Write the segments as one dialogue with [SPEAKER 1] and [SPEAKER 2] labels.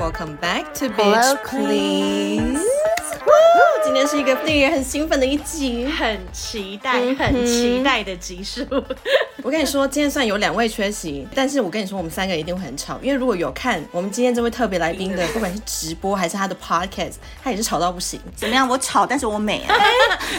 [SPEAKER 1] welcome back to
[SPEAKER 2] Hello,
[SPEAKER 1] Bitch Please。今天是一个令人很兴奋的一集。
[SPEAKER 2] 很期待，很期待的集数。
[SPEAKER 1] 我跟你说，今天虽然有两位缺席，但是我跟你说，我们三个一定会很吵，因为如果有看我们今天这位特别来宾的，不管是直播还是他的 podcast，他也是吵到不行。
[SPEAKER 3] 怎么样？我吵，但是 我美啊！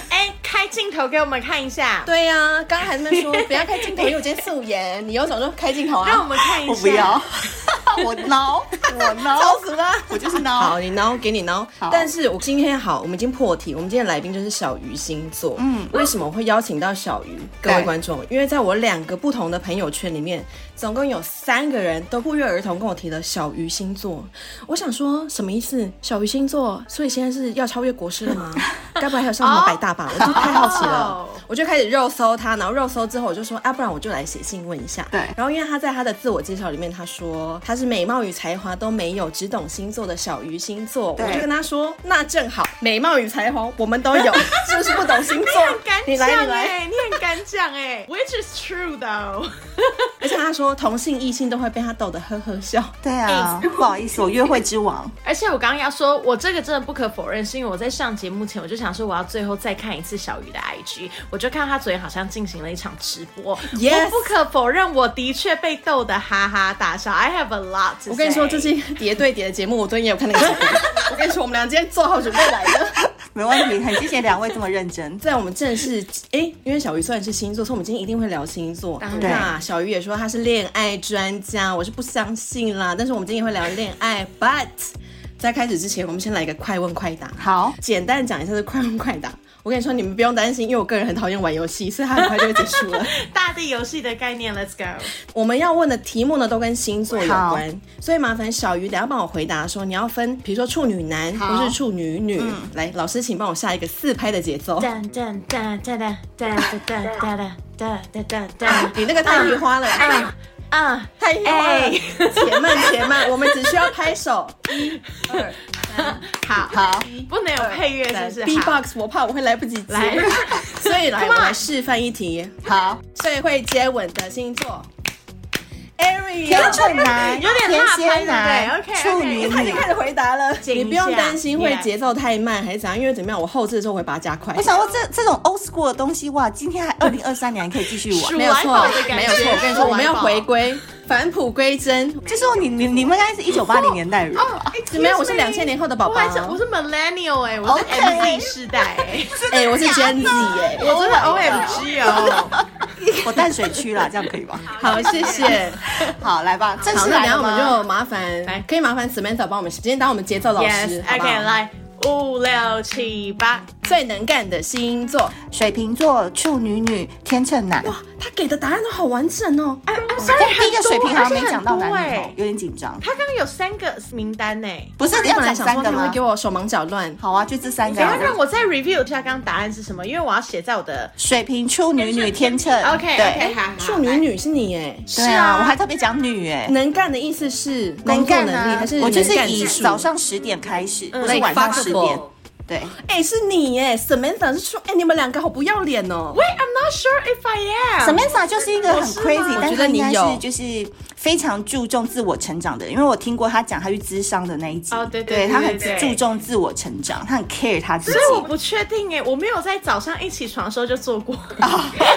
[SPEAKER 2] 哎、开镜头给我们看一下，
[SPEAKER 1] 对呀、刚刚还在那边说不要开镜头，因为我今天素颜，你又想说开镜头
[SPEAKER 2] 让
[SPEAKER 1] 啊？
[SPEAKER 2] 我们看一下。
[SPEAKER 3] 我不要， 我 挠，我挠
[SPEAKER 1] 吵，死了！
[SPEAKER 3] 我就是挠
[SPEAKER 1] 啊好，。你挠给你挠
[SPEAKER 3] 好。
[SPEAKER 1] 但是我今天好，我们已经破题，我们今天的来宾就是小鱼星座。嗯，为什么我会邀请到小鱼？各位
[SPEAKER 3] 对
[SPEAKER 1] 观众，因为在我两个不同的朋友圈里面，总共有三个人都不约而同跟我提了小鱼星座。我想说什么意思？小鱼星座，所以现在是要超越国师了吗？该不会还有上什么百大吧？我就太好奇了
[SPEAKER 2] 哦，
[SPEAKER 1] 我就开始肉搜他，然后肉搜之后我就说，啊，不然我就来写信问一下。
[SPEAKER 3] 对
[SPEAKER 1] 然后因为他在他的自我介绍里面，他说他是美貌与才华都没有，只懂星座的小鱼星座。我
[SPEAKER 3] 对
[SPEAKER 1] 就跟他说，那正好，美貌与才华我们都有，就是不懂星座你
[SPEAKER 2] 你很。敢
[SPEAKER 1] 来，你
[SPEAKER 2] 讲
[SPEAKER 1] 来。
[SPEAKER 2] 哎、你很敢讲哎、w h i c h is true though。
[SPEAKER 1] 而且他说同性异性都会被他逗得呵呵笑。
[SPEAKER 3] 对
[SPEAKER 1] 哎
[SPEAKER 3] 啊，不好意思，我约会之王。
[SPEAKER 2] 而且我刚刚要说，我这个真的不可否认，是因为我在上节目前，我就想说我要最后再看一次小鱼的 IG，我就看到他昨天好像进行了一场直播。
[SPEAKER 1] Yes
[SPEAKER 2] 我不可否认，我的确被逗得哈哈大笑。I have a lot to say。
[SPEAKER 1] 我跟你说，这是一个叠对叠的节目，我昨天也有看那个节目。我跟你说，我们俩今天做好准备来的。
[SPEAKER 3] 没问题，很谢谢两位这么认真。
[SPEAKER 1] 在我们正式哎、因为小鱼虽然是星座，所以我们今天一定会聊星座。
[SPEAKER 2] 当然
[SPEAKER 1] 那小鱼也说他是恋爱专家，我是不相信啦。但是我们今天也会聊恋爱。But 在开始之前，我们先来一个快问快答。
[SPEAKER 3] 好，
[SPEAKER 1] 简单讲一下是快问快答。我跟你说，你们不用担心，因为我个人很讨厌玩游戏，所以它很快就会结束 了。
[SPEAKER 2] 大地游戏的概念，Let's go。
[SPEAKER 1] 我们要问的题目呢，都跟星座有
[SPEAKER 3] 好
[SPEAKER 1] 关，所以麻烦小鱼等下帮我回答说，你要分，比如说处女男
[SPEAKER 3] 好嗯
[SPEAKER 1] 或是处女女。来，老师，请帮我下一个四拍的节 奏。
[SPEAKER 2] 哒哒哒哒哒哒哒哒哒哒哒哒哒哒
[SPEAKER 1] 你那个太移花了。
[SPEAKER 3] 哎
[SPEAKER 2] 啊啊！
[SPEAKER 1] 太幽了
[SPEAKER 2] 哎
[SPEAKER 1] 且慢且慢，我们只需要拍 手，一、二、三、
[SPEAKER 2] 好，
[SPEAKER 3] 好，
[SPEAKER 2] 不能有配乐
[SPEAKER 1] 三
[SPEAKER 2] 哎是不是？好，
[SPEAKER 1] B-box，我怕我会来不及接
[SPEAKER 2] 来，
[SPEAKER 1] 所以来
[SPEAKER 2] Come
[SPEAKER 1] 我
[SPEAKER 2] on
[SPEAKER 1] 来示范一题，
[SPEAKER 3] 好，
[SPEAKER 1] 最会接吻的星座
[SPEAKER 3] 甜
[SPEAKER 1] ，Ariel。
[SPEAKER 3] 蠢男，
[SPEAKER 2] 有点辣
[SPEAKER 3] 天
[SPEAKER 2] 拍
[SPEAKER 3] 蝎
[SPEAKER 2] 对
[SPEAKER 3] 男
[SPEAKER 2] 不对，OK，OK
[SPEAKER 3] 处女
[SPEAKER 1] 他已经
[SPEAKER 3] 女。
[SPEAKER 1] 开始回答了，
[SPEAKER 2] 静一
[SPEAKER 1] 你
[SPEAKER 2] 下
[SPEAKER 1] 不用担心会
[SPEAKER 2] Yeah
[SPEAKER 1] 节奏太慢还是怎样，因为怎么样，我后置的时候我会把它加快
[SPEAKER 3] 我。想说这这种 old school 的东西，哇，今天还二零二三年还可以继续玩。
[SPEAKER 2] 数
[SPEAKER 1] 没有
[SPEAKER 2] 来
[SPEAKER 1] 错
[SPEAKER 2] 宝的，感
[SPEAKER 1] 没有
[SPEAKER 2] 觉
[SPEAKER 1] 错，我跟你说，
[SPEAKER 2] 数
[SPEAKER 1] 我们要
[SPEAKER 2] 来宝
[SPEAKER 1] 回归返璞归真。
[SPEAKER 3] 就是你你你们应该是一九八零年代人吧，
[SPEAKER 1] 怎么样？我是两千年后的宝
[SPEAKER 2] Oh，我
[SPEAKER 1] 宝
[SPEAKER 2] 还，是我是 millennial 哎、我是
[SPEAKER 3] OK
[SPEAKER 2] MZ 世代哎、
[SPEAKER 1] 哎， 我是 Gen Z 哎，
[SPEAKER 2] 我真的 OMG 哦，
[SPEAKER 3] 我淡水区啦，这样可以吧？
[SPEAKER 1] 好，谢 谢。
[SPEAKER 3] 好，来吧，正
[SPEAKER 1] 好，
[SPEAKER 3] 式
[SPEAKER 1] 那等
[SPEAKER 3] 来
[SPEAKER 1] 一下
[SPEAKER 3] 了
[SPEAKER 1] 我
[SPEAKER 3] 吗
[SPEAKER 1] 们就麻烦
[SPEAKER 2] 来，
[SPEAKER 1] 可以麻烦 Samantha 帮我们，今天当我们节奏老师
[SPEAKER 2] yes，
[SPEAKER 1] 好不
[SPEAKER 2] OK，
[SPEAKER 1] 好？
[SPEAKER 2] 来五六七八，
[SPEAKER 1] 最能干的星座，
[SPEAKER 3] 水瓶座、处女女、天秤男。
[SPEAKER 1] 哇，他给的答案都好完整哦。
[SPEAKER 2] 哎，I'm sorry，
[SPEAKER 3] 但第一个
[SPEAKER 2] 很多
[SPEAKER 3] 水平好像
[SPEAKER 2] 而且
[SPEAKER 3] 没讲到男
[SPEAKER 2] 很多
[SPEAKER 3] 女
[SPEAKER 2] 哎
[SPEAKER 3] 头，有点紧张。
[SPEAKER 2] 他刚刚有三个名单欸呢、
[SPEAKER 3] 不是
[SPEAKER 1] 你
[SPEAKER 3] 要
[SPEAKER 1] 本来
[SPEAKER 3] 讲
[SPEAKER 1] 想
[SPEAKER 3] 三
[SPEAKER 1] 说
[SPEAKER 3] 个
[SPEAKER 1] 他
[SPEAKER 3] 吗
[SPEAKER 1] 会给？我手忙脚乱，
[SPEAKER 3] 好啊，就这三个
[SPEAKER 2] 等一
[SPEAKER 3] 啊
[SPEAKER 2] 下。让我再 review 一下刚刚答案是什么，因为我要写在我的
[SPEAKER 3] 水瓶、处女、女、天秤。
[SPEAKER 2] OK OK
[SPEAKER 3] 对，
[SPEAKER 2] 好，好
[SPEAKER 1] 呃处女女是你哎，
[SPEAKER 3] 对啊，我还特别讲女哎，
[SPEAKER 1] 能干的意思是
[SPEAKER 3] 能
[SPEAKER 1] 工作
[SPEAKER 3] 干
[SPEAKER 1] 能力
[SPEAKER 3] 啊
[SPEAKER 1] 还是
[SPEAKER 3] 我就是
[SPEAKER 1] 能干
[SPEAKER 3] 以
[SPEAKER 1] 指数
[SPEAKER 3] 早上十点开始，不是
[SPEAKER 1] Like
[SPEAKER 3] 晚上
[SPEAKER 1] fuckable
[SPEAKER 3] 十点。对，
[SPEAKER 1] 哎是你哎，Samantha 是处哎，你们两个好不要脸哦。
[SPEAKER 2] Wait, I'm not sure if I am.
[SPEAKER 3] Samantha 就是一个很
[SPEAKER 2] 我是吗
[SPEAKER 3] crazy，
[SPEAKER 1] 我觉
[SPEAKER 3] 但是
[SPEAKER 1] 得
[SPEAKER 3] 她
[SPEAKER 1] 你
[SPEAKER 3] 应该
[SPEAKER 1] 有
[SPEAKER 3] 是就是非常注重自我成长的人，因为我听过她讲她去咨商的那一集，
[SPEAKER 2] 哦对对
[SPEAKER 3] 对
[SPEAKER 2] 对
[SPEAKER 3] 她很
[SPEAKER 2] 对对
[SPEAKER 3] 注重自我成长，她很 care 她自己
[SPEAKER 2] 所以。我不确定哎，我没有在早上一起床的时候就做过。
[SPEAKER 3] 啊
[SPEAKER 1] 哦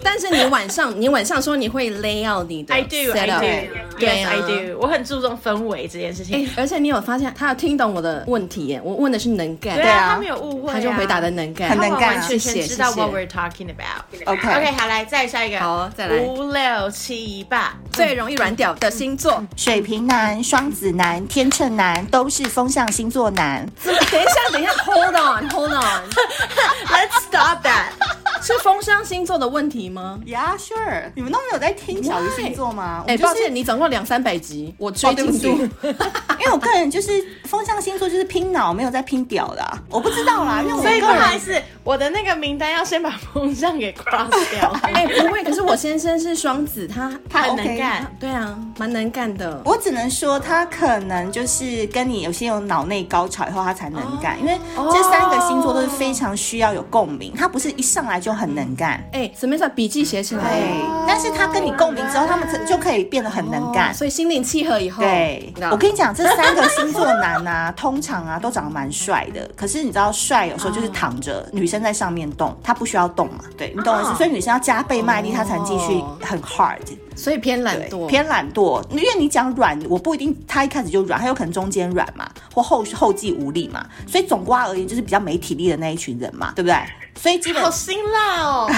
[SPEAKER 1] 但是你晚上，你晚上说你会 lay out 你的
[SPEAKER 2] I do, I
[SPEAKER 1] setup
[SPEAKER 2] do,
[SPEAKER 1] 对
[SPEAKER 2] yes,
[SPEAKER 1] 啊
[SPEAKER 2] I do。我很注重氛围这件事
[SPEAKER 1] 哎
[SPEAKER 2] 情。，
[SPEAKER 1] 而且你有发现他有听懂我的问题耶，我问的是能干
[SPEAKER 2] 对，
[SPEAKER 3] 对
[SPEAKER 2] 啊，
[SPEAKER 3] 啊
[SPEAKER 2] 他没有误会啊，
[SPEAKER 1] 他就回答的能干，
[SPEAKER 3] 很
[SPEAKER 2] 他
[SPEAKER 3] 能
[SPEAKER 2] 完
[SPEAKER 3] 干啊
[SPEAKER 2] 完全全
[SPEAKER 1] 谢谢
[SPEAKER 2] 知道
[SPEAKER 1] 谢谢
[SPEAKER 2] what we're talking about。
[SPEAKER 3] OK
[SPEAKER 2] OK，好，来再下一个。
[SPEAKER 1] 好哦再来
[SPEAKER 2] 五六七八。
[SPEAKER 1] 最容易软屌的星 座。
[SPEAKER 3] 水瓶男、双子男、天秤男都是风象星座男，
[SPEAKER 1] 怎么等一下，等一下，Hold on，Hold on，
[SPEAKER 2] Let's stop that。
[SPEAKER 1] 是风象星座的问题吗？
[SPEAKER 3] Yeah, sure。你们都没有在听小鱼星座吗？
[SPEAKER 1] 哎、
[SPEAKER 3] 我就是
[SPEAKER 1] 抱歉，你总共两三百集，我追进
[SPEAKER 3] 哦
[SPEAKER 1] 度
[SPEAKER 3] 对。因为我个人就是风象星座就是拼脑，没有在拼屌的啊、我不知道啦，
[SPEAKER 1] Oh
[SPEAKER 3] 因为我
[SPEAKER 2] 所以不
[SPEAKER 3] 个
[SPEAKER 2] 好意
[SPEAKER 3] 人
[SPEAKER 2] 思，我的那个名单要先把风向给 cross 掉。
[SPEAKER 1] 哎、不会，可是我先生是双子，他
[SPEAKER 3] 他
[SPEAKER 2] 很
[SPEAKER 3] OK
[SPEAKER 2] 能干。
[SPEAKER 1] 对啊，蛮能干的。
[SPEAKER 3] 我只能说他可能就是跟你有些有脑内高潮以后他才能干，因为这三个星座都是非常需要有共鸣，他不是一上来就就很能干。
[SPEAKER 1] 哎，Samantha 笔记写起来哦
[SPEAKER 3] 对，，但是他跟你共鸣之后，他们就可以变得很能干。
[SPEAKER 1] 所以心灵契合以后，
[SPEAKER 3] 对，我跟你讲，这三个星座男啊， 通常啊都长得蛮帅的。可是你知道，帅有时候就是躺着，女
[SPEAKER 1] 嗯
[SPEAKER 3] 生在上面动，他不需要动嘛。对你懂我意思，
[SPEAKER 2] 哦
[SPEAKER 3] 所以女生要加倍卖力，她才能继续
[SPEAKER 1] 哦
[SPEAKER 3] 很 hard。
[SPEAKER 1] 所以偏懒
[SPEAKER 3] 对
[SPEAKER 1] 惰，
[SPEAKER 3] 偏懒惰，因为你讲软，我不一定他一开始就软，他有可能中间软嘛，或后后继无力嘛。所以总括而言，就是比较没体力的那一群人嘛，对不对？所以基本
[SPEAKER 2] 好辛辣哦！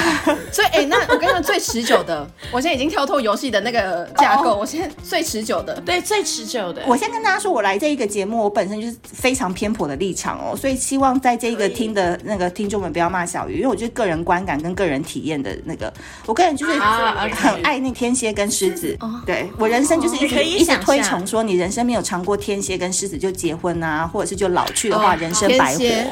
[SPEAKER 1] 所以，哎、那我跟你说，最持久的， 我现在已经跳脱游戏的那个架构，我现在最持久的，
[SPEAKER 2] 对，最持久的，
[SPEAKER 3] 我先跟大家说，我来这一个节目，我本身就是非常偏颇的立场哦，所以希望在这一个听的那个听众们不要骂小鱼，因为我就是个人观感跟个人体验的那个，我个人就是
[SPEAKER 2] 啊，OK
[SPEAKER 3] 很爱那天蝎跟狮子，
[SPEAKER 1] 哦
[SPEAKER 3] 对我人生就是一直
[SPEAKER 2] 可以
[SPEAKER 3] 一直
[SPEAKER 2] 想
[SPEAKER 3] 推
[SPEAKER 2] 象
[SPEAKER 3] 崇说，你人生没有尝过天蝎跟狮子就结婚啊，或者是就老去的话，
[SPEAKER 1] 哦
[SPEAKER 3] 人生
[SPEAKER 1] 天
[SPEAKER 3] 白活。
[SPEAKER 1] 蝎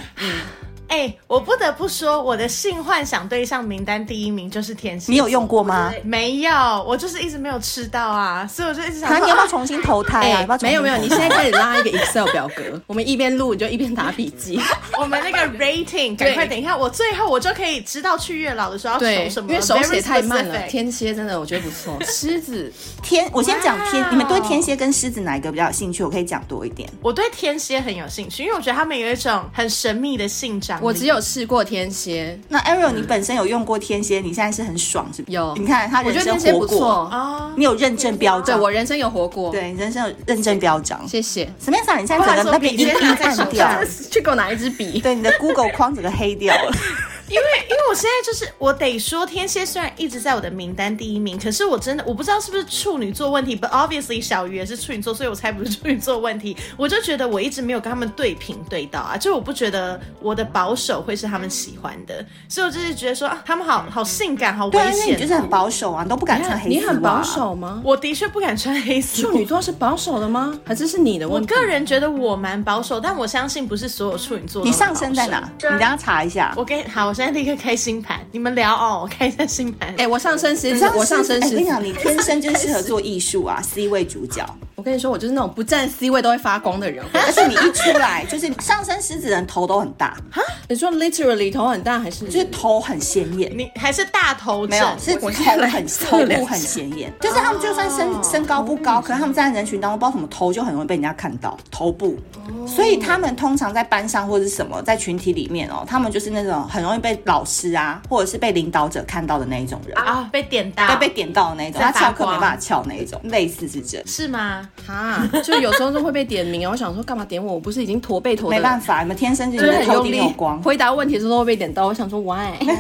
[SPEAKER 2] 哎、我不得不说，我的性幻想对象名单第一名就是天蝎。
[SPEAKER 3] 你有用过吗？
[SPEAKER 2] 没有，我就是一直没有吃到啊，所以我就一直想
[SPEAKER 3] 啊，
[SPEAKER 2] 说，
[SPEAKER 3] 你要不要
[SPEAKER 2] 啊
[SPEAKER 3] 重新投胎啊？要不要重新
[SPEAKER 1] 没哎有没有，
[SPEAKER 3] 投
[SPEAKER 1] 你
[SPEAKER 3] 胎
[SPEAKER 1] 现在开始拉一个 Excel 表格，我们一边录你就一边打笔记，
[SPEAKER 2] 我们那个 rating，赶快等一下，我最后我就可以知道去月老的时候要
[SPEAKER 1] 对
[SPEAKER 2] 求什，么
[SPEAKER 1] 因为手写太慢
[SPEAKER 2] very
[SPEAKER 1] 了。
[SPEAKER 2] specific
[SPEAKER 1] 天蝎真的我觉得不错，狮子
[SPEAKER 3] 天，我先讲天
[SPEAKER 2] 哇哦
[SPEAKER 3] 你们对天蝎跟狮子哪一个比较有兴趣？我可以讲多一点。
[SPEAKER 2] 我对天蝎很有兴趣，因为我觉得他们有一种很神秘的性张力。
[SPEAKER 1] 我只有试过天蝎，
[SPEAKER 3] 那 Ariel，你本身有用过天蝎，你现在是很爽是不是？
[SPEAKER 1] 有
[SPEAKER 3] 你看他
[SPEAKER 1] 我
[SPEAKER 3] 人
[SPEAKER 1] 觉得
[SPEAKER 3] 生
[SPEAKER 1] 天蝎
[SPEAKER 3] 活
[SPEAKER 1] 不
[SPEAKER 3] 过，
[SPEAKER 1] 错，
[SPEAKER 2] 啊，
[SPEAKER 3] 你有认证标
[SPEAKER 1] 对
[SPEAKER 3] 章，
[SPEAKER 1] 我人生有活过，
[SPEAKER 3] 对你人生有认证标章。
[SPEAKER 1] 谢谢。
[SPEAKER 3] s m a n t h 你现在整个那边一
[SPEAKER 2] 不好意思
[SPEAKER 3] 一
[SPEAKER 2] 我笔直拿在手
[SPEAKER 3] 按
[SPEAKER 2] 上
[SPEAKER 3] 掉，
[SPEAKER 1] 去给我拿一支笔，
[SPEAKER 3] 对你的 Google 框整个黑掉了。
[SPEAKER 2] 因为因为我现在就是我得说，天蝎虽然一直在我的名单第一名，可是我真的我不知道是不是处女座问题，but obviously 小鱼也是处女座，所以我猜不是处女座问题。我就觉得我一直没有跟他们对平对到啊，就我不觉得我的保守会是他们喜欢的，所以我就是觉得说啊，他们好好性感，好危
[SPEAKER 3] 对啊，因为
[SPEAKER 2] 险
[SPEAKER 3] 你
[SPEAKER 2] 哦。
[SPEAKER 3] 就是很保守啊，你都不敢穿黑丝 袜。
[SPEAKER 1] 你很保。守啊吗？
[SPEAKER 2] 我的确不敢穿黑丝袜
[SPEAKER 1] 处女座是保守的吗？还是是你的
[SPEAKER 2] 我
[SPEAKER 1] 问题？
[SPEAKER 2] 个人觉得我蛮保守，但我相信不是所有处女座。
[SPEAKER 3] 你上身在哪？？你等一下查一下。
[SPEAKER 2] 我给好，我现在立刻开星盘，你们聊哦，我开一下星盘。
[SPEAKER 1] 哎、我上身狮
[SPEAKER 3] 你
[SPEAKER 1] 子
[SPEAKER 3] 知道，
[SPEAKER 1] 我上身
[SPEAKER 3] 哎
[SPEAKER 1] 狮
[SPEAKER 3] 我跟你
[SPEAKER 1] 子。
[SPEAKER 3] 讲，你天生就适合做艺术啊，C 位主角。
[SPEAKER 1] 我跟你说，我就是那种不站 C 位都会发光的人。
[SPEAKER 3] 而且你一出来，就是上身狮子人头都很大，
[SPEAKER 1] 你说 literally 头很大还是？
[SPEAKER 3] 就是头很鲜艳。
[SPEAKER 2] 你还是大头
[SPEAKER 3] 没
[SPEAKER 2] 症，
[SPEAKER 3] 有，是头
[SPEAKER 1] 我现在
[SPEAKER 3] 很头
[SPEAKER 1] 测量
[SPEAKER 3] 部 很显眼，就是他们就算身身高不高，可是他们在人群当中，不知道什么头就很容易被人家看到头部，所以他们通常在班上或者是什么在群体里面哦，他们就是那种很容易被老师啊，或者是被领导者看到的那一种人，
[SPEAKER 2] 啊，被点到，
[SPEAKER 3] 被被点到的那一种，
[SPEAKER 2] 在
[SPEAKER 3] 他
[SPEAKER 2] 发
[SPEAKER 3] 翘课没
[SPEAKER 2] 光
[SPEAKER 3] 办法翘那一种，类似是这样。
[SPEAKER 2] 是吗？
[SPEAKER 1] 哈，就有时候就会被点名啊。我想说，干嘛点我？我不是已经驼背驼的，
[SPEAKER 3] 没办法，你们天生就
[SPEAKER 1] 就是
[SPEAKER 3] 是
[SPEAKER 1] 很
[SPEAKER 3] 头
[SPEAKER 1] 用
[SPEAKER 3] 顶
[SPEAKER 1] 力
[SPEAKER 3] 有光，
[SPEAKER 1] 回答问题的时候都会被点到。我想说，why？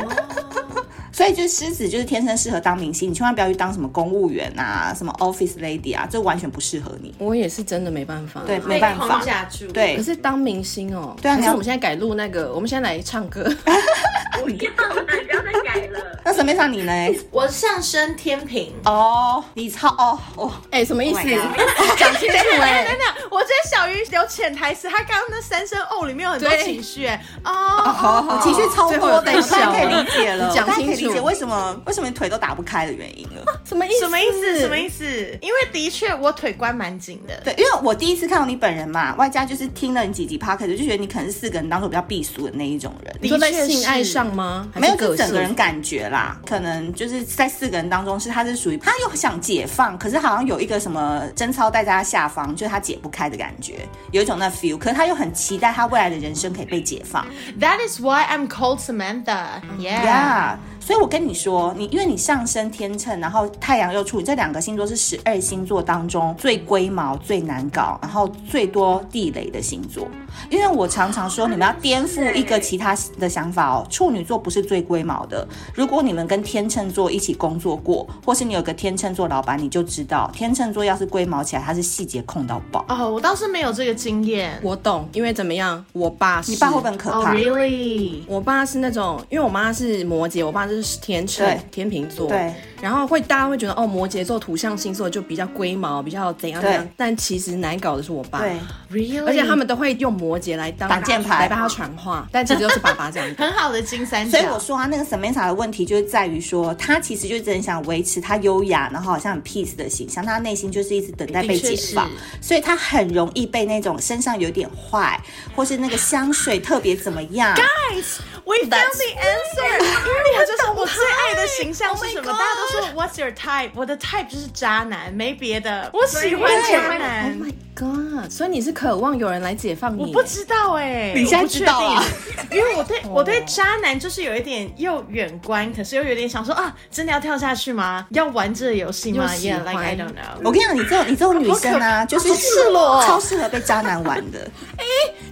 [SPEAKER 3] 所以就是狮子就是天生适合当明星，你千万不要去当什么公务员啊，什么 office lady 啊，这完全不适合你。
[SPEAKER 1] 我也是真的没办法。
[SPEAKER 3] 对，没办法。
[SPEAKER 2] 住，
[SPEAKER 1] 可
[SPEAKER 3] 对，
[SPEAKER 1] 是当明星哦、
[SPEAKER 3] 对啊
[SPEAKER 1] 可
[SPEAKER 3] 你
[SPEAKER 1] 是
[SPEAKER 3] 要啊
[SPEAKER 1] 我们现在改录那个，我们现在来唱歌。
[SPEAKER 4] 不要了，哎你不要再改了。
[SPEAKER 3] 那审美上你呢？
[SPEAKER 2] 我上升天平。
[SPEAKER 3] 哦，你超哦哦，
[SPEAKER 1] 哎、什么意思
[SPEAKER 3] Oh my god？
[SPEAKER 1] 讲清楚哎、
[SPEAKER 2] 哎， 等等，我觉得小鱼有潜台词，他刚刚那三声哦里面有很多
[SPEAKER 1] 对
[SPEAKER 2] 情绪，哎，哦，
[SPEAKER 3] 好好，情绪超
[SPEAKER 1] 最后
[SPEAKER 3] 多
[SPEAKER 1] 有
[SPEAKER 3] 的，
[SPEAKER 1] 在
[SPEAKER 3] 我大
[SPEAKER 1] 笑
[SPEAKER 3] 概可以理解了，
[SPEAKER 1] 你讲
[SPEAKER 3] 我大概可以
[SPEAKER 1] 清楚
[SPEAKER 3] 理解为什么为什么你腿都打不开的原因了。
[SPEAKER 1] 什么意思？
[SPEAKER 2] 什么意思？什么意
[SPEAKER 1] 思？
[SPEAKER 2] 思？因为的确我腿关蛮紧的，
[SPEAKER 3] 对，因为我第一次看到你本人嘛，外加就是听了你几集 p o c a s t 就觉得你可能是四个人当中比较避俗的那一种人。
[SPEAKER 1] 你说在
[SPEAKER 2] 的确是
[SPEAKER 1] 性爱上吗？还
[SPEAKER 3] 没有，
[SPEAKER 1] 个
[SPEAKER 3] 就
[SPEAKER 1] 性
[SPEAKER 3] 整个人感觉啦，可能就是在四个人当中是他是属于他又想解放，可是好像有一个什么贞操带在他下方，就是他解不开的感觉，有一种那 feel，可是他又很期待他未来的人生可以被解放。
[SPEAKER 2] That is why I'm called Samantha. Yeah.
[SPEAKER 3] 呀所以我跟你说，你因为你上升天秤，然后太阳又处女，这两个星座是十二星座当中最龟毛、最难搞，然后最多地雷的星座。因为我常常说，你们要颠覆一个其他的想法哦。处女座不是最龟毛的，如果你们跟天秤座一起工作过，或是你有个天秤座老板，你就知道，天秤座要是龟毛起来，他是细节控到爆。
[SPEAKER 2] 哦，我倒是没有这个经验。
[SPEAKER 1] 我懂，因为怎么样，我爸是
[SPEAKER 3] 你爸会不会很可
[SPEAKER 2] 哦
[SPEAKER 3] 怕？
[SPEAKER 2] ，really？
[SPEAKER 1] 我爸是那种，因为我妈是摩羯，我爸就是天秤
[SPEAKER 3] 对、
[SPEAKER 1] 天秤座，
[SPEAKER 3] 对，
[SPEAKER 1] 然后会大家会觉得哦，摩羯座土象星座就比较龟毛，比较怎样怎样
[SPEAKER 3] 对，
[SPEAKER 1] 但其实难搞的是我爸。
[SPEAKER 3] 对，
[SPEAKER 2] ，really，
[SPEAKER 1] 而且他们都会用摩羯来当
[SPEAKER 3] 挡箭牌
[SPEAKER 1] 来帮他传话，但其实就是爸爸这样
[SPEAKER 2] 很好的金三角。
[SPEAKER 3] 所以我说啊，那个 Samantha 的问题就是在于说，她其实就只很想维持她优雅，然后好像很 peace 的形象，她内心就是一直等待被
[SPEAKER 2] 的确
[SPEAKER 3] 解
[SPEAKER 2] 是
[SPEAKER 3] 放，所以她很容易被那种身上有点坏，或是那个香水特别怎么样。
[SPEAKER 2] We found
[SPEAKER 3] That's-
[SPEAKER 2] the answer，因 为我就是我最爱的形象是什么？大家都说 What's your type？我的 type 就是渣男，没别的。我喜欢渣
[SPEAKER 1] ，Oh
[SPEAKER 2] 男。
[SPEAKER 1] my god！所以你是渴望有人来解放你？
[SPEAKER 2] 我不知道哎、
[SPEAKER 3] 你现在知道啊
[SPEAKER 2] 我不确定？因为我对我对渣男就是有一点又远观，可是又有点想说啊，真的要跳下去吗？要玩这个游戏吗
[SPEAKER 1] 又喜
[SPEAKER 2] ？Yeah,
[SPEAKER 1] 欢
[SPEAKER 2] like I don't know。
[SPEAKER 3] 我跟你讲，你这种你这种女生啊，就是
[SPEAKER 2] 赤裸
[SPEAKER 3] 超适合被渣男玩的。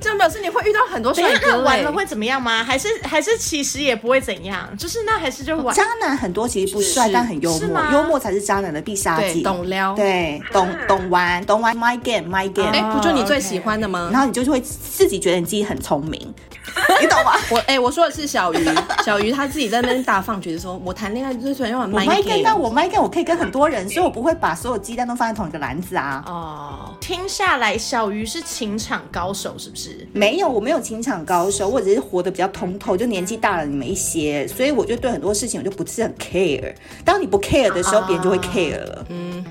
[SPEAKER 1] 这样表示你会遇到很多
[SPEAKER 2] 等一
[SPEAKER 1] 帅
[SPEAKER 2] 下，那
[SPEAKER 1] 哥
[SPEAKER 2] 玩
[SPEAKER 1] 欸
[SPEAKER 2] 了会怎么样吗？还是还是其实也不会怎样，就是那还是就玩。
[SPEAKER 3] 渣男很多其实不帅，
[SPEAKER 1] 是
[SPEAKER 3] 但很幽
[SPEAKER 2] 是
[SPEAKER 3] 默
[SPEAKER 2] 吗，
[SPEAKER 3] 幽默才是渣男的必杀
[SPEAKER 1] 对
[SPEAKER 3] 技。
[SPEAKER 1] 懂撩，
[SPEAKER 3] 对，懂懂玩，懂玩 my game my game。
[SPEAKER 1] 哎，不就你最
[SPEAKER 2] 哦 OK
[SPEAKER 1] 喜欢的吗？
[SPEAKER 3] 然后你就会自己觉得你自己很聪明，你懂吗？
[SPEAKER 1] 我哎、我说的是小 鱼，小鱼他自己在那边大放厥词说，我谈恋爱最喜欢用
[SPEAKER 3] 我
[SPEAKER 1] mind
[SPEAKER 3] my game，但
[SPEAKER 1] game。
[SPEAKER 3] 我 my game 我可以跟很多人，所以我不会把所有鸡蛋都放在同一个篮子啊。
[SPEAKER 2] 哦，听下来，小鱼是情场高手，是不是？
[SPEAKER 3] 没有，我没有情场高手，我只是活得比较通透，就年纪大了你们一些，所以我就对很多事情我就不是很 care。当你不 care 的时
[SPEAKER 1] 啊
[SPEAKER 3] 候，别人就会 care 了。
[SPEAKER 1] 嗯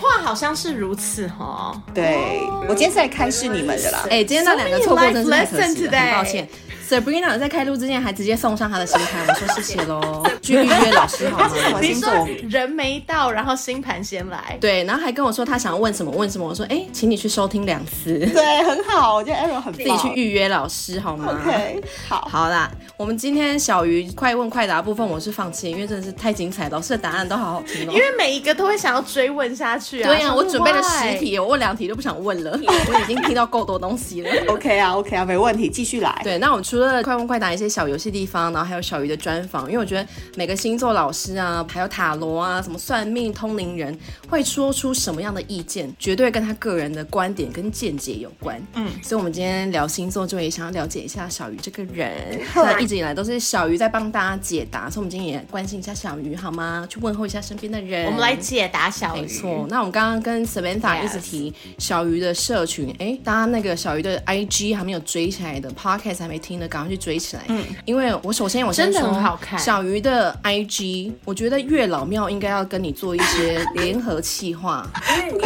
[SPEAKER 2] 话好像是如此哦。
[SPEAKER 3] 对，我今天是来开示你们的啦。
[SPEAKER 1] 哎、今天那两个错过
[SPEAKER 2] So many
[SPEAKER 1] 真是太可惜
[SPEAKER 2] life
[SPEAKER 1] 啊
[SPEAKER 2] lesson
[SPEAKER 1] 了，很
[SPEAKER 2] today
[SPEAKER 1] 抱歉。Sabrina 在开录之前还直接送上她的星盘，我说谢谢喽， 去预约老师好
[SPEAKER 3] 他是什
[SPEAKER 1] 吗
[SPEAKER 3] 么？
[SPEAKER 2] 你
[SPEAKER 3] 星座？
[SPEAKER 2] 说人没到，然后星盘先来。
[SPEAKER 1] 对，然后还跟我说他想问什么问什么，我说哎、请你去收听两次， 自
[SPEAKER 3] 对，很好，我觉得 Aaron 很棒。
[SPEAKER 1] 己去预约老师好吗
[SPEAKER 3] OK，好。
[SPEAKER 1] 好啦，我们今天小鱼快问快答部分我是放弃，因为真的是太精彩了，老师的答案都好好听哦。
[SPEAKER 2] 因为每一个都会想要追问下去啊。
[SPEAKER 1] 对呀、
[SPEAKER 2] 想
[SPEAKER 1] 我
[SPEAKER 2] 说
[SPEAKER 1] 准备了十
[SPEAKER 2] why？
[SPEAKER 1] 题，我问两题都不想问了，我已经听到够多东西了。
[SPEAKER 3] OK 啊，OK 啊，没问题，继续来。
[SPEAKER 1] 对，那我们除了快问快答一些小游戏地方，然后还有小鱼的专访，因为我觉得每个星座老师啊，还有塔罗啊，什么算命、通灵人会说出什么样的意见，绝对跟他个人的观点跟见解有关。嗯，所以我们今天聊星座，就也想要了解一下小鱼这个人。 那一直以来都是小鱼在帮大家解答，所以我们今天也关心一下小鱼好吗？去问候一下身边的人。
[SPEAKER 2] 我们来解答小
[SPEAKER 1] 没
[SPEAKER 2] 鱼。
[SPEAKER 1] 错，那我们刚刚跟 Samantha
[SPEAKER 2] Yes
[SPEAKER 1] 一直提小鱼的社群，哎、大家那个小鱼的 IG 还没有追起来的，Podcast 还没听的，赶快去追起来。嗯，因为我首先我先
[SPEAKER 2] 真的
[SPEAKER 1] 说
[SPEAKER 2] 很好看
[SPEAKER 1] 小鱼的 IG，我觉得月老庙应该要跟你做一些联合企 划。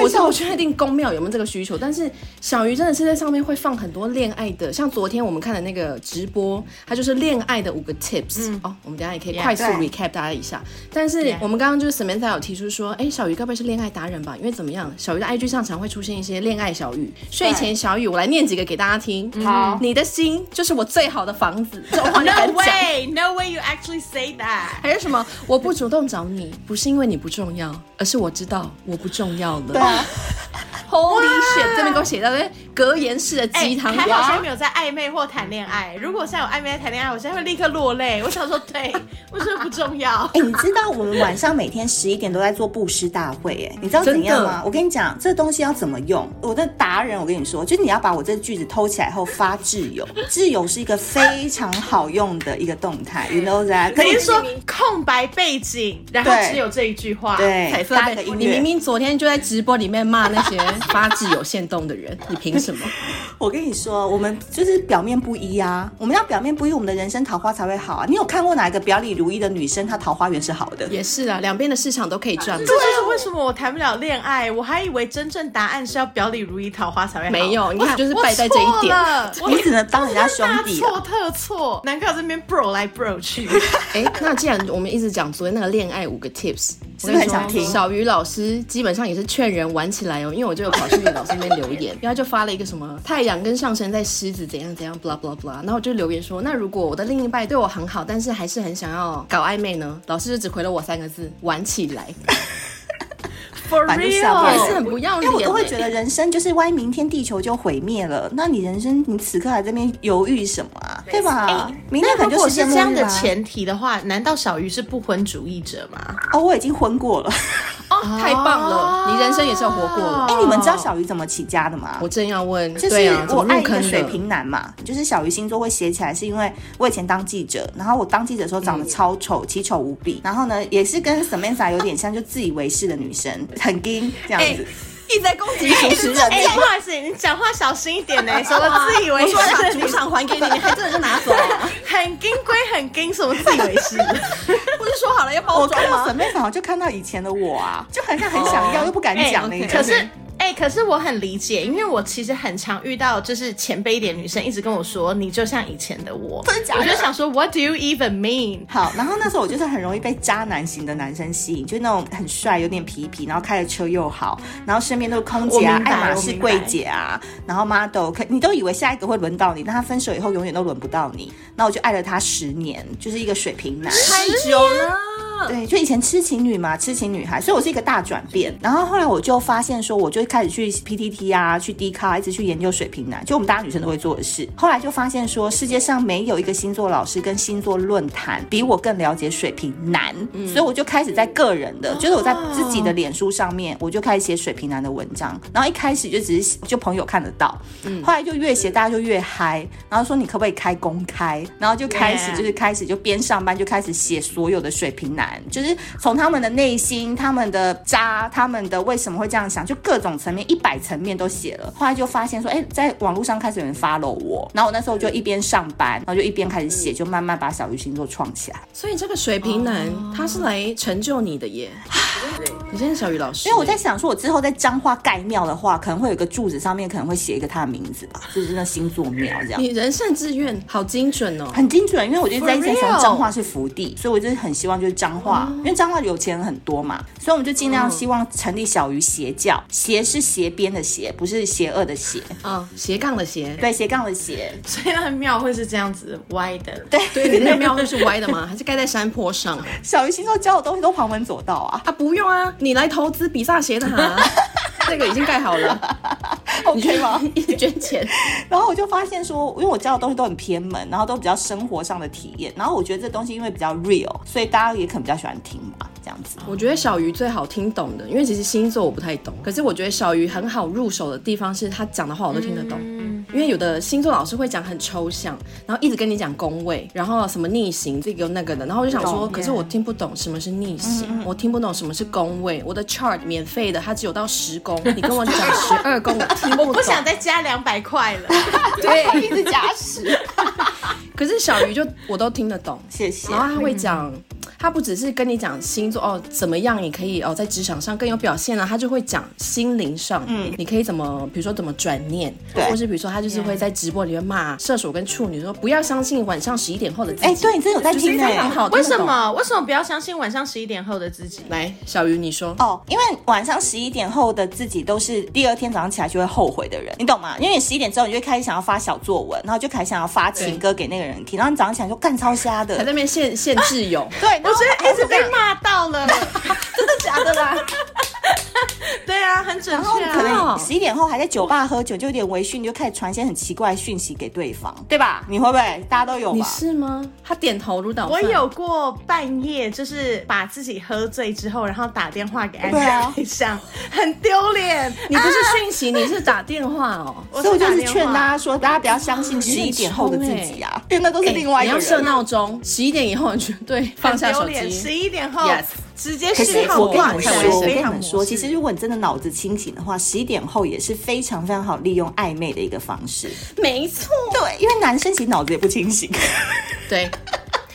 [SPEAKER 1] 我是不确定公庙有没有这个需求，但是小鱼真的是在上面会放很多恋爱的，像昨天我们看的那个直播，它就是恋爱的五个 tips、哦，我们等一下也可以
[SPEAKER 2] Yeah，
[SPEAKER 1] 快速
[SPEAKER 3] 嗯对
[SPEAKER 1] recap 大家一下。但是
[SPEAKER 2] Yeah
[SPEAKER 1] 我们刚刚就是 Samantha 有提出说，哎、小鱼该不会是恋爱达人吧？因为怎么样，小鱼的 IG 上常会出现一些恋爱小语。睡前小语，我来念几个给大家听。
[SPEAKER 3] 嗯好
[SPEAKER 1] 你的心就是我最好的房 子，这种话你
[SPEAKER 2] No
[SPEAKER 1] 敢讲？
[SPEAKER 2] way, no way you actually say that.
[SPEAKER 1] 还有什么？我不主动找你，不是因为你不重要，而是我知道我不重要了。
[SPEAKER 3] 对啊，
[SPEAKER 1] Holy shit！这边给我写到那边格言式的
[SPEAKER 3] 哎。
[SPEAKER 1] 鸡汤，
[SPEAKER 2] 还哎好现在
[SPEAKER 1] 哇
[SPEAKER 2] 没有在暧昧或谈恋爱。如果现在有暧昧在谈恋爱，我现在会立刻 落泪。我想说，对，我说不重要
[SPEAKER 3] 哎、你知道我们晚上每天十一点都在做布施大会，哎，你知道
[SPEAKER 1] 真的
[SPEAKER 3] 怎样吗？我跟你讲，这东西要怎么用？我的达人，我跟你说，就你要把我这句子偷起来后发挚友，挚友是一个非常好用的一个动态，you know that？
[SPEAKER 2] 可以 说空白背景，然后
[SPEAKER 3] 对
[SPEAKER 2] 只有这一句话。
[SPEAKER 1] 彩
[SPEAKER 3] 对，
[SPEAKER 1] 色
[SPEAKER 3] 搭
[SPEAKER 1] 被
[SPEAKER 3] 个音
[SPEAKER 1] 你明
[SPEAKER 3] 乐。
[SPEAKER 1] 明昨天就在直播里面骂那些发自有限动的人，你凭 什么？
[SPEAKER 3] 我跟你说，我们就是表面不一啊，我们要表面不一，我们的人生桃花才会好啊。你有看过哪一个表里如一的女生，她桃花源是好的？
[SPEAKER 1] 也是啊，两边的市场都可以赚嘛。
[SPEAKER 2] 这就是为什么我谈不了恋爱。我还以为真正答案是要表里如一，桃花才会好。
[SPEAKER 1] 没有你看
[SPEAKER 2] 我
[SPEAKER 1] 就是败在这一点
[SPEAKER 2] 我错了
[SPEAKER 3] 你只能当人家兄弟啊
[SPEAKER 2] 大错
[SPEAKER 3] 了。
[SPEAKER 2] 特错，难怪我这边 bro 来 bro 去。
[SPEAKER 1] 哎，那既然我们一直讲昨天那个恋爱五个 tips，
[SPEAKER 3] 是不是很想
[SPEAKER 1] 我跟你说
[SPEAKER 3] 听
[SPEAKER 1] 小鱼老师基本上也是劝人玩起来哦，因为我就有跑去给老师那边留 言，然后就发了一个什么太阳跟上升在狮子怎样怎样，blah blah blah，然后我就留言说，那如果我的另一半对我很好，但是还是很想要搞暧昧呢？老师就只回了我三个字：玩起来，
[SPEAKER 2] For
[SPEAKER 3] 反正就是要
[SPEAKER 2] real，
[SPEAKER 3] 玩
[SPEAKER 1] 也是很不要
[SPEAKER 3] 因为
[SPEAKER 1] 脸欸。
[SPEAKER 3] 我都会觉得人生就是万一明天地球就毁灭了，那你人生你此刻还在那边犹豫什么啊？对吧？明天可
[SPEAKER 2] 那
[SPEAKER 3] 能
[SPEAKER 2] 如
[SPEAKER 3] 就
[SPEAKER 2] 果
[SPEAKER 3] 世界
[SPEAKER 2] 是这
[SPEAKER 3] 末
[SPEAKER 2] 样
[SPEAKER 3] 日
[SPEAKER 2] 的
[SPEAKER 3] 啦
[SPEAKER 2] 前提的话，难道小鱼是不婚主义者吗？
[SPEAKER 3] 哦，我已经昏过了。
[SPEAKER 2] 哦
[SPEAKER 1] 太棒了，你人生也是有活过。
[SPEAKER 3] 哎、你们知道小鱼怎么起家的吗？
[SPEAKER 1] 我正要问，
[SPEAKER 3] 就是
[SPEAKER 1] 对啊，怎
[SPEAKER 3] 我
[SPEAKER 1] 么
[SPEAKER 3] 爱
[SPEAKER 1] 入
[SPEAKER 3] 一个
[SPEAKER 1] 坑
[SPEAKER 3] 水
[SPEAKER 1] 的？
[SPEAKER 3] 瓶男嘛，就是小鱼星座会写起来，是因为我以前当记者，然后我当记者的时候长得超丑，奇丑无比，然后呢，也是跟 Samantha 有点像，就自以为是的女生，很硬这样子。
[SPEAKER 1] 一直在攻击主持人，
[SPEAKER 2] 哎、不好意思，你讲话小心一点呢、 什么自以为
[SPEAKER 1] 我
[SPEAKER 2] 是
[SPEAKER 1] 哎说把
[SPEAKER 2] 的
[SPEAKER 1] 主
[SPEAKER 2] 女生，
[SPEAKER 1] 场还给你，你还真的就拿走 了。
[SPEAKER 2] 很金归很金，什么自以为是？
[SPEAKER 1] 不是说好了要包
[SPEAKER 3] 我看
[SPEAKER 1] 装
[SPEAKER 3] 到
[SPEAKER 1] 吗？
[SPEAKER 3] Samantha 我就看到以前的我啊，就很像很想要又不敢讲那
[SPEAKER 1] 哎
[SPEAKER 3] 种。
[SPEAKER 1] ，OK
[SPEAKER 2] 可是。哎、可是我很理解，因为我其实很常遇到，就是前辈一点女生一直跟我说，你就像以前的我，
[SPEAKER 3] 真的假的
[SPEAKER 2] 我就想说，What do you even mean？
[SPEAKER 3] 好，然后那时候我就是很容易被渣男型的男生吸引，就那种很帅、有点皮皮，然后开的车又好，然后身边都是空姐
[SPEAKER 2] 我
[SPEAKER 3] 啊、
[SPEAKER 2] 明白
[SPEAKER 3] 爱马
[SPEAKER 2] 我
[SPEAKER 3] 仕
[SPEAKER 2] 明白
[SPEAKER 3] 柜姐啊，然后 model，可你都以为下一个会轮到你，但他分手以后永远都轮不到你。那我就爱了他十年，就是一个水瓶男。
[SPEAKER 1] 太久了，
[SPEAKER 3] 对，就以前痴情女嘛，痴情女孩，所以我是一个大转变。然后后来我就发现说，我就开始去 PTT 啊，去 D 卡，一直去研究水瓶男，就我们大家女生都会做的事。后来就发现说，世界上没有一个星座老师跟星座论坛比我更了解水瓶男，所以我就开始在个人的，就是我在自己的脸书上面，我就开始写水瓶男的文章。然后一开始就只是就朋友看得到，后来就越写大家就越嗨，然后说你可不可以开公开，然后就开始
[SPEAKER 2] Yeah
[SPEAKER 3] 就是。就是开始就边上班就开始写所有的水瓶男，就是从他们的内心、他们的渣、他们的为什么会这样想，就各种层面一百层面都写了。后来就发现说，哎、在网络上开始有人 follow 我，然后我那时候就一边上班，然后就一边开始写，就慢慢把小鱼星座创起来。
[SPEAKER 1] 所以这个水瓶男他是来成就你的耶。哦你真是小雨老师，
[SPEAKER 3] 因为我在想说，我之后在彰化盖庙的话，可能会有一个柱子上面可能会写一个他的名字吧，就是那星座庙这样
[SPEAKER 1] 你。人生志愿好精准哦。
[SPEAKER 3] 很精准，因为我就是在一直
[SPEAKER 2] For
[SPEAKER 3] 想
[SPEAKER 2] real
[SPEAKER 3] 彰化是福地，所以我就是很希望就是彰化，因为彰化有钱人很多嘛，所以我们就尽量希望成立小于邪教，邪是斜边的邪，不是邪恶的邪，
[SPEAKER 1] 啊，斜杠的斜，
[SPEAKER 3] 对，斜杠的斜，
[SPEAKER 2] 所以那庙会是这样子歪的，
[SPEAKER 3] 对
[SPEAKER 1] 对，你那庙会是歪的吗？ 还是盖在山坡上啊？
[SPEAKER 3] 小于星座教的东西都旁门左道啊，
[SPEAKER 1] 啊，不用啊，你来投资比萨斜塔、啊， 那个已经盖好了
[SPEAKER 3] ，OK 吗？
[SPEAKER 1] 一直捐钱。
[SPEAKER 3] 然后我就发现说，因为我教的东西都很偏门，然后都比较生活上的体验，然后我觉得这东西因为比较 real，所以大家也可能比较喜欢听吧，这样子。
[SPEAKER 1] 我觉得小鱼最好听懂的，因为其实星座我不太懂，可是我觉得小鱼很好入手的地方是他讲的话我都听得懂。
[SPEAKER 2] 嗯
[SPEAKER 1] 因为有的星座老师会讲很抽象，然后一直跟你讲宫位，然后什么逆行这个那个的，然后我就想说，
[SPEAKER 3] 懂
[SPEAKER 1] 可是我听不懂什么是逆行，
[SPEAKER 2] 嗯
[SPEAKER 1] 我听不懂什么是宫位，我的 chart 免费的，它只有到十宫，你跟 我讲十二宫，我听不懂。
[SPEAKER 2] 我不想再加两百块了。
[SPEAKER 3] 对，一直加持，
[SPEAKER 1] 可是小鱼就我都听得懂，
[SPEAKER 3] 谢谢
[SPEAKER 1] 然。后他会讲，他不只是跟你讲星座哦，怎么样也可以哦，在职场上更有表现啊，他就会讲心灵上，嗯，你可以怎么，比如说怎么转念，
[SPEAKER 3] 对
[SPEAKER 1] 或是比如说他就是会在直播里面骂射手跟处女说不要相信晚上十一点后的自己，
[SPEAKER 3] 哎，对，你真的有在
[SPEAKER 1] 就是
[SPEAKER 3] 听
[SPEAKER 1] 非
[SPEAKER 3] 哎
[SPEAKER 1] 常。好，
[SPEAKER 2] 为
[SPEAKER 1] 听得
[SPEAKER 2] 什
[SPEAKER 1] 懂？
[SPEAKER 2] 么？为什么不要相信晚上十一点后的自己？
[SPEAKER 1] 来，小鱼你说，
[SPEAKER 3] 哦，因为晚上十一点后的自己都是第二天早上起来就会后悔的人，你懂吗？因为你十一点之后，你就会开始想要发小作文，然后就开始想要发情歌给那个人听，然后你早上起来就干超瞎的
[SPEAKER 1] 还，在那边限限制友，
[SPEAKER 3] 对，然后
[SPEAKER 2] 我觉得一哎直被骂到了。
[SPEAKER 3] 真的假的 啦？
[SPEAKER 2] 对啊，很准
[SPEAKER 3] 然后
[SPEAKER 2] 确
[SPEAKER 3] 你可
[SPEAKER 2] 啊。
[SPEAKER 3] 能十一点后还在酒吧喝酒，就有点微醺，你就开始传一些很奇怪的讯息给对方，对吧？你会不会？大家都有
[SPEAKER 1] 你
[SPEAKER 3] 吧？
[SPEAKER 1] 是吗？他点头如捣蒜，
[SPEAKER 2] 我有过半夜，就是把自己喝醉之后，然后打电话给
[SPEAKER 3] 对
[SPEAKER 2] 安
[SPEAKER 3] 啊
[SPEAKER 2] 对象，很丢脸。
[SPEAKER 1] 你不是讯息，你是打电话哦。
[SPEAKER 2] 我
[SPEAKER 3] 所以我就是
[SPEAKER 2] 打电话
[SPEAKER 3] 劝大家说，大家不要相信十一点后的自己啊，因为那都是 另外一
[SPEAKER 1] 哎你
[SPEAKER 3] 个
[SPEAKER 1] 要设
[SPEAKER 3] 人。啊
[SPEAKER 1] 闹钟，十一点以后你绝对放下手
[SPEAKER 2] 十
[SPEAKER 1] 机。
[SPEAKER 2] 一点后
[SPEAKER 1] Yes
[SPEAKER 2] 直接
[SPEAKER 3] 可是
[SPEAKER 2] 信号
[SPEAKER 3] 我跟
[SPEAKER 2] 挂
[SPEAKER 1] 我
[SPEAKER 3] 你们
[SPEAKER 1] 看
[SPEAKER 2] 掉
[SPEAKER 1] 也
[SPEAKER 3] 说，
[SPEAKER 1] 是
[SPEAKER 3] 我跟
[SPEAKER 2] 非
[SPEAKER 3] 你
[SPEAKER 2] 常
[SPEAKER 3] 们说，
[SPEAKER 2] 模式
[SPEAKER 3] 其实如果你真的脑子清醒的话，十一点后也是非常非常好利用暧昧的一个方式。
[SPEAKER 1] 没错，
[SPEAKER 3] 对，因为男生其实脑子也不清醒。
[SPEAKER 1] 对。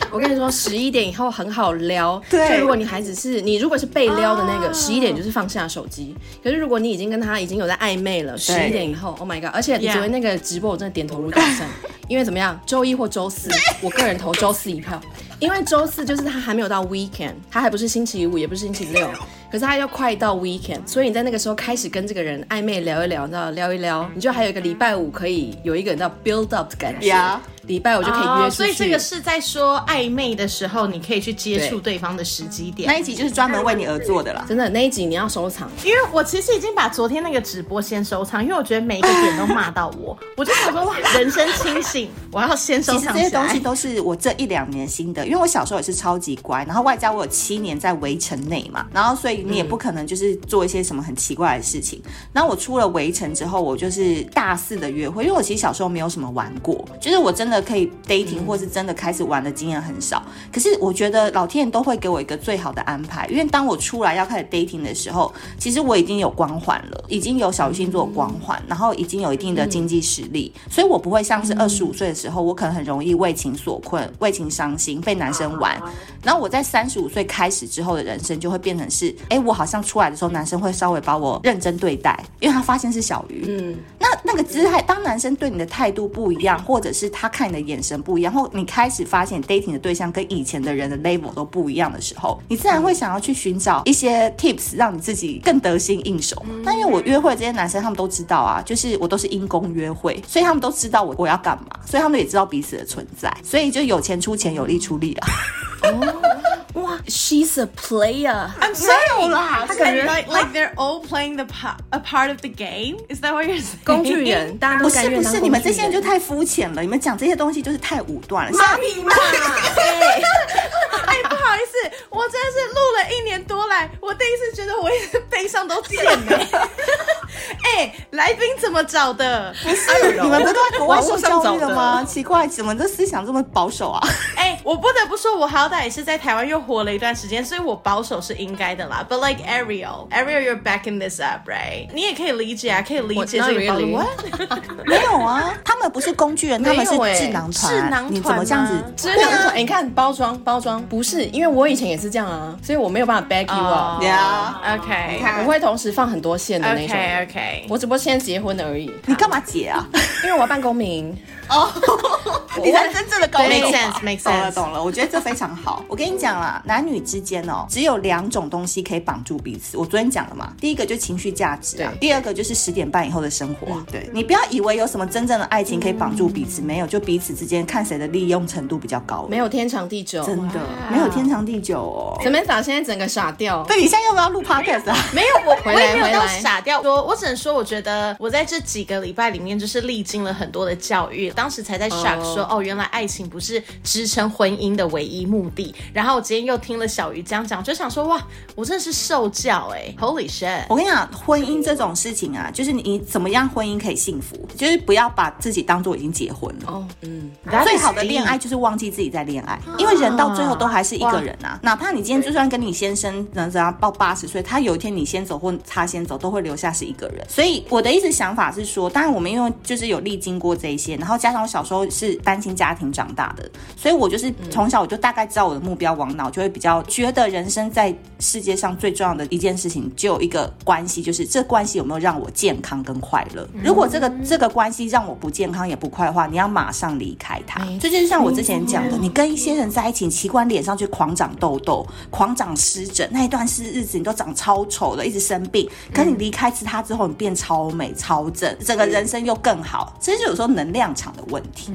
[SPEAKER 1] 我跟你说，十一点以后很好撩。
[SPEAKER 3] 对
[SPEAKER 1] 就如果你还只是你，如果是被撩的那个，
[SPEAKER 2] 啊
[SPEAKER 1] 十一点就是放下手机。可是如果你已经跟他已经有在暧昧了，十一点以后，Oh my god！而且你
[SPEAKER 2] Yeah
[SPEAKER 1] 昨天那个直播，我真的点头如捣蒜。因为怎么样，周一或周四，我个人投周四一票，因为周四就是他还没有到 weekend，他还不是星期五，也不是星期六，可是他要快到 weekend，所以你在那个时候开始跟这个人暧昧聊一聊，你知道聊一聊，你就还有一个礼拜五可以有一个你知道 build up 的感觉
[SPEAKER 3] Yeah，
[SPEAKER 1] 礼拜五就可以约
[SPEAKER 2] 哦
[SPEAKER 1] 出去。
[SPEAKER 2] 所以这个是在说暧昧的时候，你可以去接触对方的时机点。
[SPEAKER 3] 那一集就是专门为你而做的啦。
[SPEAKER 1] 真的那一集你要收藏，
[SPEAKER 2] 因为我其实已经把昨天那个直播先收藏，因为我觉得每一个点都骂到 我，我就想说哇，人生清醒，我要先收
[SPEAKER 3] 其实
[SPEAKER 2] 藏
[SPEAKER 3] 这些
[SPEAKER 2] 起
[SPEAKER 3] 东西
[SPEAKER 2] 来。
[SPEAKER 3] 都是我这一两年新的，因为我小时候也是超级乖，然后外加我有七年在围城内嘛，然后所以以你也不可能就是做一些什么很奇怪的事情。然后我出了围城之后，我就是大肆的约会，因为我其实小时候没有什么玩过，就是我真的可以 dating 或是真的开始玩的经验很少。可是我觉得老天爷都会给我一个最好的安排，因为当我出来要开始 dating 的时候，其实我已经有光环了，已经有小鱼星座的光环，然后已经有一定的经济实力，所以我不会像是二十五岁的时候，我可能很容易为情所困、为情伤心、被男生玩。然后我在三十五岁开始之后的人生就会变成是，哎，我好像出来的时候，男生会稍微把我认真对待，因为他发现是小鱼。
[SPEAKER 1] 嗯，
[SPEAKER 3] 那那个姿态，当男生对你的态度不一样，或者是他看你的眼神不一样，或你开始发现 dating 的对象跟以前的人的 level 都不一样的时候，你自然会想要去寻找一些 tips，让你自己更得心应手。那因为我约会这些男生，他们都知道啊，就是我都是因公约会，所以他们都知道我我要干嘛，所以他们也知道彼此的存在，所以就有钱出钱，有力出力啊。
[SPEAKER 1] 哇，She's a player，
[SPEAKER 2] I'm sorry.
[SPEAKER 3] 啦
[SPEAKER 2] And like, like they're all playing the pa- a part of the game. Is that what you're saying?
[SPEAKER 1] 工具 人，大家
[SPEAKER 3] 不
[SPEAKER 1] 都甘
[SPEAKER 3] 是
[SPEAKER 1] 愿
[SPEAKER 3] 不
[SPEAKER 1] 当工具
[SPEAKER 3] 是，
[SPEAKER 1] 人
[SPEAKER 3] 你们这些人就太肤浅了，你们讲这些东西就是太武断了。像
[SPEAKER 1] 妈咪嘛，哎
[SPEAKER 2] 哎，不好意思，我真的是录了一年多来，我第一次觉得我也是背上都茧 了。哎，来宾怎么找的？不是，
[SPEAKER 3] 你们不都在国外受教育的
[SPEAKER 1] 网
[SPEAKER 3] 吗？奇怪，怎么这思想这么保守啊？
[SPEAKER 2] 哎，我不得不说，我好歹也是在台湾又活了一段时间，所以我保守是应该的啦。But like Ariel, Ariel, you're backing this up, right？你也可以理解啊，可以理解
[SPEAKER 1] What, not
[SPEAKER 2] 这个保守。
[SPEAKER 1] really.
[SPEAKER 2] What？
[SPEAKER 3] 没有啊，他们不是工具人，他们是
[SPEAKER 1] 没有欸
[SPEAKER 3] 智囊团。啊
[SPEAKER 2] 智囊团
[SPEAKER 3] 你怎么这样子
[SPEAKER 2] 吗？
[SPEAKER 1] 只能说，哎你看包装包装，不是因为我以前也是这样啊，所以我没有办法 back you up，、
[SPEAKER 3] 呀
[SPEAKER 2] OK
[SPEAKER 1] 我会同时放很多线的那种。
[SPEAKER 2] 哦 OK OK，
[SPEAKER 1] 我只不过现在结婚而已，
[SPEAKER 3] 你干嘛解啊？
[SPEAKER 1] 因为我要办公民。
[SPEAKER 3] 你才真正的高
[SPEAKER 2] Make
[SPEAKER 3] 明
[SPEAKER 2] sense, make
[SPEAKER 3] 懂了
[SPEAKER 2] sense
[SPEAKER 3] 懂了，我觉得这非常好。 我跟你讲啦，男女之间哦，只有两种东西可以绑住彼此。我昨天讲了嘛，第一个就是情绪价值啊，
[SPEAKER 1] 对
[SPEAKER 3] 第二个就是十点半以后的生活啊。对嗯你不要以为有什么真正的爱情可以绑住彼此，没有，就彼此之间看谁的利用程度比较高而已。
[SPEAKER 1] 没有天长地久。
[SPEAKER 2] 哦
[SPEAKER 3] 真的没有天长地久哦。
[SPEAKER 1] Samantha 现在整个傻掉，
[SPEAKER 3] 对，你现在要不要录 podcast 啊？
[SPEAKER 2] 没有我，我
[SPEAKER 1] 回
[SPEAKER 2] 也
[SPEAKER 1] 来
[SPEAKER 2] 没有
[SPEAKER 1] 回
[SPEAKER 2] 到
[SPEAKER 1] 来
[SPEAKER 2] 傻掉。我我只能说，我觉得我在这几个礼拜里面，就是历经了很多的教育，当时才在 shock 说，哦原来爱情不是支撑婚姻的唯一目的。然后我今天又听了小鱼这样讲，就想说，哇，我真的是受教哎、h o l y shit！
[SPEAKER 1] 哦
[SPEAKER 3] 我跟你讲，婚姻这种事情啊，就是你怎么样婚姻可以幸福，就是不要把自己当做已经结婚了。
[SPEAKER 1] 哦，嗯，
[SPEAKER 3] 最好的恋爱就是忘记自己在恋爱，因为人到最后都还是一个人啊。哪怕你今天就算跟你先生能怎样到八十岁，他有一天你先走或他先走，都会留下是一个人。所以我的意思想法是说，当然我们因为就是有历经过这一些，然后加上我小时候是单亲家庭长大的，所以我就是从小我就大概知道我的目标往哪，我就会比较觉得人生在世界上最重要的一件事情，就有一个关系，就是这关系有没有让我健康跟快乐。如果这个这个关系让我不健康也不快乐的话，你要马上离开它。
[SPEAKER 1] 没
[SPEAKER 3] 这就是像我之前讲的，你跟一些人在一起，你习惯脸上去狂长痘痘、狂长湿疹，那一段是日子你都长超丑的，一直生病。可你离开他之后，你变超美、超正，整个人生又更好。这就是有时候能量场的问题。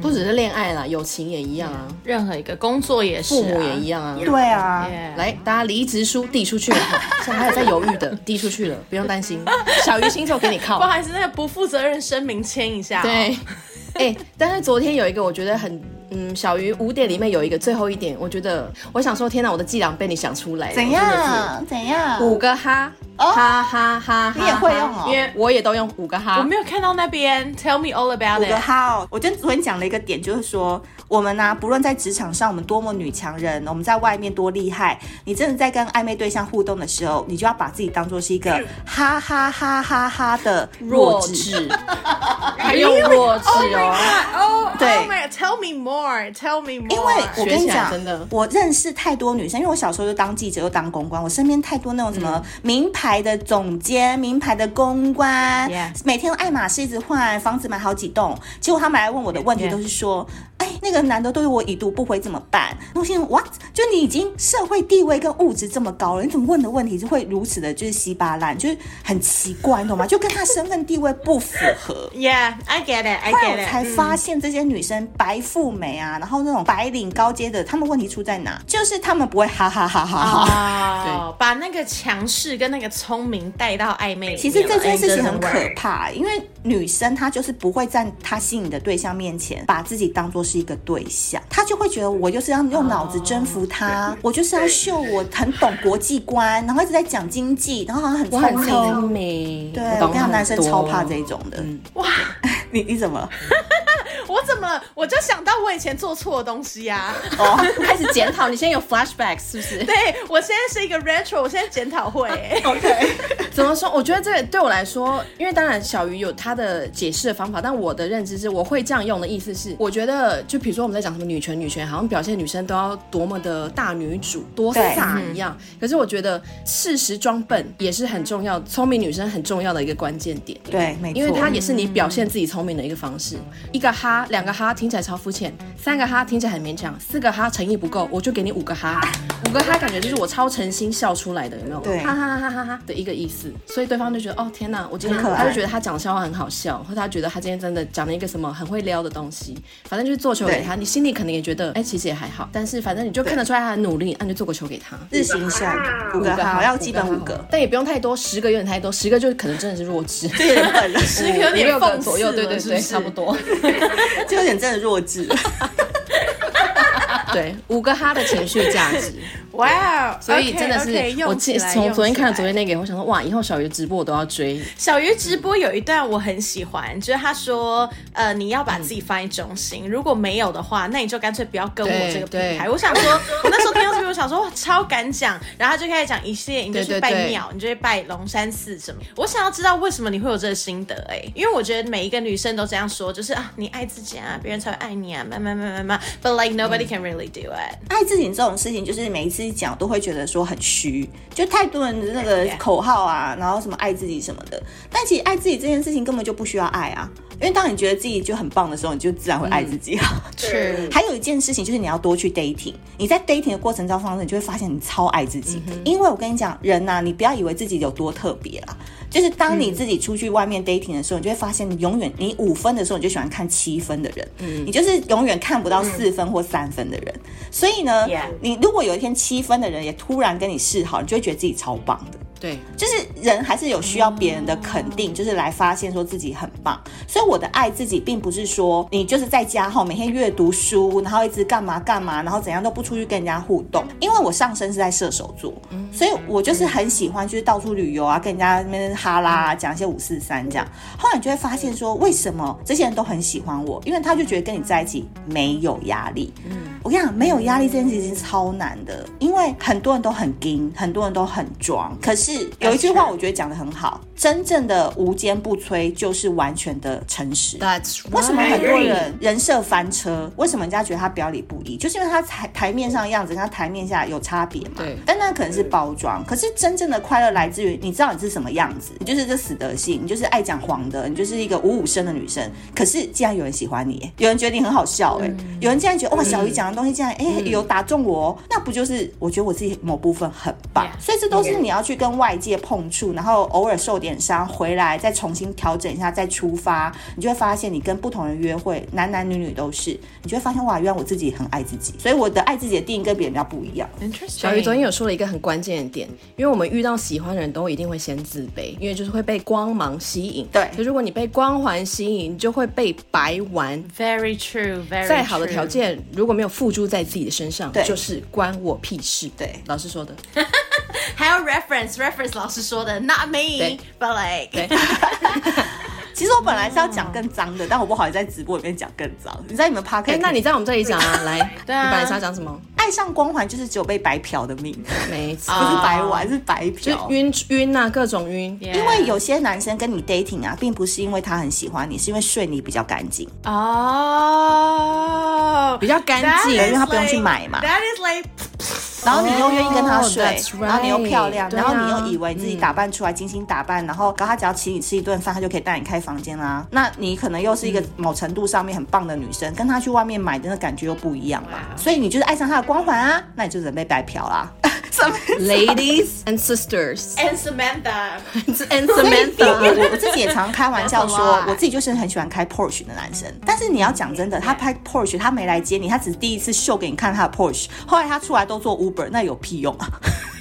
[SPEAKER 1] 不只是恋爱啦，友情也一样啊，
[SPEAKER 2] 任何一个工作也是、
[SPEAKER 1] 父母也一。样啊。
[SPEAKER 3] 对啊。
[SPEAKER 2] Yeah
[SPEAKER 1] 来，大家离职书递出去了， 现在还有在犹豫的，递出去了，不用担 心。小鱼星座给你靠
[SPEAKER 2] 不。好意思，那个不负责任声明签一下、哦。
[SPEAKER 1] 对， 哎、但是昨天有一个我觉得很，嗯，小鱼五点里面有一个最后一点，我觉得我想说，天哪，我的伎俩被你想出来了，
[SPEAKER 3] 怎
[SPEAKER 1] 我真的是？
[SPEAKER 3] 样？怎样？
[SPEAKER 1] 五个哈，
[SPEAKER 3] 哦
[SPEAKER 1] 哈哈哈哈，
[SPEAKER 3] 你也会用哦
[SPEAKER 1] 因为我也都用五个
[SPEAKER 2] 哦我
[SPEAKER 1] 哈。
[SPEAKER 2] 没有看到那边，Tell me all
[SPEAKER 3] 五
[SPEAKER 2] about
[SPEAKER 3] 个
[SPEAKER 2] it。
[SPEAKER 3] 哈哦，我就昨天讲了一个点，就是说我们呢、啊不论在职场上我们多么女强人，我们在外面多厉害，你真的在跟暧昧对象互动的时候，你就要把自己当做是一个哈哈哈哈哈的弱智。
[SPEAKER 1] 智，还有弱智
[SPEAKER 2] Oh my
[SPEAKER 1] 哦，
[SPEAKER 2] god！哦、
[SPEAKER 3] 对
[SPEAKER 2] oh my god，Tell me more，Tell me more。
[SPEAKER 3] 因为我跟你
[SPEAKER 1] 学起来
[SPEAKER 3] 讲，
[SPEAKER 1] 真的
[SPEAKER 3] 我认识太多女生，因为我小时候就当记者又当公关，我身边太多那种什
[SPEAKER 1] 嗯
[SPEAKER 3] 么名牌的总监、名牌的公关
[SPEAKER 2] Yeah
[SPEAKER 3] 每天都爱马仕一直换，房子买好几栋，结果他们来问我的问题
[SPEAKER 2] Yeah
[SPEAKER 3] 都是说。哎，那个男的对我已读不回怎么办？那我心想 what？就你已经社会地位跟物质这么高了，你怎么问的问题就会如此的，就是稀巴烂，就是很奇怪，你懂吗？就跟他身份地位不符合。
[SPEAKER 2] Yeah, I get it. I
[SPEAKER 3] 后来
[SPEAKER 2] get
[SPEAKER 3] 我
[SPEAKER 2] it.
[SPEAKER 3] 才发现这些女生白富美啊，然后那种白领高阶的，她们问题出在哪？就是她们不会哈哈哈哈哈。
[SPEAKER 2] 哦，把那个强势跟那个聪明带到暧昧里面了。
[SPEAKER 3] 其实这件事情
[SPEAKER 2] and
[SPEAKER 3] 很
[SPEAKER 2] it
[SPEAKER 3] 可
[SPEAKER 2] doesn't work
[SPEAKER 3] 怕，因为女生她就是不会在她吸引的对象面前把自己当做是一个对象，她就会觉得我就是要用脑子征服他，我就是要秀我很懂国际观，然后一直在讲经济，然后好像很
[SPEAKER 1] 我很
[SPEAKER 3] 聪明。
[SPEAKER 1] 聪明，
[SPEAKER 3] 对，
[SPEAKER 1] 我
[SPEAKER 3] 我
[SPEAKER 1] 懂
[SPEAKER 3] 跟你讲，
[SPEAKER 1] 很
[SPEAKER 3] 男生
[SPEAKER 1] 多
[SPEAKER 3] 超怕这种的。
[SPEAKER 1] 嗯
[SPEAKER 3] 哇， 你你怎么了？
[SPEAKER 2] 我怎么了？我就想到我以前做错的东西啊呀、
[SPEAKER 3] 哦，
[SPEAKER 1] 开始检讨，你现在有 flashback 是不是？
[SPEAKER 2] 对我现在是一个 retro，我现在检讨 会、欸
[SPEAKER 1] 哦怎么说？我觉得这个对我来说，因为当然小鱼有他的解释的方法，但我的认知是，我会这样用的意思是，我觉得就比如说我们在讲什么女权，女权好像表现女生都要多么的大女主、多飒一样。可是我觉得适时装笨也是很重要，聪明女生很重要的一个关键点。
[SPEAKER 3] 对，没错，
[SPEAKER 1] 因为它也是你表现自己聪明的一个方式。一个哈，两个哈听起来超肤浅，三个哈听起来很勉强，四个哈诚意不够，我就给你五个哈。五个哈感觉就是我超诚心笑出来的，有没有？
[SPEAKER 3] 对
[SPEAKER 1] 哈哈哈哈哈哈的一个意思。所以对方就觉得哦天哪，我今天
[SPEAKER 3] 很可爱
[SPEAKER 1] 他就觉得他讲笑话很好笑，或者他觉得他今天真的讲了一个什么很会撩的东西，反正就是做球给他。你心里可能也觉得哎、其实也还好，但是反正你就看得出来他很努力，那、你就做个球给他。
[SPEAKER 3] 日行善五个好，要基本五个，
[SPEAKER 1] 但也不用太多，十个有点太多，十个就可能真的是弱智。
[SPEAKER 3] 这有点 笨了，
[SPEAKER 2] 这个有
[SPEAKER 1] 五
[SPEAKER 2] 点
[SPEAKER 1] 六个
[SPEAKER 2] 讽
[SPEAKER 1] 左
[SPEAKER 2] 刺
[SPEAKER 1] 右，
[SPEAKER 2] 了
[SPEAKER 1] 对对
[SPEAKER 2] 是
[SPEAKER 1] 对，
[SPEAKER 2] 是
[SPEAKER 1] 差不。 多。
[SPEAKER 3] 这有点真的弱智。
[SPEAKER 1] 对，五个哈的情绪价 值，
[SPEAKER 2] 哇、哦，
[SPEAKER 1] 所以真的
[SPEAKER 2] o k
[SPEAKER 1] 是
[SPEAKER 2] o
[SPEAKER 1] 我记从昨天看到昨天那个，我想说哇，以后小鱼直播我都要追。
[SPEAKER 2] 小鱼直播有一段我很喜欢，就是他说，呃，你要把自己放在中心，如果没有的话，那你就干脆不要跟我这个
[SPEAKER 1] 嗯对
[SPEAKER 2] 平台。
[SPEAKER 1] 对
[SPEAKER 2] 我想说，我那时候听到这边，我想说哇，超敢讲，然后他就开始讲一系列，你就去
[SPEAKER 1] 对对
[SPEAKER 2] 拜
[SPEAKER 1] 对
[SPEAKER 2] 庙，你就去拜龙山寺什么。我想要知道为什么你会有这个心得、欸，哎，因为我觉得每一个女生都这样说，就是啊，你爱自己啊，别人才会爱你啊，慢慢慢慢慢，but like
[SPEAKER 1] Mm.
[SPEAKER 2] nobody can really do it。
[SPEAKER 3] 爱自己这种事情，就是每一次讲都会觉得说很虚，就太多人的那个口号啊，然后什么爱自己什么的。但其实爱自己这件事情根本就不需要爱啊，因为当你觉得自己就很棒的时候，你就自然会爱自己啊。
[SPEAKER 2] 嗯
[SPEAKER 4] 是
[SPEAKER 3] 还有一件事情就是你要多去 dating，你在 dating 的过程当中，你就会发现你超爱自己的。因为我跟你讲，人呐、你不要以为自己有多特别啦，就是当你自己出去外面 dating 的时候，你就会发现你永远你五分的时候，你就喜欢看七分的人，你就是永远看不到四分或三分的人。所以呢
[SPEAKER 4] Yeah
[SPEAKER 3] 你如果有一天七分的人也突然跟你示好，你就会觉得自己超棒的。
[SPEAKER 1] 对，
[SPEAKER 3] 就是人还是有需要别人的肯定，就是来发现说自己很棒。所以我的爱自己，并不是说你就是在家后每天阅读书，然后一直干嘛干嘛，然后怎样都不出去跟人家互动。因为我上身是在射手座，所以我就是很喜欢就是到处旅游啊，跟人家那边哈啦、啊、讲一些五四三这样。后来你就会发现说，为什么这些人都很喜欢我？因为他就觉得跟你在一起没有压力。我跟你讲，没有压力这件事情是超难的，因为很多人都很硬，很多人都很装。可是有一句话，我觉得讲的很好，真正的无坚不摧就是完全的诚实。
[SPEAKER 1] That's
[SPEAKER 3] 为什么很多
[SPEAKER 4] right
[SPEAKER 3] 人人设翻车？为什么人家觉得他表里不一？就是因为他台台面上的样子跟他台面下有差别嘛。
[SPEAKER 1] 对
[SPEAKER 3] 但那可能是包装，可是真正的快乐来自于你知道你是什么样子，你就是这死德性，你就是爱讲黄的，你就是一个五五身的女生。可是竟然有人喜欢你，有人觉得你很好笑，哎、有人竟然觉得哇，小鱼讲的东西竟然哎、有打中我、哦，那不就是我觉得我自己某部分很棒
[SPEAKER 2] Yeah
[SPEAKER 3] 所以这都是你要去跟外界碰触，然后偶尔受点伤，回来再重新调整一下，再出发，你就会发现你跟不同人约会，男男女女都是，你就会发现哇，原来我自己很爱自己，所以我的爱自己的定义跟别人比较不一样。
[SPEAKER 1] 小
[SPEAKER 2] 哎
[SPEAKER 1] 鱼昨天有说了一个很关键的点，因为我们遇到喜欢的人都一定会先自卑，因为就是会被光芒吸引。
[SPEAKER 3] 对
[SPEAKER 1] 就如果你被光环吸引，你就会被白玩。
[SPEAKER 2] Very true, very
[SPEAKER 1] 再好的
[SPEAKER 2] true
[SPEAKER 1] 条件，如果没有付诸在自己的身上
[SPEAKER 3] 对，
[SPEAKER 1] 就是关我屁事。
[SPEAKER 3] 对
[SPEAKER 1] 老师说的。
[SPEAKER 2] 还有 reference reference 老师说的 not
[SPEAKER 1] 对
[SPEAKER 2] me，but like
[SPEAKER 1] 对
[SPEAKER 3] 其实我本来是要讲更脏的，但我不好意思在直播里面讲更脏。你在你们 p a r
[SPEAKER 1] 嗯
[SPEAKER 3] k
[SPEAKER 1] 哎，那你在我们这里讲啊，来，
[SPEAKER 2] 对啊
[SPEAKER 1] 你本来是要讲什么？
[SPEAKER 3] 爱上光环就是只有被白嫖的命，
[SPEAKER 1] 没错，
[SPEAKER 2] 啊
[SPEAKER 3] 不是白玩，是白
[SPEAKER 1] 啊就是
[SPEAKER 3] 嫖。
[SPEAKER 1] 晕晕啊，各种晕。
[SPEAKER 2] Yeah
[SPEAKER 3] 因为有些男生跟你 dating 啊，并不是因为他很喜欢你，是因为睡你比较干净。
[SPEAKER 2] 哦
[SPEAKER 1] 比较干净
[SPEAKER 2] That is
[SPEAKER 3] 因为他不用去买嘛
[SPEAKER 2] like- That is like
[SPEAKER 3] 然后你又愿意跟他睡
[SPEAKER 1] 哦 that's right，
[SPEAKER 3] 然后你又漂亮，
[SPEAKER 1] 对
[SPEAKER 3] 然
[SPEAKER 1] 啊
[SPEAKER 3] 后你又以为自己打扮出来、精心打扮，然后搞他只要请你吃一顿饭，他就可以带你开房间啦。那你可能又是一个某程度上面很棒的女生，跟他去外面买的那感觉又不一样嘛。所以你就是爱上他的光环啊，那你就准备白嫖啦。 什么意思
[SPEAKER 1] Ladies and sisters
[SPEAKER 2] and Samantha。
[SPEAKER 1] and
[SPEAKER 3] 所以我
[SPEAKER 1] Samantha，
[SPEAKER 3] 我我自己也常开玩笑
[SPEAKER 2] That's a
[SPEAKER 3] 说
[SPEAKER 2] lot，
[SPEAKER 3] 我自己就是很喜欢开 Porsche 的男生。但是你要讲真的，他拍 Porsche，他没来接你，他只是第一次秀给你看他的 Porsche，后来他出来都做 Uber，那有屁用啊？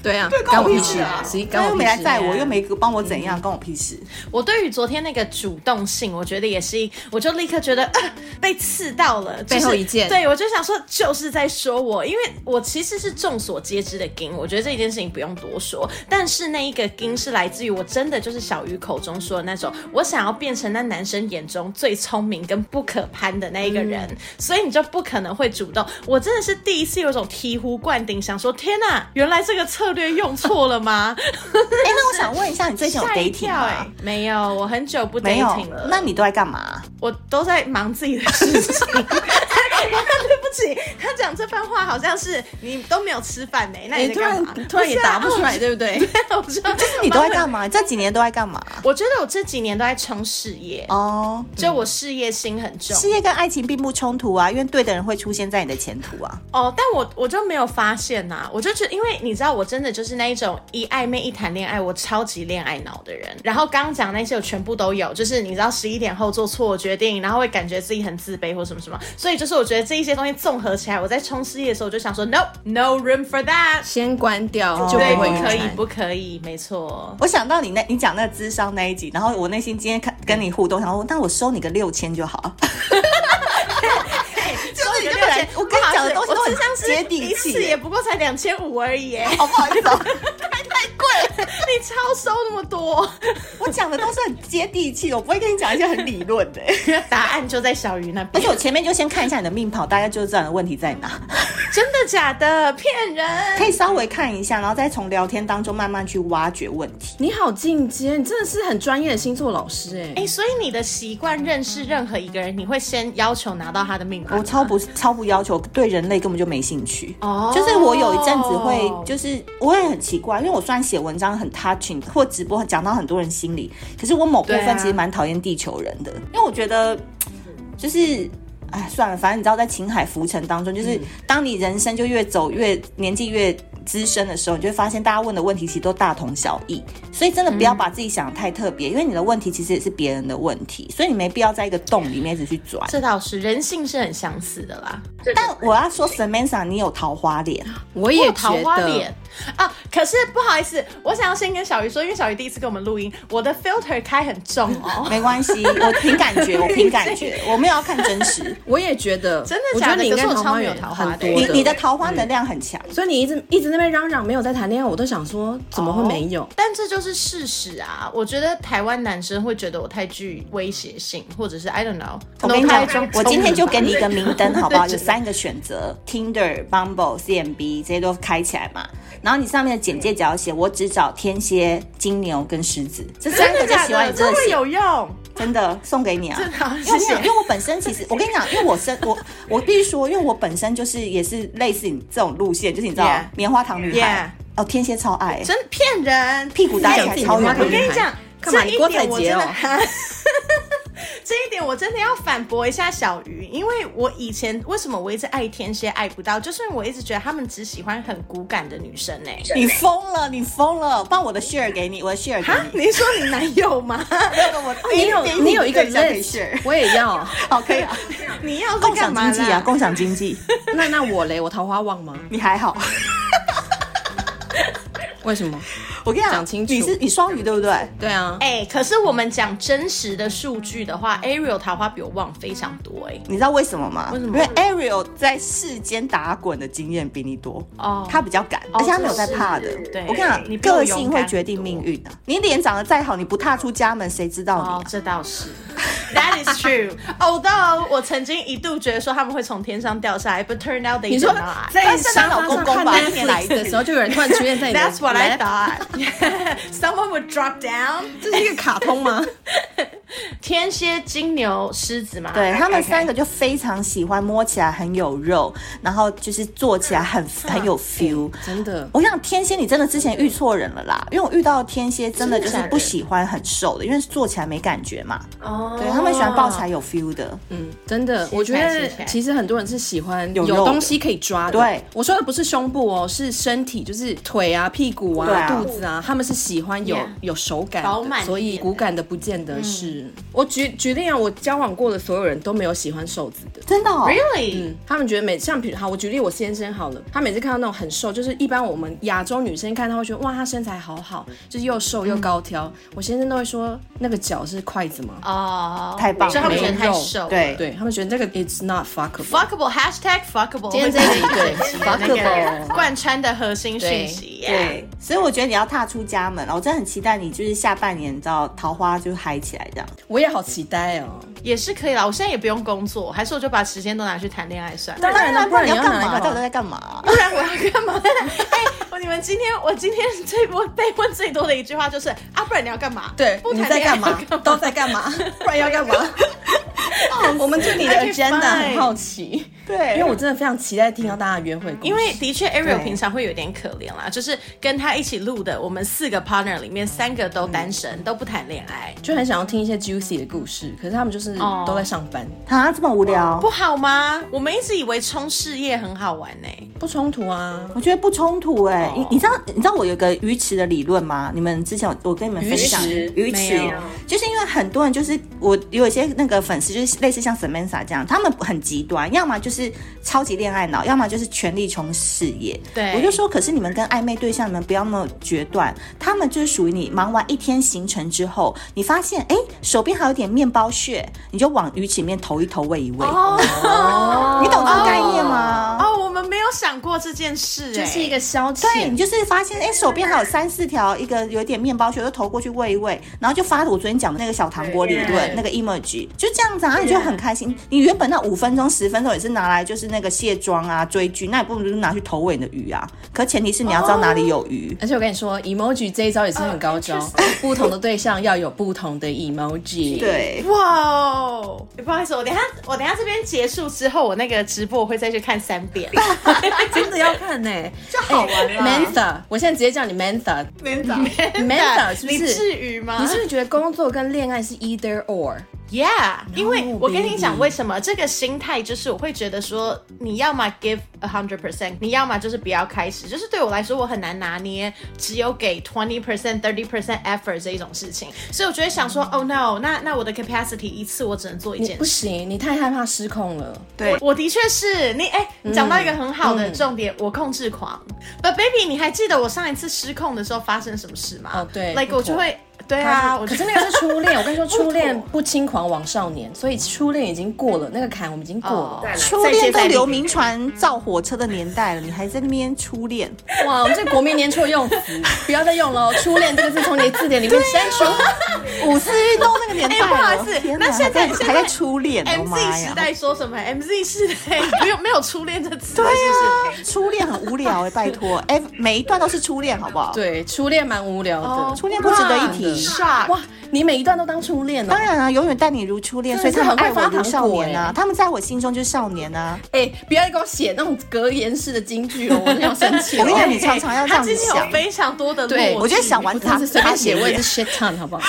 [SPEAKER 1] 对啊，
[SPEAKER 3] 关
[SPEAKER 1] 我
[SPEAKER 3] 我屁
[SPEAKER 1] 屁
[SPEAKER 3] 事啊！
[SPEAKER 1] 谁干
[SPEAKER 3] 他
[SPEAKER 1] 我
[SPEAKER 3] 又
[SPEAKER 1] 屁
[SPEAKER 3] 没来
[SPEAKER 1] 事？
[SPEAKER 3] 载我，又没帮我怎样，关我屁事。
[SPEAKER 2] 我对于昨天那个主动性，我觉得也是一，我就立刻觉得、呃、被刺到了，就是
[SPEAKER 1] 背后一剑
[SPEAKER 2] 对我就想说，就是在说我，因为我其实是众所皆知的金，我觉得这件事情不用多说。但是那一个金是来自于我真的就是小鱼口中说的那种，我想要变成那男生眼中最聪明跟不可攀的那一个人，
[SPEAKER 1] 嗯
[SPEAKER 2] 所以你就不可能会主动。我真的是第一次有一种醍醐灌顶，想说天呐，原来这个策略用错了 吗？
[SPEAKER 3] 哎，那我想问一下，你最 近有
[SPEAKER 2] 吓一
[SPEAKER 3] dating
[SPEAKER 2] 跳
[SPEAKER 3] 吗
[SPEAKER 2] 哎？、没有，我很久不
[SPEAKER 3] 没有
[SPEAKER 2] dating 了，，
[SPEAKER 3] 那你都在干嘛？
[SPEAKER 2] 我都在忙自己的事 情。哎对不起，他讲这番话好像是你都没有吃饭呢、那
[SPEAKER 1] 哎
[SPEAKER 2] 你在
[SPEAKER 1] 突
[SPEAKER 2] 干
[SPEAKER 1] 然
[SPEAKER 2] 嘛？啊
[SPEAKER 1] 突然也答不出来，对不对？
[SPEAKER 2] 我知道，就是
[SPEAKER 3] 啊你都在干嘛？这几年都在干嘛？
[SPEAKER 2] 我觉得我这几年都在冲事业，
[SPEAKER 3] 哦，
[SPEAKER 2] 就我事业心很重
[SPEAKER 3] 事业跟爱情并不冲突啊，因为对的人会出现在你的前途啊。
[SPEAKER 2] 哦，但我我就没有发现呐、我就觉得，因为你知道，我真的就是那一种一暧昧一谈恋爱，我超级恋爱脑的人。然后刚刚讲那些我全部都有，就是你知道十一点后做错决定，然后会感觉自己很自卑或什么什么。所以就是我觉得这一些东西综合起来，我在冲事业的时候，我就想说，no no room for that，
[SPEAKER 1] 先关掉就不
[SPEAKER 2] 对，不
[SPEAKER 1] 会晕
[SPEAKER 2] 可以
[SPEAKER 1] 船，
[SPEAKER 2] 不可以，没错。
[SPEAKER 3] 我想到你那，你讲那个智商那一集，然后我内心今天看跟你互动，想说，那我收你个六千就好。就是你就本来我跟你讲的东西都很接地
[SPEAKER 2] 一次
[SPEAKER 3] 气
[SPEAKER 2] 也，不过才两千五而已耶，
[SPEAKER 3] 好不好意思哦，
[SPEAKER 2] 你超收那 么多。
[SPEAKER 3] 我讲的都是很接地气，我不会跟你讲一些很理论的。欸
[SPEAKER 2] 答案就在小鱼那边
[SPEAKER 3] 而且。我前面就先看一下你的命跑，大概就知道你的问题在哪，
[SPEAKER 2] 真的假的？骗人！
[SPEAKER 3] 可以稍微看一下，然后再从聊天当中慢慢去挖掘问题。
[SPEAKER 1] 你好进阶，你真的是很专业的星座老师哎、
[SPEAKER 2] 哎、所以你的习惯认识任何一个人，你会先要求拿到他的命盘
[SPEAKER 3] 我
[SPEAKER 2] 吗？
[SPEAKER 3] 超不超不要求，对人类根本就没兴趣。
[SPEAKER 2] 哦
[SPEAKER 3] 就是我有一阵子会，就是我也很奇怪，因为我虽然写文章很 touching 或直播讲到很多人心里，可是我某部
[SPEAKER 2] 对啊
[SPEAKER 3] 分其实蛮讨厌地球人的，因为我觉得就是。哎，算了，反正你知道，在情海浮沉当中，
[SPEAKER 2] 嗯
[SPEAKER 3] 就是当你人生就越走越年纪越资深的时候，你就会发现大家问的问题其实都大同小异，所以真的不要
[SPEAKER 2] 嗯
[SPEAKER 3] 把自己想得太特别，因为你的问题其实也是别人的问题，所以你没必要在一个洞里面一直去钻。
[SPEAKER 2] 这倒是人性是很相似的啦。
[SPEAKER 3] 但我要说，Samantha，你有桃花脸，
[SPEAKER 1] 我
[SPEAKER 2] 我
[SPEAKER 1] 也
[SPEAKER 2] 有桃
[SPEAKER 1] 觉
[SPEAKER 2] 花
[SPEAKER 1] 得
[SPEAKER 2] 脸。啊！可是不好意思，我想要先跟小鱼说，因为小鱼第一次跟我们录音，我的 filter 开很重 哦。
[SPEAKER 3] 没关系，我凭感觉，我凭感觉，我没有要看真实。
[SPEAKER 1] 我也觉得，
[SPEAKER 2] 真的
[SPEAKER 1] 我觉
[SPEAKER 2] 假
[SPEAKER 1] 得
[SPEAKER 2] 的
[SPEAKER 1] 你应该
[SPEAKER 2] 可是我超
[SPEAKER 1] 花
[SPEAKER 2] 没有
[SPEAKER 1] 源
[SPEAKER 2] 桃花
[SPEAKER 1] 很
[SPEAKER 2] 的
[SPEAKER 1] 多
[SPEAKER 3] 你你的桃花能量很强，
[SPEAKER 1] 所以你一直一直那边嚷嚷没有在谈恋爱，我都想说怎么会没有？
[SPEAKER 2] 但这就是事实啊！我觉得台湾男生会觉得我太具威胁性，或者是 I don't know，
[SPEAKER 3] 我跟你
[SPEAKER 2] no
[SPEAKER 3] 讲
[SPEAKER 2] 太中，
[SPEAKER 3] 我今天就给你一个明灯，好不好？
[SPEAKER 2] 对
[SPEAKER 3] 有三个选择：Tinder、Bumble、CMB，这些都开起来嘛。然后你上面的简介只要写“我只找天蝎、金牛跟狮子”，这三
[SPEAKER 2] 真
[SPEAKER 3] 个
[SPEAKER 2] 的
[SPEAKER 3] 就
[SPEAKER 2] 假
[SPEAKER 3] 喜欢
[SPEAKER 2] 的？
[SPEAKER 3] 你真
[SPEAKER 2] 这
[SPEAKER 3] 的
[SPEAKER 2] 会
[SPEAKER 3] 写，
[SPEAKER 2] 有用？
[SPEAKER 3] 真的送给你啊！
[SPEAKER 2] 真的啊
[SPEAKER 3] 因为我跟你
[SPEAKER 2] 谢谢
[SPEAKER 3] 讲，因为我本身其实，我跟你讲，因为我身我我必须说，因为我本身就是也是类似你这种路线，就是你知道
[SPEAKER 2] Yeah
[SPEAKER 3] 棉花糖女孩
[SPEAKER 2] Yeah
[SPEAKER 3] 哦，天蝎超爱，
[SPEAKER 2] 真的骗人！
[SPEAKER 3] 屁股打起来超
[SPEAKER 1] 你
[SPEAKER 3] 有
[SPEAKER 1] 讲自己的话
[SPEAKER 2] 我
[SPEAKER 3] 力
[SPEAKER 2] 跟你讲，
[SPEAKER 1] 干嘛
[SPEAKER 2] 这
[SPEAKER 1] 你
[SPEAKER 2] 一
[SPEAKER 1] 郭采
[SPEAKER 2] 点我
[SPEAKER 1] 洁
[SPEAKER 2] 真
[SPEAKER 1] 哦
[SPEAKER 2] 的， 这一点我真的要反驳一下小鱼，因为我以前为什么我一直爱天蝎爱不到，就是因为我一直觉得他们只喜欢很骨感的女生呢、欸
[SPEAKER 3] 你疯了，你疯了！把我的 share 给你，我的 share 给
[SPEAKER 2] 啊，
[SPEAKER 3] 你。
[SPEAKER 2] 你说你男友吗？
[SPEAKER 3] 那个我
[SPEAKER 2] 哦
[SPEAKER 3] 哎
[SPEAKER 1] 你有你有一个
[SPEAKER 3] 对象可以
[SPEAKER 1] list，
[SPEAKER 3] share，
[SPEAKER 1] 我也要。
[SPEAKER 3] 好可以 啊。
[SPEAKER 2] 你要是
[SPEAKER 3] 共
[SPEAKER 2] 干
[SPEAKER 3] 享
[SPEAKER 2] 嘛
[SPEAKER 3] 经济啊，
[SPEAKER 2] 啦？
[SPEAKER 3] 共享经济，
[SPEAKER 1] 那那我嘞，我桃花旺吗？
[SPEAKER 3] 你还好？
[SPEAKER 1] 为什么？
[SPEAKER 3] 我跟你讲，
[SPEAKER 1] 讲清楚
[SPEAKER 3] 你是你双鱼对不对？
[SPEAKER 1] 对啊，
[SPEAKER 2] 哎、可是我们讲真实的数据的话，Ariel 桃花比我旺非常多哎、
[SPEAKER 3] 你知道为什么吗？
[SPEAKER 2] 为什么
[SPEAKER 3] 因为 Ariel 在世间打滚的经验比你多
[SPEAKER 2] 哦
[SPEAKER 3] 他比较敢，而且他没有在怕的
[SPEAKER 2] 这是。对
[SPEAKER 3] 我跟你
[SPEAKER 2] 你
[SPEAKER 3] 讲，
[SPEAKER 2] 比我
[SPEAKER 3] 个
[SPEAKER 2] 勇敢
[SPEAKER 3] 性会决定命运啊！你脸长得再好，你不踏出家门，谁知道你啊
[SPEAKER 2] 哦，？这倒是。That is true. Although 我曾经一度觉得说他们会从天上掉下来，but turned out they
[SPEAKER 1] 你
[SPEAKER 2] did
[SPEAKER 1] 说
[SPEAKER 2] not.
[SPEAKER 1] 在
[SPEAKER 3] 但是当
[SPEAKER 1] 沙
[SPEAKER 3] 老
[SPEAKER 1] 发
[SPEAKER 3] 公
[SPEAKER 1] 上
[SPEAKER 3] 公
[SPEAKER 1] 看
[SPEAKER 3] 吧一年来一
[SPEAKER 1] Netflix
[SPEAKER 3] 次
[SPEAKER 1] 的时候，就有人突然出现在你的
[SPEAKER 2] That's what I
[SPEAKER 1] lap
[SPEAKER 2] thought. Someone would drop down.
[SPEAKER 1] 这是一个卡通吗？
[SPEAKER 2] 天蝎、金牛、狮子嘛，
[SPEAKER 3] 对他们
[SPEAKER 2] OK，OK
[SPEAKER 3] 三个就非常喜欢摸起来很有肉，然后就是做起来很很有 feel。
[SPEAKER 1] 真的，
[SPEAKER 3] 我想天蝎，你真的之前遇错人了啦，因为我遇到的天蝎真的就是
[SPEAKER 2] 真的假的
[SPEAKER 3] 不喜欢很瘦的，因为做起来没感觉嘛。
[SPEAKER 2] 哦，
[SPEAKER 3] 对他们喜欢抱起来有 feel 的，
[SPEAKER 1] 嗯， 真的，
[SPEAKER 2] 起来
[SPEAKER 1] 我觉得
[SPEAKER 2] 写起来
[SPEAKER 1] 其实很多人是喜欢
[SPEAKER 3] 有
[SPEAKER 1] 有
[SPEAKER 3] 肉的
[SPEAKER 1] 东西可以抓的。
[SPEAKER 3] 对
[SPEAKER 1] 我说的不是胸部哦，是身体，就是腿啊、屁股
[SPEAKER 3] 对啊
[SPEAKER 1] 啊、肚子啊，他们是喜欢有
[SPEAKER 2] Yeah
[SPEAKER 1] 有手感
[SPEAKER 2] 饱满
[SPEAKER 1] 的，
[SPEAKER 2] 一点
[SPEAKER 1] 所以骨感的不见得是嗯，我举举例啊，我交往过的所有人都没有喜欢瘦子的。
[SPEAKER 3] 真的、哦，
[SPEAKER 2] Really？、
[SPEAKER 1] 嗯，他们觉得每像比如好，我举例我先生好了，他每次看到那种很瘦，就是一般我们亚洲女生看他会觉得哇，她身材好好，就是又瘦又高挑。我先生都会说那个脚是筷子吗？
[SPEAKER 2] 哦，
[SPEAKER 3] 太棒了
[SPEAKER 2] 所以他们觉得太
[SPEAKER 1] 没有
[SPEAKER 2] 瘦。
[SPEAKER 3] 对
[SPEAKER 1] 对他们觉得这个 it's not fuckable。
[SPEAKER 2] Fuckable hashtag fuckable，
[SPEAKER 5] 今天这一集对
[SPEAKER 2] 那个
[SPEAKER 5] fuckable
[SPEAKER 2] 贯穿的核心讯息。Yeah
[SPEAKER 3] 对，所以我觉得你要踏出家门了，我真的很期待你，就是下半年你知道桃花就嗨起来这样。
[SPEAKER 1] 我也好期待哦。
[SPEAKER 2] 也是可以啦。我现在也不用工作，还是我就把时间都拿去谈恋爱算了。
[SPEAKER 1] 当然了，
[SPEAKER 3] 不
[SPEAKER 1] 然
[SPEAKER 3] 你要
[SPEAKER 1] 干
[SPEAKER 3] 干嘛？到底
[SPEAKER 1] 嘛？
[SPEAKER 3] 在干嘛、
[SPEAKER 2] 不然我要干嘛？ 哎、我你们今天我今天最我被问最多的一句话就是啊，不然你要干嘛？
[SPEAKER 1] 对，
[SPEAKER 2] 不
[SPEAKER 1] 你
[SPEAKER 2] 谈
[SPEAKER 1] 在
[SPEAKER 2] 恋爱
[SPEAKER 1] 干
[SPEAKER 2] 要
[SPEAKER 1] 嘛？都在干嘛？不然要干嘛？我们对你的
[SPEAKER 2] Okay, fine
[SPEAKER 1] agenda 很好奇，
[SPEAKER 3] 对，
[SPEAKER 1] 因为我真的非常期待听到大家的约会故事。
[SPEAKER 2] 因为的确，Ariel
[SPEAKER 3] 对
[SPEAKER 2] 平常会有点可怜啦，就是跟他一起录的，我们四个 partner 里面三个都单身，都不谈恋爱，
[SPEAKER 1] 就很想要听一些 juicy 的故事，可是他们就是
[SPEAKER 2] 哦
[SPEAKER 1] 都在上班，
[SPEAKER 3] 啊这么无聊
[SPEAKER 2] 不，好吗？我们一直以为冲事业很好玩呢、
[SPEAKER 1] 不冲突啊。
[SPEAKER 3] 我觉得不冲突哎、你你知道你知道我有一个鱼池的理论吗？你们之前有我跟你们分享
[SPEAKER 1] 鱼池
[SPEAKER 3] 鱼池
[SPEAKER 2] 没有，
[SPEAKER 3] 就是因为很多人就是我有一些那个粉丝就是类似像 Samantha 这样，他们很极端，要么就是超级恋爱脑，要么就是全力冲事业。
[SPEAKER 2] 对
[SPEAKER 3] 我就说，可是你们跟暧昧对象，你们不要那么决断，他们就是属于你忙完一天行程之后，你发现哎手边还有点面包屑，你就往鱼池里面投一投喂一 喂，
[SPEAKER 2] 哦，
[SPEAKER 3] 你懂这个概念吗？
[SPEAKER 2] 哦，我们没有想过这件事、哎，
[SPEAKER 5] 就是一个消遣。
[SPEAKER 3] 对你就是发现，哎、手边还有三四条，一个有点面包屑，就投过去喂一喂，然后就发我昨天讲的那个小糖果理论
[SPEAKER 4] 对
[SPEAKER 3] 那个 emoji，就这样子啊，然后你就很开心。你原本那五分钟、十分钟也是拿来就是那个卸妆啊、追剧，那你不如就拿去投喂你的鱼啊。可前提是你要知道哪里有鱼。
[SPEAKER 1] 而且我跟你说，emoji 这一招也是很高招，不同的对象要有不同的 emoji。，
[SPEAKER 3] 对，
[SPEAKER 2] 哇哦！不好意思，我等一下我等一下这边结束之后，我那个直播我会再去看三 遍。
[SPEAKER 1] 真的要看呢、就好玩了。Mantha，我现在直接叫你 Mantha，Mantha 是不
[SPEAKER 2] 你啊
[SPEAKER 1] 是？
[SPEAKER 2] 至于吗？
[SPEAKER 1] 你是不是觉得工作跟恋爱是 either or？
[SPEAKER 2] Yeah，因为我跟你
[SPEAKER 1] baby
[SPEAKER 2] 讲为什么这个心态，就是我会觉得说，你要么 give a hundred percent，你要么就是不要开始。就是对我来说，我很难拿捏只有给 twenty percent、thirty percent effort 这一种事情，所以我就会想说，Oh no，那那我的 capacity 一次我只能做一
[SPEAKER 1] 嗯你
[SPEAKER 2] 件
[SPEAKER 1] 不
[SPEAKER 2] 事。
[SPEAKER 1] 行，你太害怕失控了。
[SPEAKER 3] 对
[SPEAKER 2] 我的确是你哎，
[SPEAKER 1] 嗯
[SPEAKER 2] 你讲到一个很好的重点，我控制狂。But baby，你还记得我上一次失控的时候发生什么事吗？
[SPEAKER 1] 哦对
[SPEAKER 2] ，like 我就会，对啊，我
[SPEAKER 1] 可
[SPEAKER 2] 就是
[SPEAKER 1] 那个是初恋，我跟你说，初恋不轻狂枉少年，所以初恋已经过了，那个坎我们已经过了。
[SPEAKER 2] 哦
[SPEAKER 3] 初
[SPEAKER 2] 再接
[SPEAKER 3] 恋
[SPEAKER 2] 再
[SPEAKER 3] 都
[SPEAKER 2] 厉
[SPEAKER 3] 流民船造火车的年代了，你还在那边初 恋？
[SPEAKER 1] 哇，我们这国民年错用词，不要再用了哦。初恋这个字从你的字典里面删除。
[SPEAKER 3] 五四运动那个年代了，
[SPEAKER 2] 哎不好意思
[SPEAKER 3] 天哪
[SPEAKER 2] 那现在
[SPEAKER 3] 还
[SPEAKER 2] 现
[SPEAKER 3] 在还
[SPEAKER 2] 在
[SPEAKER 3] 在初恋，我
[SPEAKER 2] M
[SPEAKER 3] 妈
[SPEAKER 2] Z
[SPEAKER 3] 呀
[SPEAKER 2] 时！代说什么？M Z 时代不用没有初恋这
[SPEAKER 1] 哎
[SPEAKER 2] 词，对
[SPEAKER 3] 对啊，初恋很无 聊哎、拜托，哎、每一段都是初恋，好不好？，
[SPEAKER 1] 对，初恋蛮无聊的。
[SPEAKER 3] 初哦恋不值得一提。
[SPEAKER 2] 哇
[SPEAKER 1] 哇，你每一段都当初恋哦。
[SPEAKER 3] 当然啊，永远待你如初恋，所以他们爱我
[SPEAKER 1] 真的
[SPEAKER 3] 如少年啊
[SPEAKER 1] 是很爱发糖果哎，
[SPEAKER 3] 他们在我心中就是少年啊。
[SPEAKER 1] 哎、不要给我写那种格言式的金句哦，我真的要生气
[SPEAKER 3] 我跟你讲
[SPEAKER 1] 了。
[SPEAKER 3] 你常常要这样子
[SPEAKER 2] 他今天
[SPEAKER 3] 想
[SPEAKER 2] 有非常多的
[SPEAKER 1] 对
[SPEAKER 2] 落
[SPEAKER 3] 我觉得想
[SPEAKER 1] 我
[SPEAKER 3] 完
[SPEAKER 1] 真的
[SPEAKER 3] 他，
[SPEAKER 1] 是随便写，我
[SPEAKER 3] 我
[SPEAKER 1] 也是 shit ton，好不好？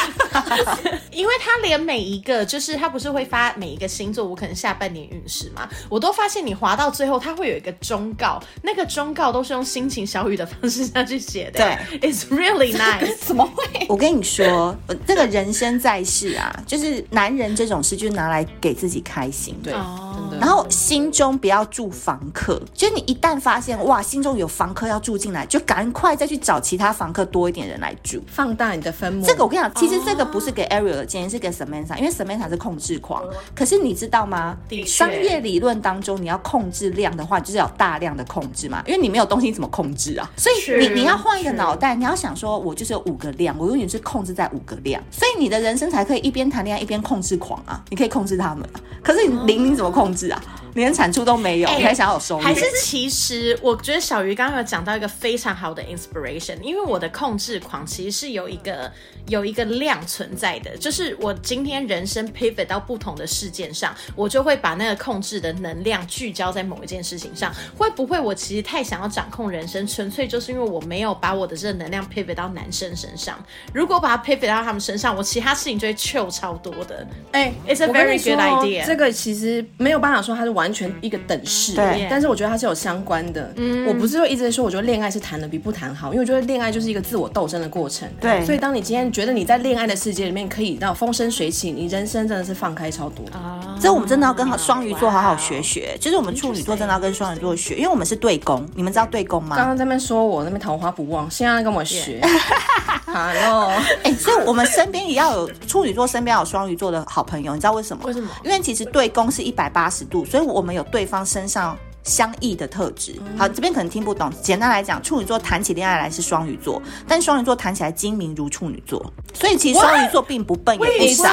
[SPEAKER 2] 因为他连每一个，就是他不是会发每一个星座，我可能下半年运势嘛，我都发现你滑到最后，他会有一个忠告，那个忠告都是用心情小语的方式下去写的。
[SPEAKER 3] 对
[SPEAKER 2] ，It's really nice。
[SPEAKER 1] 怎么会？
[SPEAKER 3] 我跟你说，呃这个人生在世啊，就是男人这种事，就拿来给自己开心。
[SPEAKER 1] 对，
[SPEAKER 2] 哦
[SPEAKER 1] 真的。
[SPEAKER 3] 然后心中不要住房客，就是你一旦发现哇，心中有房客要住进来，就赶快再去找其他房客多一点人来住。
[SPEAKER 1] 放大你的分母。
[SPEAKER 3] 这
[SPEAKER 2] 哦
[SPEAKER 3] 个我跟你讲，其实这个不是给 Ariel 的建议，是给 Samantha，因为 Samantha 是控制狂。可是你知道吗
[SPEAKER 2] 哦的？确
[SPEAKER 3] 商业理论当中，你要控制量的话，就是要有大量的控制嘛，因为你没有东西，你怎么控制啊？所以你
[SPEAKER 2] 是
[SPEAKER 3] 你要换一个脑袋，你要想说，我就是有五个量，我永远是控制在五个量，所以你的人生才可以一边谈恋爱一边控制狂啊，你可以控制他们啊。可是你零，你怎么控制啊？你连产出都没有，
[SPEAKER 2] 哦哎
[SPEAKER 3] 哦你还想要有收入？
[SPEAKER 2] 还是其实，我觉得小鱼刚刚有讲到一个非常好的 inspiration，因为我的控制狂其实是有一个有一个量存在的，就是我今天人生 pivot 到不同的事件上，我就会把那个控制的能量聚焦在某一件事情上。会不会我其实太想要掌控人生，纯粹就是因为我没有把我的这个能量 pivot 到男生身上？如果把它 pivot 到他们身上，我其他事情就会 chill 超多的。
[SPEAKER 1] 哎、
[SPEAKER 2] It's a
[SPEAKER 1] 我跟你
[SPEAKER 2] very
[SPEAKER 1] 说哦
[SPEAKER 2] good idea
[SPEAKER 1] 这个其实没有办法说它是完完全一个等式，
[SPEAKER 3] 嗯对
[SPEAKER 1] 但是我觉得它是有相关的。
[SPEAKER 2] 嗯
[SPEAKER 1] 我不是会一直说，我觉得恋爱是谈的比不谈好，因为我觉得恋爱就是一个自我斗争的过程。
[SPEAKER 3] 对
[SPEAKER 1] 所以当你今天觉得你在恋爱的世界里面可以到风生水起，你人生真的是放开超多的。
[SPEAKER 2] 啊嗯
[SPEAKER 3] 这我们真的要跟好双鱼座好好学学，就是我们处女座真的要跟双鱼座学，因为我们是对宫，你们知道对宫
[SPEAKER 1] 刚
[SPEAKER 3] 吗？
[SPEAKER 1] 刚在那边说我那边桃花不旺，现在在跟我学。Hello，
[SPEAKER 3] 哎、所以我们身边也要有处女座，身边要有双鱼座的好朋友，你知道为什么？
[SPEAKER 2] 为什么？
[SPEAKER 3] 因为其实对宫是一百八十度，所以我们有对方身上相异的特质。
[SPEAKER 2] 嗯
[SPEAKER 3] 好，这边可能听不懂。简单来讲，处女座谈起恋爱来是双鱼座，但双鱼座谈起来精明如处女座，所以其实双鱼座并不笨也不傻。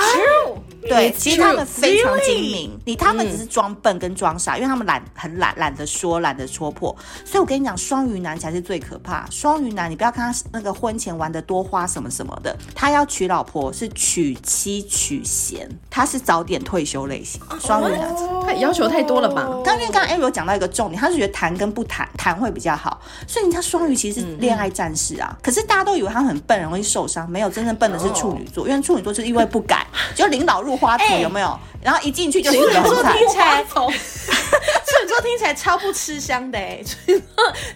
[SPEAKER 3] 对，
[SPEAKER 1] It's
[SPEAKER 3] 其实他们
[SPEAKER 1] true. 嗯
[SPEAKER 3] 非常
[SPEAKER 2] Really?
[SPEAKER 3] 精明，你他们只是装笨跟装傻，因为他们懒，很懒，懒得说，懒得戳破。所以我跟你讲，双鱼男才是最可怕。双鱼男，你不要看他那个婚前玩的多花什么什么的，他要娶老婆是娶妻娶贤，他是早点退休类型。
[SPEAKER 1] 啊
[SPEAKER 3] 双鱼男。
[SPEAKER 1] 太要求太多了吧？
[SPEAKER 2] 哦
[SPEAKER 3] 但因为刚刚 a r i 有讲到一个重点，他是觉得谈跟不谈谈会比较好，所以你看双鱼其
[SPEAKER 2] 嗯
[SPEAKER 3] 实是恋爱战士啊。可是大家都以为他很笨，容易受伤，没有真正笨的是处女座，因为处女座就是一位不改，就领导入花圃有没有？然后一进去就死
[SPEAKER 2] 哎处
[SPEAKER 3] 得
[SPEAKER 2] 女
[SPEAKER 3] 很
[SPEAKER 2] 座
[SPEAKER 3] 惨。
[SPEAKER 2] 听起来， 处女座听起来超不吃香的哎、处女座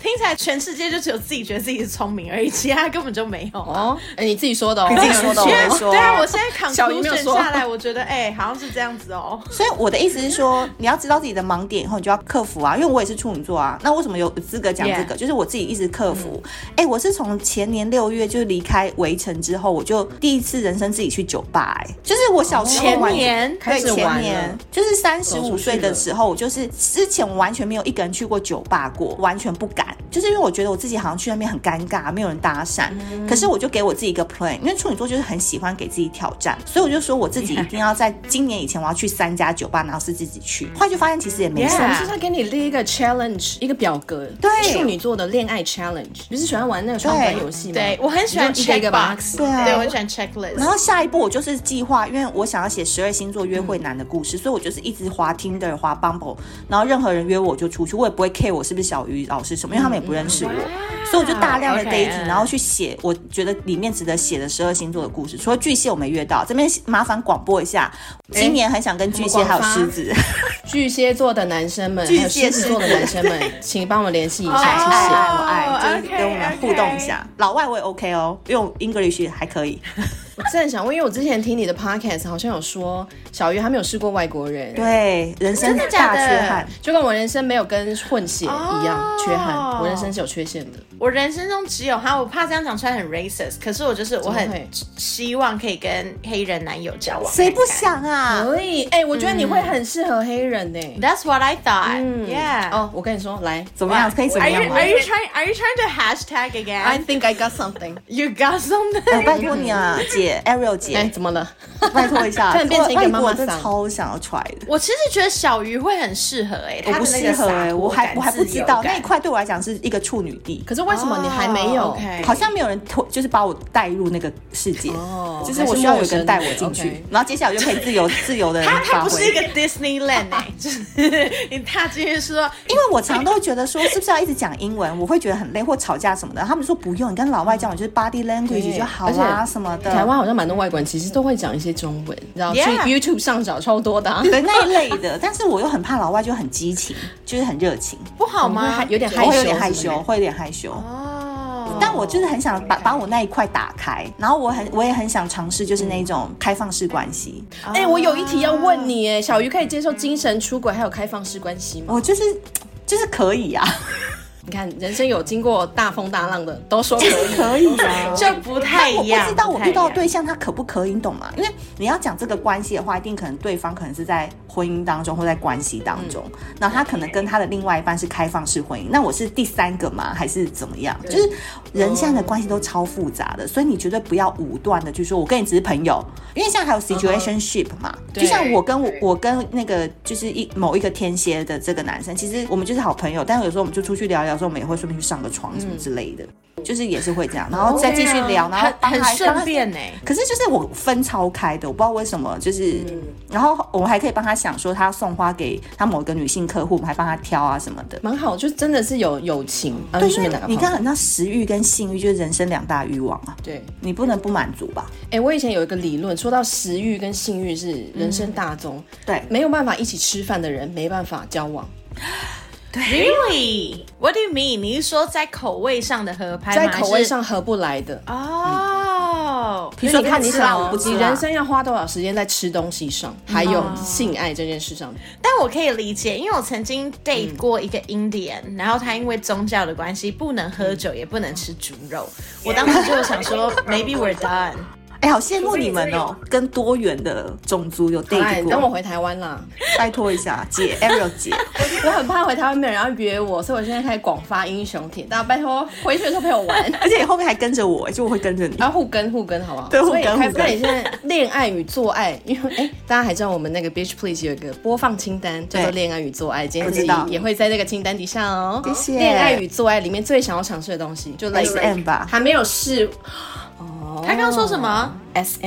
[SPEAKER 2] 听起来全世界就只有自己觉得自己是聪明而已，其他根本就没有。
[SPEAKER 1] 哦，哎，你自己说的哦，
[SPEAKER 3] 你自己说的哦
[SPEAKER 1] 因
[SPEAKER 2] 因
[SPEAKER 1] 为
[SPEAKER 2] 为
[SPEAKER 3] 没说
[SPEAKER 2] 对啊，我现在
[SPEAKER 1] 小姨没有
[SPEAKER 2] conclusion
[SPEAKER 1] 说
[SPEAKER 2] 下来，我觉得哎、好像是这样子哦。
[SPEAKER 1] 嗯
[SPEAKER 3] 所以我的意思是说，你要知道自己的盲点以后，你就要克服啊。因为我也是处女座啊，那为什么有资格讲这个
[SPEAKER 2] Yeah
[SPEAKER 3] 就是我自己一直克服。
[SPEAKER 1] 嗯
[SPEAKER 3] 哎、我是从前年六月就离开围城之后，我就第一次人生自己去酒吧、哎，就是我小时候
[SPEAKER 2] 前
[SPEAKER 3] 完全
[SPEAKER 2] 年
[SPEAKER 1] 哦开始
[SPEAKER 3] 对，前
[SPEAKER 1] 玩
[SPEAKER 3] 年
[SPEAKER 1] 了，
[SPEAKER 3] 就是三十
[SPEAKER 1] 走
[SPEAKER 3] 五
[SPEAKER 1] 出去
[SPEAKER 3] 岁的
[SPEAKER 1] 了
[SPEAKER 3] 时候，我就是之前完全没有一个人去过酒吧过，完全不敢，就是因为我觉得我自己好像去那边很尴尬，没有人搭讪。可是我就给我自己一个 plan，因为处女座就是很喜欢给自己挑战，所以我就说我自己一定要在今年以前我要去三家酒吧，然后是自己去。后来就发现其实也没什么
[SPEAKER 2] Yeah
[SPEAKER 1] 就是他给你列一个 challenge，一个表格，
[SPEAKER 3] 对
[SPEAKER 1] 处女座的恋爱 challenge，你是喜欢玩那个闯关游戏吗？
[SPEAKER 2] 对我很喜欢
[SPEAKER 1] 你就一个一个
[SPEAKER 2] checkbox，
[SPEAKER 1] box
[SPEAKER 3] 对啊
[SPEAKER 2] 对我很喜欢 checklist。
[SPEAKER 3] 然后下一步我就是计划，因为我想要写十二星座约
[SPEAKER 2] 嗯
[SPEAKER 3] 会男的故事，所以我就是一直滑 Tinder、滑 Bumble，然后任何人约我就出去，我也不会 care 我是不是小鱼老师什么，因为他们也不认识我，所以我就大量的
[SPEAKER 2] 嗯 OK，
[SPEAKER 3] dating，、
[SPEAKER 2] 嗯
[SPEAKER 3] 然后去写我觉得里面值得写的十二星座的故事。除了巨蟹我没约到，这边麻烦广播一下，今年很想跟巨蟹还有狮子，
[SPEAKER 1] 巨蟹座的男生们，还
[SPEAKER 3] 巨
[SPEAKER 1] 有
[SPEAKER 3] 蟹哎
[SPEAKER 1] 狮子座的
[SPEAKER 3] 狮子
[SPEAKER 1] 男生们，请帮我联系一
[SPEAKER 2] 哦
[SPEAKER 3] 爱
[SPEAKER 1] 下，谢
[SPEAKER 3] 爱
[SPEAKER 1] 谢。
[SPEAKER 3] 爱我爱，就是
[SPEAKER 2] OK，
[SPEAKER 3] 跟我们互动一下。老外我也 OK 哦，用 English 还可以。
[SPEAKER 1] 我真的想问，因为我之前听你的 podcast 好像有说，小鱼还没有试过外国人，，
[SPEAKER 3] 对，人生
[SPEAKER 2] 真的
[SPEAKER 3] 大
[SPEAKER 2] 假的
[SPEAKER 3] 缺憾。
[SPEAKER 1] 就跟我人生没有跟混血一样
[SPEAKER 2] 哦
[SPEAKER 1] 缺憾，我人生是有缺陷的。
[SPEAKER 2] 我人生中只有哈，我怕这样讲出来很 racist，可是我就是我
[SPEAKER 1] 怎么
[SPEAKER 2] 很
[SPEAKER 1] 会
[SPEAKER 2] 希望可以跟黑人男友交往。
[SPEAKER 3] 谁不？想啊？
[SPEAKER 1] 可以，哎、我觉得你会很适合黑人呢、
[SPEAKER 2] That's what I thought.
[SPEAKER 1] 嗯
[SPEAKER 2] yeah.
[SPEAKER 1] 哦，我跟你说，来
[SPEAKER 3] 怎么样？可以怎么
[SPEAKER 1] 哎
[SPEAKER 2] Are
[SPEAKER 3] 样
[SPEAKER 2] you
[SPEAKER 3] 吗？哎
[SPEAKER 2] are you trying are you trying to hashtag again?
[SPEAKER 1] ，I think I got something。
[SPEAKER 2] you got
[SPEAKER 3] 哎
[SPEAKER 2] something.
[SPEAKER 3] 拜托你啊，姐 Ariel
[SPEAKER 1] 哎、
[SPEAKER 3] 姐，
[SPEAKER 1] 怎么了？
[SPEAKER 3] 拜托一下，
[SPEAKER 1] 突然变成一个妈妈
[SPEAKER 3] 我真的
[SPEAKER 1] 桑
[SPEAKER 3] 超想要 try 的。
[SPEAKER 2] 我其实觉得小鱼会很适合哎、欸，
[SPEAKER 3] 我
[SPEAKER 2] 他
[SPEAKER 3] 不
[SPEAKER 2] 的那
[SPEAKER 3] 适
[SPEAKER 2] 个
[SPEAKER 3] 合
[SPEAKER 2] 洒
[SPEAKER 3] 哎、
[SPEAKER 2] 脱
[SPEAKER 3] 我还
[SPEAKER 2] 感
[SPEAKER 3] 我还不
[SPEAKER 2] 自
[SPEAKER 3] 知
[SPEAKER 2] 由
[SPEAKER 3] 道
[SPEAKER 2] 感哦
[SPEAKER 3] 那一块对我来讲是一个处女地，
[SPEAKER 1] 可是为什么你还没
[SPEAKER 3] 哦
[SPEAKER 1] 有？
[SPEAKER 2] o k
[SPEAKER 3] 好像没有人推就是把我带入那个世界，
[SPEAKER 1] 哦
[SPEAKER 3] 就是我需要有一个人带我进
[SPEAKER 1] 还是陌生
[SPEAKER 3] 去
[SPEAKER 1] 的，
[SPEAKER 3] 然后接下来我就可以自 由自由的
[SPEAKER 2] 它它
[SPEAKER 3] 发
[SPEAKER 2] 不是一
[SPEAKER 3] 挥
[SPEAKER 2] 个。Disneyland 哎、 就是你踏进去说
[SPEAKER 3] 因为我常都会觉得说，是不是要一直讲英文，我会觉得很累或吵架什么的。他们说不用，你跟老外交往就是 body language 就好啦
[SPEAKER 1] 而且
[SPEAKER 3] 什么的。
[SPEAKER 1] 台湾好像蛮多外国人其实都会讲一些中文，你知道
[SPEAKER 2] Yeah
[SPEAKER 1] 去 YouTube 上找超多的、啊。
[SPEAKER 3] 对那一类的，但是我又很怕老外就很激情，就是很热情，
[SPEAKER 2] 不好
[SPEAKER 1] 你会
[SPEAKER 2] 吗
[SPEAKER 1] 害？有点
[SPEAKER 3] 我
[SPEAKER 1] 害
[SPEAKER 3] 会有
[SPEAKER 1] 羞，
[SPEAKER 3] 点害羞，。会有点害羞。
[SPEAKER 2] 哦，
[SPEAKER 3] 但我就是很想把把我那一块打开，然后我很我也很想尝试，就是那种开放式关系。
[SPEAKER 1] 哎、我有一题要问你，哎，小鱼可以接受精神出轨还有开放式关系吗？
[SPEAKER 3] 我就是就是可以啊，
[SPEAKER 1] 你看，人生有经过大风大浪的，都说可以。
[SPEAKER 3] 可 以啊。
[SPEAKER 2] 就不太
[SPEAKER 3] 我
[SPEAKER 2] 一
[SPEAKER 3] 不
[SPEAKER 2] 样。
[SPEAKER 3] 知道我
[SPEAKER 2] 不太
[SPEAKER 3] 遇
[SPEAKER 2] 一
[SPEAKER 3] 到
[SPEAKER 2] 样
[SPEAKER 3] 对象他可不可以，你懂吗？因为你要讲这个关系的话，一定可能对方可能是在婚姻当中或在关系当中，那他可能跟他的另外一半是开放式婚姻，那我是第三个吗？还是怎么样？就是人现在的关系都超复杂的，所以你绝对不要武断的去说我跟你只是朋友，因为现在还有 situationship 嘛，
[SPEAKER 1] 对
[SPEAKER 3] 就像我跟我我跟那个就是一某一个天蝎的这个男生，其实我们就是好朋友，但有时候我们就出去聊聊时候我们也会顺便去上个床
[SPEAKER 2] 嗯
[SPEAKER 3] 什么之类的，就是也是会这样，然后再继续聊，然后
[SPEAKER 2] 很
[SPEAKER 3] 帮他
[SPEAKER 2] 啊很
[SPEAKER 3] 帮他
[SPEAKER 2] 顺便欸呢、
[SPEAKER 3] 可是就是我分超开的，我不知道为什么，就是，然后我们还可以帮他想说，他要送花给他某一个女性客户，我们还帮他挑啊什么的。
[SPEAKER 1] 蛮好，就真的是有友情。啊
[SPEAKER 3] 对，
[SPEAKER 1] 顺便
[SPEAKER 3] 因为
[SPEAKER 1] 打个
[SPEAKER 3] 你
[SPEAKER 1] 炮
[SPEAKER 3] 看，很像食欲跟性欲就是人生两大欲望啊，
[SPEAKER 1] 对，
[SPEAKER 3] 你不能不满足吧？
[SPEAKER 1] 哎、我以前有一个理论，说到食欲跟性欲是人生大宗，
[SPEAKER 3] 对
[SPEAKER 1] 没有办法一起吃饭的人没办法交往，
[SPEAKER 2] Really? What do you mean? 你是说在口味上的合拍吗？
[SPEAKER 1] 在口味上合不来的。
[SPEAKER 2] 还是哦。
[SPEAKER 3] 比如说
[SPEAKER 1] 所以你看，
[SPEAKER 3] 他
[SPEAKER 1] 你
[SPEAKER 3] 吃啊，
[SPEAKER 1] 想
[SPEAKER 3] 我
[SPEAKER 1] 哦，
[SPEAKER 3] 不吃
[SPEAKER 1] 你
[SPEAKER 3] 啊
[SPEAKER 1] 人生要花多少时间在吃东西上，还有性爱这件事上？
[SPEAKER 2] 但我可以理解，因为我曾经 date 过一个 Indian，、然后他因为宗教的关系不能喝酒，也不能吃猪肉。我当时就想说 ，Maybe we're done。
[SPEAKER 3] 哎、好羡慕你们哦，跟多元的种族有
[SPEAKER 1] 哎，
[SPEAKER 3] date
[SPEAKER 1] 等我
[SPEAKER 3] 过，
[SPEAKER 1] 回台湾啦，
[SPEAKER 3] 拜托一下姐 Ariel 姐，
[SPEAKER 1] 我很怕回台湾没有人要约我，所以我现在开始广发英雄帖，大家拜托回去的时候陪我玩。
[SPEAKER 3] 而且你后面还跟着我，哎就我会跟着你。
[SPEAKER 1] 啊，互跟互跟，好不好？
[SPEAKER 3] 对互
[SPEAKER 1] 所以
[SPEAKER 3] 跟互
[SPEAKER 1] 开放
[SPEAKER 3] 跟
[SPEAKER 1] 你现在恋爱与做爱，因为哎、大家还知道我们那个 Beach Please 有一个播放清单，叫做
[SPEAKER 3] 对
[SPEAKER 1] 恋爱与做爱，今天
[SPEAKER 3] 我
[SPEAKER 1] 自
[SPEAKER 3] 知
[SPEAKER 1] 己
[SPEAKER 3] 道
[SPEAKER 1] 也会在这个清单底下哦。
[SPEAKER 3] 谢谢
[SPEAKER 1] 恋爱与做爱里面最想要尝试的东西，就类似
[SPEAKER 3] SM 吧
[SPEAKER 1] 还没有试哦
[SPEAKER 2] 他刚刚说什么
[SPEAKER 1] SM，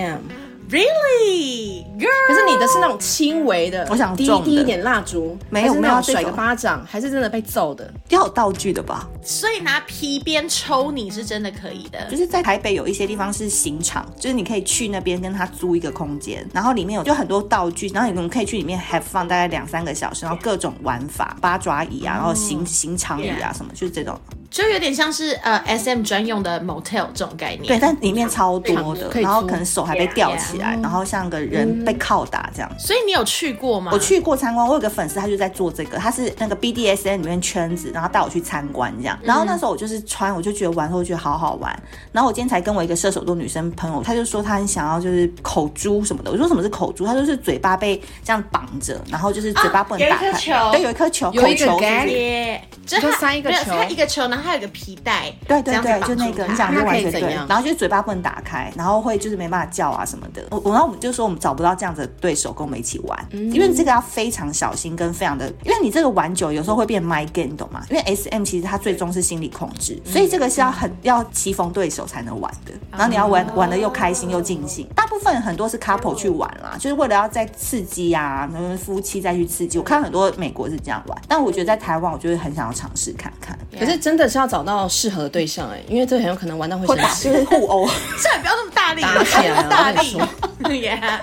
[SPEAKER 2] ？Really, girl？
[SPEAKER 1] 可是你的是那种轻微的，
[SPEAKER 3] 我想
[SPEAKER 1] 滴
[SPEAKER 3] 重的
[SPEAKER 1] 滴一点蜡烛，
[SPEAKER 3] 没有
[SPEAKER 1] 还是那
[SPEAKER 3] 没
[SPEAKER 1] 种
[SPEAKER 3] 有这
[SPEAKER 1] 甩个
[SPEAKER 3] 种
[SPEAKER 1] 巴掌，还是真的被揍的。
[SPEAKER 3] 要有道具的吧？
[SPEAKER 2] 所以拿皮鞭抽你是真的可以的
[SPEAKER 3] 就。是在台北有一些地方是刑场，就是你可以去那边跟他租一个空间，然后里面有就很多道具，然后你们可以去里面 have fun 大概两三个小时，然后各种玩法，八爪椅啊，然后刑刑场椅啊什么，就是这种。
[SPEAKER 2] 就有点像是呃 S M 专用的 motel 这种概念。
[SPEAKER 3] 对，但里面超多
[SPEAKER 1] 可以
[SPEAKER 3] 的
[SPEAKER 1] 可，以
[SPEAKER 3] 然后
[SPEAKER 1] 租
[SPEAKER 3] 可能手还被
[SPEAKER 4] Yeah，
[SPEAKER 3] 吊起来，然后像个
[SPEAKER 1] 嗯
[SPEAKER 3] 人被拷打这样。
[SPEAKER 2] 所以你有去过吗？
[SPEAKER 3] 我。去过参观，我有个粉丝，他就在做这个，他是那个 BDSN 里面圈子，然后带我去参观这样。
[SPEAKER 2] 嗯
[SPEAKER 3] 然后那时候我就是穿，我就觉得玩，我觉得好好玩。然后我今天才跟我一个射手座女生朋友，她就说她很想要就是口珠什么的。我说什么是口珠？她就是嘴巴被这样绑着，然后就是嘴巴不能打开。
[SPEAKER 2] 啊有一颗球
[SPEAKER 3] 对，有一颗球，
[SPEAKER 1] 有一
[SPEAKER 3] 口
[SPEAKER 1] 个
[SPEAKER 3] 球是不
[SPEAKER 1] gag
[SPEAKER 3] 是
[SPEAKER 2] 耶，就
[SPEAKER 1] 就
[SPEAKER 2] 它
[SPEAKER 1] 塞一个
[SPEAKER 2] 没有
[SPEAKER 1] 球
[SPEAKER 2] 它一个球，然后还有一个皮带，
[SPEAKER 3] 对对
[SPEAKER 2] 这样
[SPEAKER 3] 对
[SPEAKER 2] 子，
[SPEAKER 3] 就
[SPEAKER 2] 绑
[SPEAKER 3] 那
[SPEAKER 2] 住
[SPEAKER 3] 个
[SPEAKER 2] 它
[SPEAKER 3] 你讲
[SPEAKER 1] 那
[SPEAKER 3] 就
[SPEAKER 1] 可
[SPEAKER 3] 完
[SPEAKER 1] 以
[SPEAKER 3] 全
[SPEAKER 1] 怎
[SPEAKER 3] 对
[SPEAKER 1] 样，
[SPEAKER 3] 然后就是嘴巴不能打开，然后会就是没办法叫啊什么的。我我然后我们就说我们找不到这样子的对手跟我们一起玩，
[SPEAKER 2] 嗯
[SPEAKER 3] 因为这个要非常小心跟非常的，因为你这个玩久有时候会变 my game，你懂吗？因为 S M 其实它最终是心理控制，所以这个是要
[SPEAKER 2] 嗯
[SPEAKER 3] 很要棋逢对手才能玩的。然后你要玩
[SPEAKER 2] 哦
[SPEAKER 3] 玩的又开心又尽兴，大部分很多是 couple 去玩啦，就是为了要再刺激啊，然后夫妻再去刺激。我看很多美国是这样玩，但我觉得在台湾，我就会很想要尝试看看。
[SPEAKER 1] 可是真的是要找到适合的对象哎、因为这很有可能玩到会
[SPEAKER 3] 会
[SPEAKER 1] 生
[SPEAKER 3] 打就
[SPEAKER 1] 气，
[SPEAKER 3] 是互殴，
[SPEAKER 2] 这不要那么大力，
[SPEAKER 1] 打起来啊
[SPEAKER 2] 大
[SPEAKER 1] 我
[SPEAKER 2] 力 ，yeah，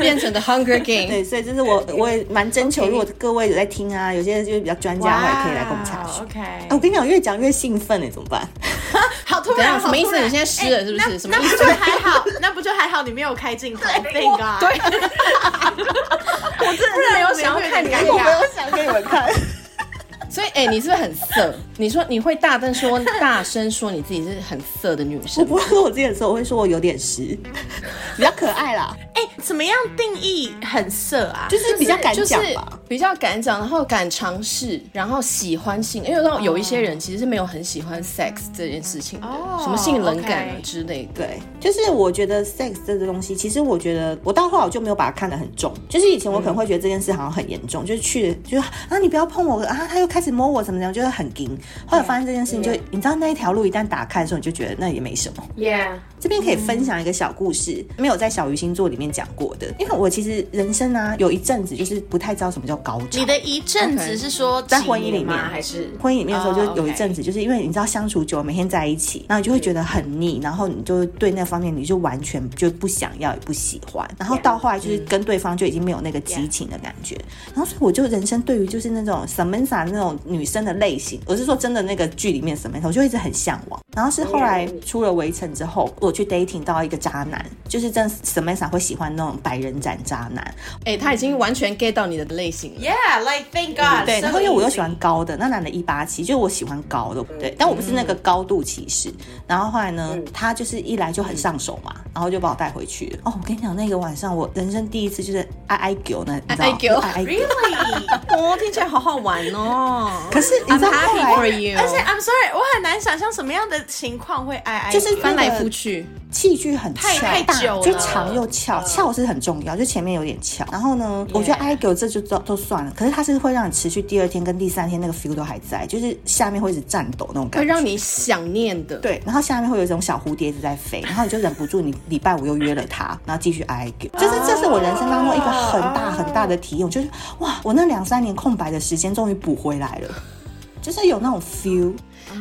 [SPEAKER 1] 变成的 Hunger Game。
[SPEAKER 3] 对，所以这是我我也蛮征求，如果各位有在听啊，有些就是比较专家的话，也可以来跟我们查询。哎我
[SPEAKER 2] OK，
[SPEAKER 3] 跟你讲，越讲越兴奋哎，怎么办？
[SPEAKER 2] 好突
[SPEAKER 1] 怎
[SPEAKER 2] 然，
[SPEAKER 1] 样
[SPEAKER 2] 好
[SPEAKER 1] 什么意思
[SPEAKER 2] 突然
[SPEAKER 1] 你现在湿了是不是
[SPEAKER 2] 哎
[SPEAKER 1] 什么
[SPEAKER 2] 那
[SPEAKER 1] 意
[SPEAKER 2] 那
[SPEAKER 1] 思
[SPEAKER 2] 不就还好？那不就还好？你没有开镜头，Thank God。对，我真的没有
[SPEAKER 1] 想要看 你
[SPEAKER 2] 尴尬。
[SPEAKER 3] 想给你们看。
[SPEAKER 1] 所以，哎、你是不是很色？你说你会大声说、大声说你自己是很色的女
[SPEAKER 3] 我
[SPEAKER 1] 生
[SPEAKER 3] 不，会说我自己的时候，我会说我有点湿，比较可爱啦，
[SPEAKER 2] 哎，怎么样定义很色啊？
[SPEAKER 3] 就是比较敢
[SPEAKER 1] 就是
[SPEAKER 3] 讲吧。
[SPEAKER 1] 比较敢讲，然后敢尝试，然后喜欢性，因为有有一些人其实是没有很喜欢 sex 这件事情的，
[SPEAKER 2] 哦
[SPEAKER 1] 什么性冷感啊
[SPEAKER 2] OK
[SPEAKER 1] 之类的。
[SPEAKER 3] 对，就是我觉得 sex 这个东西，其实我觉得我到后来我就没有把它看得很重。就是以前我可能会觉得这件事好像很严重，就是去就是啊你不要碰我啊，他又开始摸我怎么怎么样，就是很硬。后来发现这件事情就，你知道那一条路一旦打开的时候，你就觉得那也没什么。
[SPEAKER 4] Yeah，
[SPEAKER 3] 这边可以分享一个小故事，没有在小鱼星座里面讲过的。因为我其实人生啊，有一阵子就是不太知道什么叫高潮
[SPEAKER 2] 你。的一阵子
[SPEAKER 1] OK
[SPEAKER 2] 是说
[SPEAKER 3] 在婚
[SPEAKER 2] 几
[SPEAKER 3] 姻
[SPEAKER 2] 年
[SPEAKER 3] 里
[SPEAKER 2] 吗
[SPEAKER 3] 面
[SPEAKER 2] 还是
[SPEAKER 3] 婚姻里面的时候，
[SPEAKER 2] 哦
[SPEAKER 3] 就有一阵子，就是因为你知道相处久，每天在一起，然后你就会觉得很腻，然后你就对那方面你就完全就不想要，也不喜欢。然后到后来就是跟对方就已经没有那个激情的感觉。然后所以我就人生对于就是那种 Samantha 那种女生的类型，我是说真的那个剧里面 Samantha，我就一直很向往。然后是后来出了《围城》之后，我去 dating 到一个渣男，就是真的 Samantha 会喜欢那种白人斩渣男，
[SPEAKER 1] 哎、他已经完全 get 到你的类型了。
[SPEAKER 2] ？Yeah，like thank God。
[SPEAKER 3] 对，然后因为我又喜欢高的，那男的一八七，就是我喜欢高的，
[SPEAKER 1] 嗯
[SPEAKER 3] 对，但我不是那个高度歧视。然后后来呢，他就是一来就很上手嘛，然后就把我带回去了。哦，我跟你讲，那个晚上我人生第一次就是挨挨狗呢，你知道
[SPEAKER 1] 挨
[SPEAKER 3] 吗
[SPEAKER 1] 挨狗
[SPEAKER 3] 挨挨狗
[SPEAKER 2] Really？
[SPEAKER 1] 哦，听起来好好玩哦。
[SPEAKER 3] 可是你
[SPEAKER 1] I'm
[SPEAKER 3] 知道后
[SPEAKER 1] happy
[SPEAKER 3] 来
[SPEAKER 1] for you。
[SPEAKER 2] 而且 I'm sorry，我很难想象什么样的情况会挨挨
[SPEAKER 3] 就是
[SPEAKER 1] 翻来覆去，
[SPEAKER 3] 器具很
[SPEAKER 2] 太
[SPEAKER 3] 翘，
[SPEAKER 2] 太
[SPEAKER 3] 大
[SPEAKER 2] 久了
[SPEAKER 3] 就长又
[SPEAKER 1] 嗯
[SPEAKER 3] 翘，翘是很重要，就前面有点翘。然后呢，我觉得 i g 这就都都算了，可是它是会让你持续第二天跟第三天那个 feel 都还在，就是下面会一直颤抖那种感
[SPEAKER 1] 会
[SPEAKER 3] 觉。
[SPEAKER 1] 让你想念的。，
[SPEAKER 3] 对，然后下面会有一种小蝴蝶一直在飞，然后你就忍不住，你礼拜五又约了他，然后继续 argue，就是这是我人生当中一个很大很大的体验，我就是哇，我那两三年空白的时间终于补回来了，就是有那种 feel，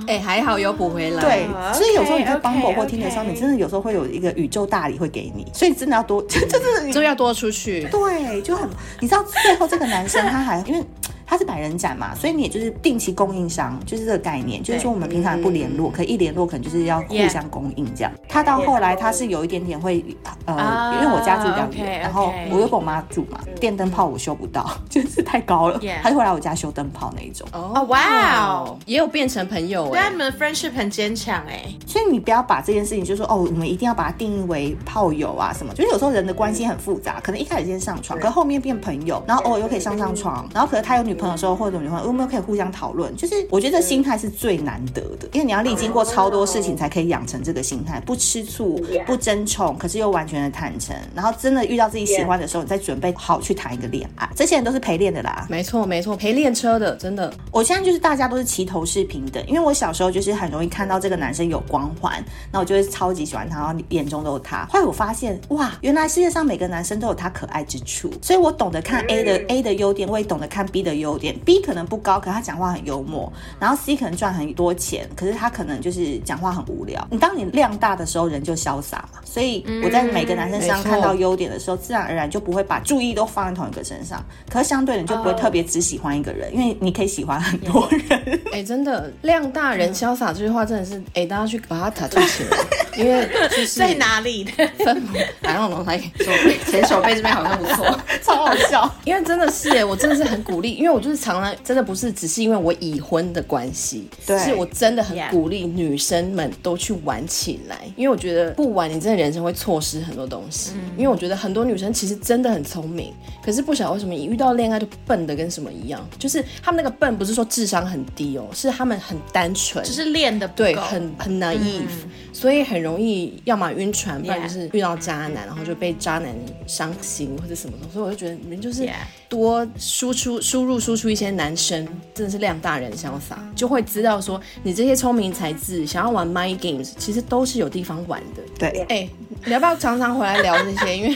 [SPEAKER 1] 哎、还好有补回来。
[SPEAKER 3] 对，
[SPEAKER 2] 哦
[SPEAKER 3] 所以有时候你在
[SPEAKER 2] OK，OK，
[SPEAKER 3] 帮狗或听的时候，
[SPEAKER 2] OK
[SPEAKER 3] 你真的有时候会有一个宇宙大礼会给你，所以真的要多， 就就是你
[SPEAKER 1] 就要多出去。
[SPEAKER 3] 对，就很，你知道最后这个男生他 还因为。他是百人展嘛，所以你也就是定期供应商，就是这个概念，就是说我们平常不联络，可一联络可能就是要互
[SPEAKER 2] Yeah
[SPEAKER 3] 相供应这样。他到后来他是有一点点会，呃，因为我家住比较远，
[SPEAKER 2] 啊 OK，OK
[SPEAKER 3] 然后我又跟我妈住嘛，电灯泡我修不到， 就是太高了
[SPEAKER 2] Yeah，
[SPEAKER 3] 他就会来我家修灯泡那一种。
[SPEAKER 1] 哦
[SPEAKER 2] 哦，哇哦，
[SPEAKER 1] 也有变成朋友
[SPEAKER 2] 对
[SPEAKER 1] 哎、
[SPEAKER 2] 啊，你们的 friendship 很坚强哎，
[SPEAKER 3] 所以你不要把这件事情就说哦，我们一定要把它定义为炮友啊什么，就是有时候人的关系很复杂，可能一开始先上床，可后面变朋友，然后偶尔又可以上上床，然后可能他有女朋友的时候或者有女朋友，我们又可以互相讨论，就是我觉得这心态是最难得的，因为你要历经过超多事情才可以养成这个心态，不吃醋，不争宠，可是又完全的坦诚，然后真的遇到自己喜欢的时候，你再准备好去谈一个恋爱，这些人都是陪练的啦，
[SPEAKER 1] 没错没错，陪练车的真的
[SPEAKER 3] 我现在就是大家都是齐头式平等，因为我小时候就是很容易看到这个男生有光环，那我就会超级喜欢他，然后眼中都有他。后来我发现，哇，原来世界上每个男生都有他可爱之处，所以我懂得看 A 的 A 的优点，我也懂得看 B 的优点。B 可能不高，可他讲话很幽默，然后 C 可能赚很多钱，可是他可能就是讲话很无聊。你当你量大的时候，人就潇洒嘛。所以我在每个男生身上
[SPEAKER 1] 没错
[SPEAKER 3] 看到优点的时候，自然而然就不会把注意都放在同一个身上，可是相对的你就不会特别只喜欢一个人，因为你可以喜欢很多人。
[SPEAKER 1] 哎、真的量大人潇洒这句话真的是哎、大家去把它打出起来，因为就是
[SPEAKER 2] 在哪里的？
[SPEAKER 1] 分白龙龙台 手背前手背这边好像不错，
[SPEAKER 3] 超好笑。
[SPEAKER 1] 因为真的是哎，我真的是很鼓励，因为我就是常常真的不是只是因为我已婚的关系，
[SPEAKER 3] 对
[SPEAKER 1] 是我真的很
[SPEAKER 2] Yeah
[SPEAKER 1] 鼓励女生们都去玩起来，因为我觉得不玩你真的人生会错失很多东西，因为我觉得很多女生其实真的很聪明，可是不晓得为什么一遇到恋爱就笨的跟什么一样，就是她们那个笨不是说智商很低哦，是她们很单纯，
[SPEAKER 2] 只是练的不
[SPEAKER 1] 对，
[SPEAKER 2] 够，嗯
[SPEAKER 1] 很很 naive，、所以很容易要么晕船，不然
[SPEAKER 2] Yeah
[SPEAKER 1] 就是遇到渣男，然后就被渣男伤心或者什么东西。所以我就觉得你们就是
[SPEAKER 2] Yeah
[SPEAKER 1] 多输出、输入、输出一些男生，真的是量大人潇洒，就会知道说你这些聪明才智，想要玩 mind games，其实都是有地方玩的。
[SPEAKER 3] 对，
[SPEAKER 1] 哎、你要不要常常回来聊这些？因 为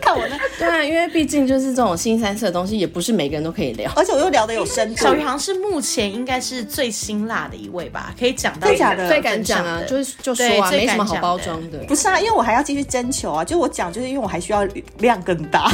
[SPEAKER 3] 看我那，
[SPEAKER 1] 对啊，因为毕竟就是这种新三色的东西，也不是每个人都可以聊。
[SPEAKER 3] 而且我又聊得有深度
[SPEAKER 2] 小。鱼好像是目前应该是最辛辣的一位吧，可以讲到
[SPEAKER 3] 真假的
[SPEAKER 1] 最敢讲啊，就是是就说
[SPEAKER 2] 对
[SPEAKER 1] 啊，
[SPEAKER 2] 最
[SPEAKER 1] 没什
[SPEAKER 2] 敢
[SPEAKER 1] 么好
[SPEAKER 2] 讲
[SPEAKER 1] 包
[SPEAKER 2] 的
[SPEAKER 1] 装的。
[SPEAKER 3] 不是啊，因为我还要继续征求啊，就我讲，就是因为我还需要量更大，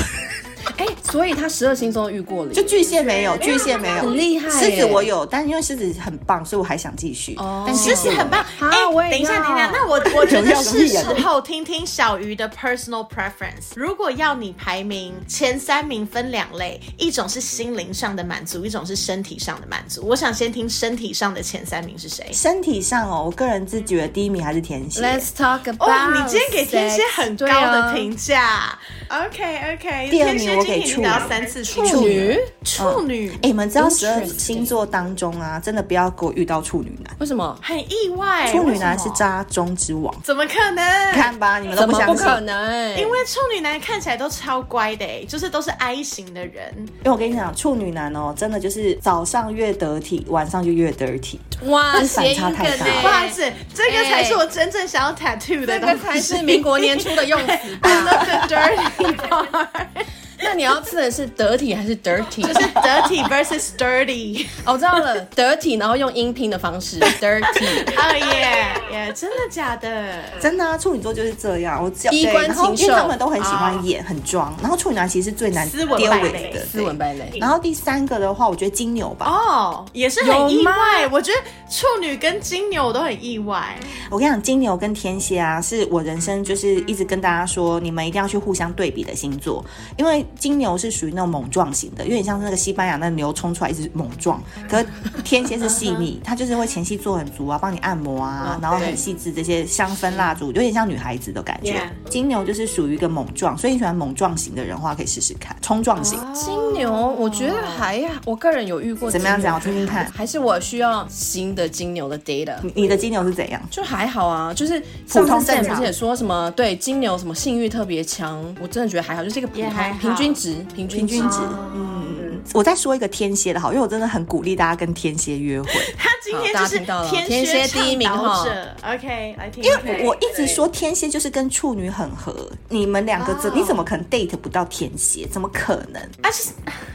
[SPEAKER 1] 哎、所以他十二星座都遇过了耶，
[SPEAKER 3] 就巨蟹没 有，巨蟹没有，
[SPEAKER 1] 很厉害
[SPEAKER 3] 狮子
[SPEAKER 1] 耶
[SPEAKER 3] 我有，但因为狮子很棒，所以我还想继续。
[SPEAKER 1] 哦
[SPEAKER 3] 但
[SPEAKER 2] 其实很棒。
[SPEAKER 1] 啊
[SPEAKER 2] 哎、
[SPEAKER 1] 我也
[SPEAKER 2] 等一下，
[SPEAKER 1] 要
[SPEAKER 2] 等一下，那我 我 觉
[SPEAKER 3] 荣
[SPEAKER 2] 得
[SPEAKER 3] 耀荣
[SPEAKER 2] 是
[SPEAKER 3] 誉
[SPEAKER 2] 时
[SPEAKER 3] 啊
[SPEAKER 2] 候听听小鱼的 personal preference。如果要你排名前三名，分两类，一种是心灵上的满足，一种是身体上的满足。我想先听身体上的前三名是谁？
[SPEAKER 3] 身体上哦，我个人自觉得第一名还是天蝎。
[SPEAKER 1] Let's talk
[SPEAKER 2] 哦
[SPEAKER 1] about、，
[SPEAKER 2] 你今天给天蝎很高的评价。OK OK，
[SPEAKER 3] 第二
[SPEAKER 2] 天
[SPEAKER 3] 名
[SPEAKER 2] 蝎
[SPEAKER 3] 我
[SPEAKER 2] 今天
[SPEAKER 3] 给
[SPEAKER 2] 已
[SPEAKER 3] 处
[SPEAKER 2] 经
[SPEAKER 3] 女
[SPEAKER 2] 得到三次评
[SPEAKER 1] 处女，
[SPEAKER 2] 处女
[SPEAKER 3] 哎、你们知道十二
[SPEAKER 1] Interesting
[SPEAKER 3] 星座当中啊，真的不要给我遇到处女男，
[SPEAKER 1] 为什么？
[SPEAKER 2] 很意外，
[SPEAKER 3] 处
[SPEAKER 2] 哎为
[SPEAKER 3] 女
[SPEAKER 2] 什
[SPEAKER 3] 男
[SPEAKER 2] 么
[SPEAKER 3] 是渣中之王。
[SPEAKER 2] 怎么可能？
[SPEAKER 3] 看吧，你们都
[SPEAKER 1] 怎
[SPEAKER 3] 不
[SPEAKER 1] 么
[SPEAKER 3] 相
[SPEAKER 1] 不
[SPEAKER 3] 信。
[SPEAKER 1] 可能？
[SPEAKER 2] 因为处女男看起来都超乖的、欸，就是都是 I 型的人，
[SPEAKER 3] 因为我跟你讲，处女男哦，真的就是早上越得体，晚上就越得体。
[SPEAKER 1] 哇，
[SPEAKER 3] 这反
[SPEAKER 1] 谐
[SPEAKER 3] 差
[SPEAKER 1] 音
[SPEAKER 3] 太
[SPEAKER 1] 梗
[SPEAKER 3] 大
[SPEAKER 1] 欸
[SPEAKER 2] 不好意思，这个才是我真正想要 tattoo
[SPEAKER 1] 这
[SPEAKER 2] 的东
[SPEAKER 1] 个
[SPEAKER 2] 西，
[SPEAKER 1] 才 是民国年初的用词
[SPEAKER 2] I
[SPEAKER 1] 吧？
[SPEAKER 2] love the dirty part，
[SPEAKER 1] 那你要吃的是得体还是 dirty？
[SPEAKER 2] 就是 dirty versus dirty，
[SPEAKER 1] 哦我知道了，得体，然后用音拼的方式 dirty。
[SPEAKER 2] 哦耶耶，真的假的？
[SPEAKER 3] 真的啊，处女座就是这样。我只要
[SPEAKER 1] 衣
[SPEAKER 3] 对
[SPEAKER 1] 冠
[SPEAKER 3] 然后
[SPEAKER 1] 禽
[SPEAKER 3] 因为他
[SPEAKER 1] 兽
[SPEAKER 3] 们都很喜欢演、很装，然后处女男其实是最难
[SPEAKER 2] 斯
[SPEAKER 3] 丢
[SPEAKER 2] 文败
[SPEAKER 3] 尾
[SPEAKER 2] 类
[SPEAKER 3] 的。
[SPEAKER 1] 斯文
[SPEAKER 3] 对。
[SPEAKER 1] 败类，
[SPEAKER 3] 然后第三个的话，我觉得金牛吧。
[SPEAKER 2] 哦，也是很意
[SPEAKER 1] 有吗
[SPEAKER 2] 外，我觉得处女跟金牛我都很意外，
[SPEAKER 3] 我跟你讲，金牛跟天蝎啊，是我人生就是一直跟大家说，你们一定要去互相对比的星座，因为金牛是属于那种猛撞型的，有点像是那个西班牙那牛冲出来一直猛撞，可是天蝎是细腻，它就是会前戏做很足啊，帮你按摩啊，然后很细致这些香氛蜡烛，有点像女孩子的感觉。
[SPEAKER 2] Yeah
[SPEAKER 3] 金牛就是属于一个猛撞，所以你喜欢猛撞型的人的话，可以试试看冲撞型。
[SPEAKER 1] 金牛，我觉得还我个人有遇过
[SPEAKER 3] 怎么样
[SPEAKER 1] 金牛
[SPEAKER 3] 讲我听听看
[SPEAKER 1] 还是我需要新的金牛的 data。
[SPEAKER 3] 你你的金牛是怎样？
[SPEAKER 1] 就还好啊，就是上
[SPEAKER 3] 普通
[SPEAKER 1] 次之前
[SPEAKER 3] 正
[SPEAKER 1] 不
[SPEAKER 3] 常
[SPEAKER 1] 是也说什么对金牛什么性欲特别强，我真的觉得还好，就是一个普
[SPEAKER 2] 也还
[SPEAKER 1] 通
[SPEAKER 2] 好
[SPEAKER 1] 平均值，平均
[SPEAKER 3] 平均值。
[SPEAKER 4] 嗯，
[SPEAKER 3] 我再说一个天蝎的好，因为我真的很鼓励大家跟天蝎约会。
[SPEAKER 2] 他今天就
[SPEAKER 1] 好大家
[SPEAKER 2] 是
[SPEAKER 1] 听到了
[SPEAKER 2] 天
[SPEAKER 1] 天蝎
[SPEAKER 2] 倡
[SPEAKER 1] 第一名
[SPEAKER 2] 导
[SPEAKER 1] 哈
[SPEAKER 2] 者。OK，来听，
[SPEAKER 3] 因为
[SPEAKER 4] 对
[SPEAKER 3] 我一直说天蝎就是跟处女很合，你们两个怎
[SPEAKER 2] 哦
[SPEAKER 3] 你怎么可能 date 不到天蝎？怎么可能？
[SPEAKER 2] I just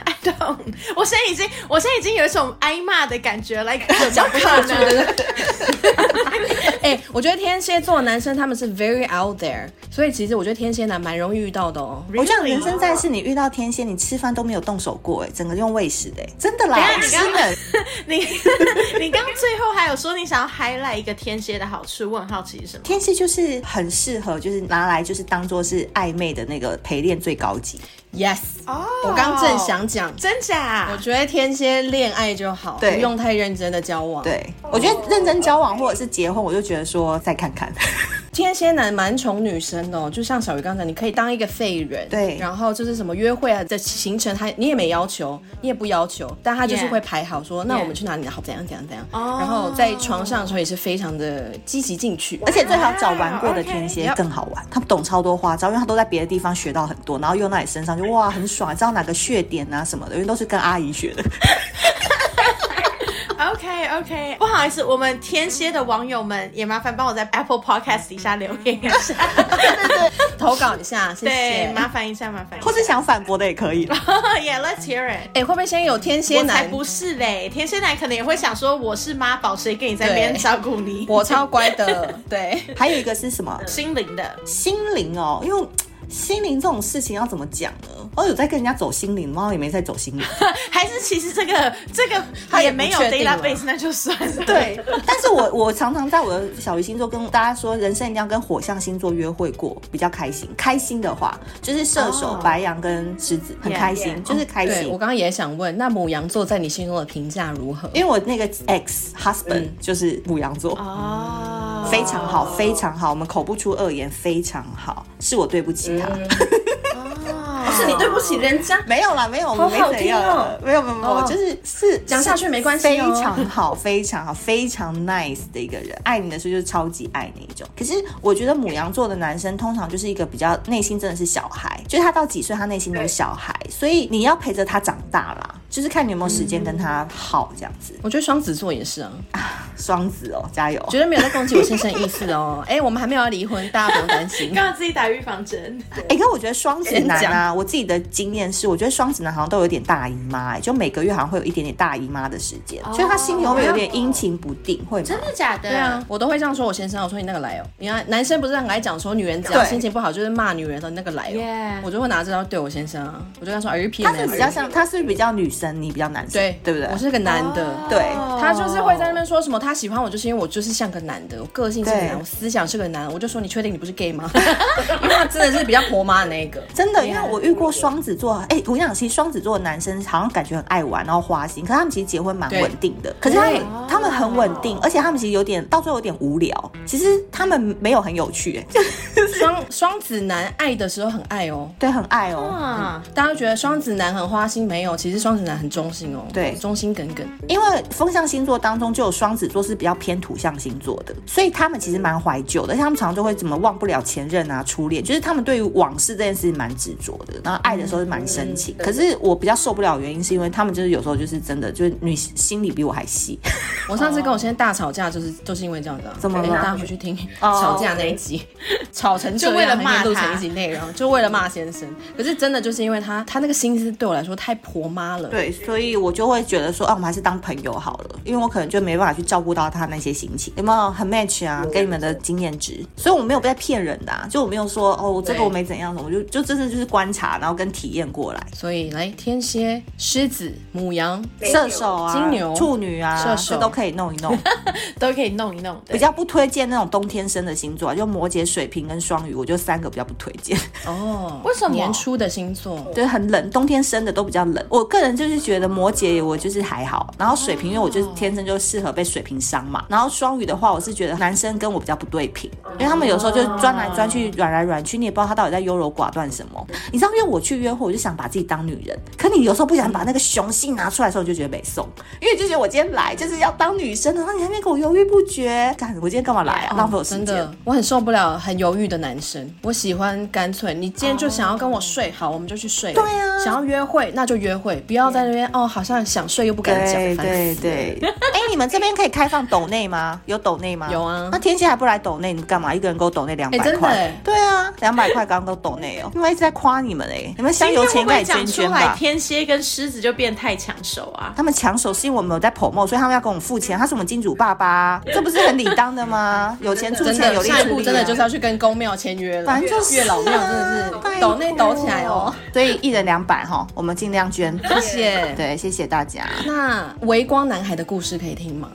[SPEAKER 2] I don't，我现在已经我现在已经有一种挨骂的感觉，like 怎么可能？
[SPEAKER 1] 哎、我觉得天蝎座男生他们是 very out there，所以其实我觉得天蝎男蛮容易遇到的哦。
[SPEAKER 3] 我讲人生在世，你遇到天蝎，你吃饭都没有动手过、哎，整个用喂食的、哎，真的啦，
[SPEAKER 2] 等一下
[SPEAKER 3] 吃
[SPEAKER 2] 你刚
[SPEAKER 3] 人。
[SPEAKER 2] 你 你刚最后还有说你想要 highlight 一个天蝎的好处，我很好奇是什么？
[SPEAKER 3] 天蝎就是很适合，就是拿来就是当做是暧昧的那个陪练最高级。
[SPEAKER 1] Yes，、
[SPEAKER 2] 哦
[SPEAKER 1] 我刚正想讲，
[SPEAKER 2] 真假
[SPEAKER 1] 我觉得天蝎恋爱就好，
[SPEAKER 3] 对
[SPEAKER 1] 不用太认真的交往。，
[SPEAKER 3] 对，
[SPEAKER 2] 哦
[SPEAKER 3] 我觉得认真交往或者是结婚，我就觉得说再看看。
[SPEAKER 1] 天蝎男蛮宠女生的、哦，就像小鱼刚才，你可以当一个废人，
[SPEAKER 3] 对
[SPEAKER 1] 然后就是什么约会啊的行程他，你也没要求，你也不要求，但他就是
[SPEAKER 2] Yeah
[SPEAKER 1] 会排好说那
[SPEAKER 2] Yeah
[SPEAKER 1] 我们去哪里，好怎样怎样怎样。
[SPEAKER 2] 哦
[SPEAKER 1] 然后在床上的时候也是非常的积极进取，
[SPEAKER 3] 而且最好找玩过的
[SPEAKER 2] OK，
[SPEAKER 3] 天蝎
[SPEAKER 1] 哦 yep
[SPEAKER 3] 更好玩，他们懂超多花招，因为他都在别的地方学到很多，然后用到你身上就哇很爽，知道哪个穴点啊什么的，因为都是跟阿姨学的。
[SPEAKER 2] ？OK OK，不好意思，我们天蝎的网友们也麻烦帮我在 Apple Podcast 底下留言一下，
[SPEAKER 1] 投稿一下，谢
[SPEAKER 2] 对，
[SPEAKER 1] 谢。
[SPEAKER 2] 麻烦一下，麻烦一下。
[SPEAKER 3] 或 是想反驳的也可 以啦。
[SPEAKER 2] Yeah，let's hear it。
[SPEAKER 1] 哎、会不会先有天蝎
[SPEAKER 2] 我才
[SPEAKER 1] 男？
[SPEAKER 2] 不是嘞，天蝎男可能也会想说我是妈宝，谁跟你在那边
[SPEAKER 1] 对
[SPEAKER 2] 照顾你？
[SPEAKER 1] 我超乖的，对。
[SPEAKER 3] 还有一个是什
[SPEAKER 1] 嗯
[SPEAKER 3] 么
[SPEAKER 2] 心灵的，
[SPEAKER 3] 心灵哦，因为。心灵这种事情要怎么讲呢？哦，有在跟人家走心灵吗？也没在走心灵。
[SPEAKER 2] 还是其实这个这个
[SPEAKER 1] 他也
[SPEAKER 2] 也
[SPEAKER 1] 不
[SPEAKER 2] 没有
[SPEAKER 1] 确定了
[SPEAKER 2] database，那就算了。
[SPEAKER 3] 对，但是我我常常在我的小鱼星座跟大家说，人生一定要跟火象星座约会过，比较开心。开心的话，就是射手、
[SPEAKER 2] 哦
[SPEAKER 3] 白羊跟狮子，很
[SPEAKER 2] Yeah，
[SPEAKER 3] 开心
[SPEAKER 2] yeah
[SPEAKER 3] 就是开
[SPEAKER 1] 对
[SPEAKER 3] 心。
[SPEAKER 1] 我刚刚也想问，那母羊座在你心中的评价如何？
[SPEAKER 3] 因为我那个 ex husband、就是
[SPEAKER 1] 嗯
[SPEAKER 3] 母羊座，
[SPEAKER 2] 哦，
[SPEAKER 3] 非常好，非常好，我们口不出恶言，非常好，是我对不起他。
[SPEAKER 1] 嗯
[SPEAKER 2] 哦，
[SPEAKER 1] 是你对不起人家，
[SPEAKER 3] 没有啦，没有，我们没
[SPEAKER 1] 好好
[SPEAKER 3] 怎样
[SPEAKER 1] 听哦
[SPEAKER 3] 了，没有没有没有，
[SPEAKER 1] 哦
[SPEAKER 3] 我就是是
[SPEAKER 1] 讲下去没关系
[SPEAKER 3] 非
[SPEAKER 1] 哦
[SPEAKER 3] 常好，非常好，非常 nice 的一个人，爱你的时候就是超级爱那一种。可是我觉得母羊座的男生通常就是一个比较内心真的是小孩，就是他到几岁他内心都是小孩，所以你要陪着他长大啦，就是看你有没有时间跟他好这样子。
[SPEAKER 1] 我觉得双子座也是啊，
[SPEAKER 3] 双子哦，加油！
[SPEAKER 1] 绝对没有在攻击我先生的意思哦。哎、我们还没有要离婚，大家不用担 心。
[SPEAKER 2] 刚刚自己打预防针，
[SPEAKER 3] 哎、可我觉得双子男
[SPEAKER 1] 先
[SPEAKER 3] 啊，我自己的经验是，我觉得双子男好像都有点大姨妈、哎就每个月好像会有一点点大姨妈的时间，所以他心里会不会有点阴晴不定，会吗？
[SPEAKER 2] 的假的？
[SPEAKER 1] 对啊，，我都会这样说我先生，我说你那个来哦。你看男生不是很爱讲说女人只要
[SPEAKER 3] 对
[SPEAKER 1] 心情不好就是骂女人的那个来哦
[SPEAKER 2] Yeah
[SPEAKER 1] 我就会拿这招对我先生啊，我就跟他说 Are you
[SPEAKER 3] 他
[SPEAKER 1] peeing？
[SPEAKER 3] 是比较像，他是比较女生，你比较男生，
[SPEAKER 1] 对
[SPEAKER 3] 对不对？
[SPEAKER 1] 我是个哦男的。
[SPEAKER 3] 对
[SPEAKER 2] 哦
[SPEAKER 1] 他就是会在那边说什么，他喜欢我就是因为我就是像个男的，我个性是个
[SPEAKER 3] 对
[SPEAKER 1] 男，我思想是个男，我就说你确定你不是 gay 吗？因为他真的是比较婆妈的那一个。
[SPEAKER 3] 真的，因为我遇过双子座，哎、我跟你讲，其实双子座的男生好像感觉很爱玩，然后花心，可是他们其实结婚蛮
[SPEAKER 1] 对
[SPEAKER 3] 稳定的，可是他们
[SPEAKER 1] 对哦
[SPEAKER 3] 他们很稳定，而且他们其实有点到最后有点无聊，其实他们没有很有趣、哎，
[SPEAKER 1] 双双子男爱的时候很爱哦，
[SPEAKER 3] 对，很爱哦。
[SPEAKER 2] 啊，
[SPEAKER 1] 大家觉得双子男很花心没有？其实双子男很忠心哦，
[SPEAKER 3] 对
[SPEAKER 1] 忠心耿耿。
[SPEAKER 3] 因为风象星座当中就有双子座是比较偏土象星座的，所以他们其实蛮怀旧的，而且他们常常就会怎么忘不了前任啊、初恋，就是他们对于往事这件事情蛮执着的，然后爱的时候是蛮深情。可是我比较受不了的原因是因为他们就是有时候就是真的就是女心里比我还细，
[SPEAKER 1] 我上次跟我先生大吵架，就是就是因为这样子、啊。
[SPEAKER 3] 怎么了
[SPEAKER 1] 哎大家回去听吵架那一集， 吵成这样
[SPEAKER 2] 哦就为了骂他
[SPEAKER 1] 还可以录成一集内容，就为了骂先生。可是真的就是因为他，他那个心思对我来说太婆妈了。
[SPEAKER 3] 对，所以我就会觉得说，啊，我们还是当朋友好了，因为我可能就没办法去照顾到他那些心情，有没有很 match 啊？跟你们的经验值，所以我没有在骗人的、啊，就我没有说哦，这个
[SPEAKER 1] 对
[SPEAKER 3] 我没怎样，我就就真的就是观察，然后跟体验过来。
[SPEAKER 1] 所以来天蝎、狮子、母羊，
[SPEAKER 3] 射手啊、
[SPEAKER 1] 金牛
[SPEAKER 3] 处女啊，
[SPEAKER 1] 射手
[SPEAKER 3] 这都可以弄一 弄。
[SPEAKER 2] 都可以弄一弄的
[SPEAKER 3] 比。较不推荐那种冬天生的星座、啊，就摩羯、水瓶跟双鱼，我就三个比较不推荐，
[SPEAKER 1] 哦，
[SPEAKER 2] 为什么
[SPEAKER 1] 年初的星座？
[SPEAKER 3] 就是很冷，冬天生的都比较冷。我个人就是觉得摩羯我就是还好，然后水瓶因为我就是天生就适合被水瓶情商嘛。然后双鱼的话，我是觉得男生跟我比较不对频，因为他们有时候就钻来钻去、软来软去，你也不知道他到底在优柔寡断什么。你知道，因为我去约会，我就想把自己当女人，可你有时候不想把那个雄性拿出来的时候，你就觉得没送，因为你就觉得我今天来就是要当女生的，然后你还没给我犹豫不决，干我今天干嘛来啊？浪费我时
[SPEAKER 1] 真
[SPEAKER 3] 间
[SPEAKER 1] 的。，我很受不了很犹豫的男生。我喜欢干脆，你今天就想要跟我睡，好，我们就去睡。对
[SPEAKER 3] 啊
[SPEAKER 1] 想要约会那就约会，不要在那边哦，好像想睡又不敢讲。
[SPEAKER 3] 对
[SPEAKER 1] 烦死
[SPEAKER 3] 对对， 哎、你们这边可以开放抖内吗？有抖内吗？
[SPEAKER 1] 有啊
[SPEAKER 3] 那天蝎还不来抖内，你干嘛？一个人给我抖内两百
[SPEAKER 1] 哎真的
[SPEAKER 3] 块
[SPEAKER 1] 哎？
[SPEAKER 3] 对啊，两百块刚刚给我抖内哦，因为一直在夸你们哎，你们香
[SPEAKER 2] 今
[SPEAKER 3] 油
[SPEAKER 2] 天会
[SPEAKER 3] 钱应该
[SPEAKER 2] 不会
[SPEAKER 3] 也捐
[SPEAKER 2] 讲出
[SPEAKER 3] 捐
[SPEAKER 2] 来
[SPEAKER 3] 吧？
[SPEAKER 2] 天蝎跟狮子就变太抢手啊？
[SPEAKER 3] 他们抢手是因为我们有在 promo，所以他们要跟我们付钱。他是我们金主爸爸，这不是很理当的吗？有钱出
[SPEAKER 1] 真
[SPEAKER 3] 钱，有
[SPEAKER 1] 的，
[SPEAKER 3] 力
[SPEAKER 1] 下一
[SPEAKER 3] 出
[SPEAKER 1] 步
[SPEAKER 3] 力、啊。
[SPEAKER 1] 真的就是要去跟公庙签约了。
[SPEAKER 3] 反正就是啊
[SPEAKER 1] 月老庙真的
[SPEAKER 3] 拜
[SPEAKER 1] 是抖内
[SPEAKER 3] 托
[SPEAKER 1] 抖起来哦。。
[SPEAKER 3] 所以一人两百哈，我们尽量捐。
[SPEAKER 1] 谢谢。
[SPEAKER 3] 对，谢谢大家。
[SPEAKER 1] 那微光男孩的故事可以听吗？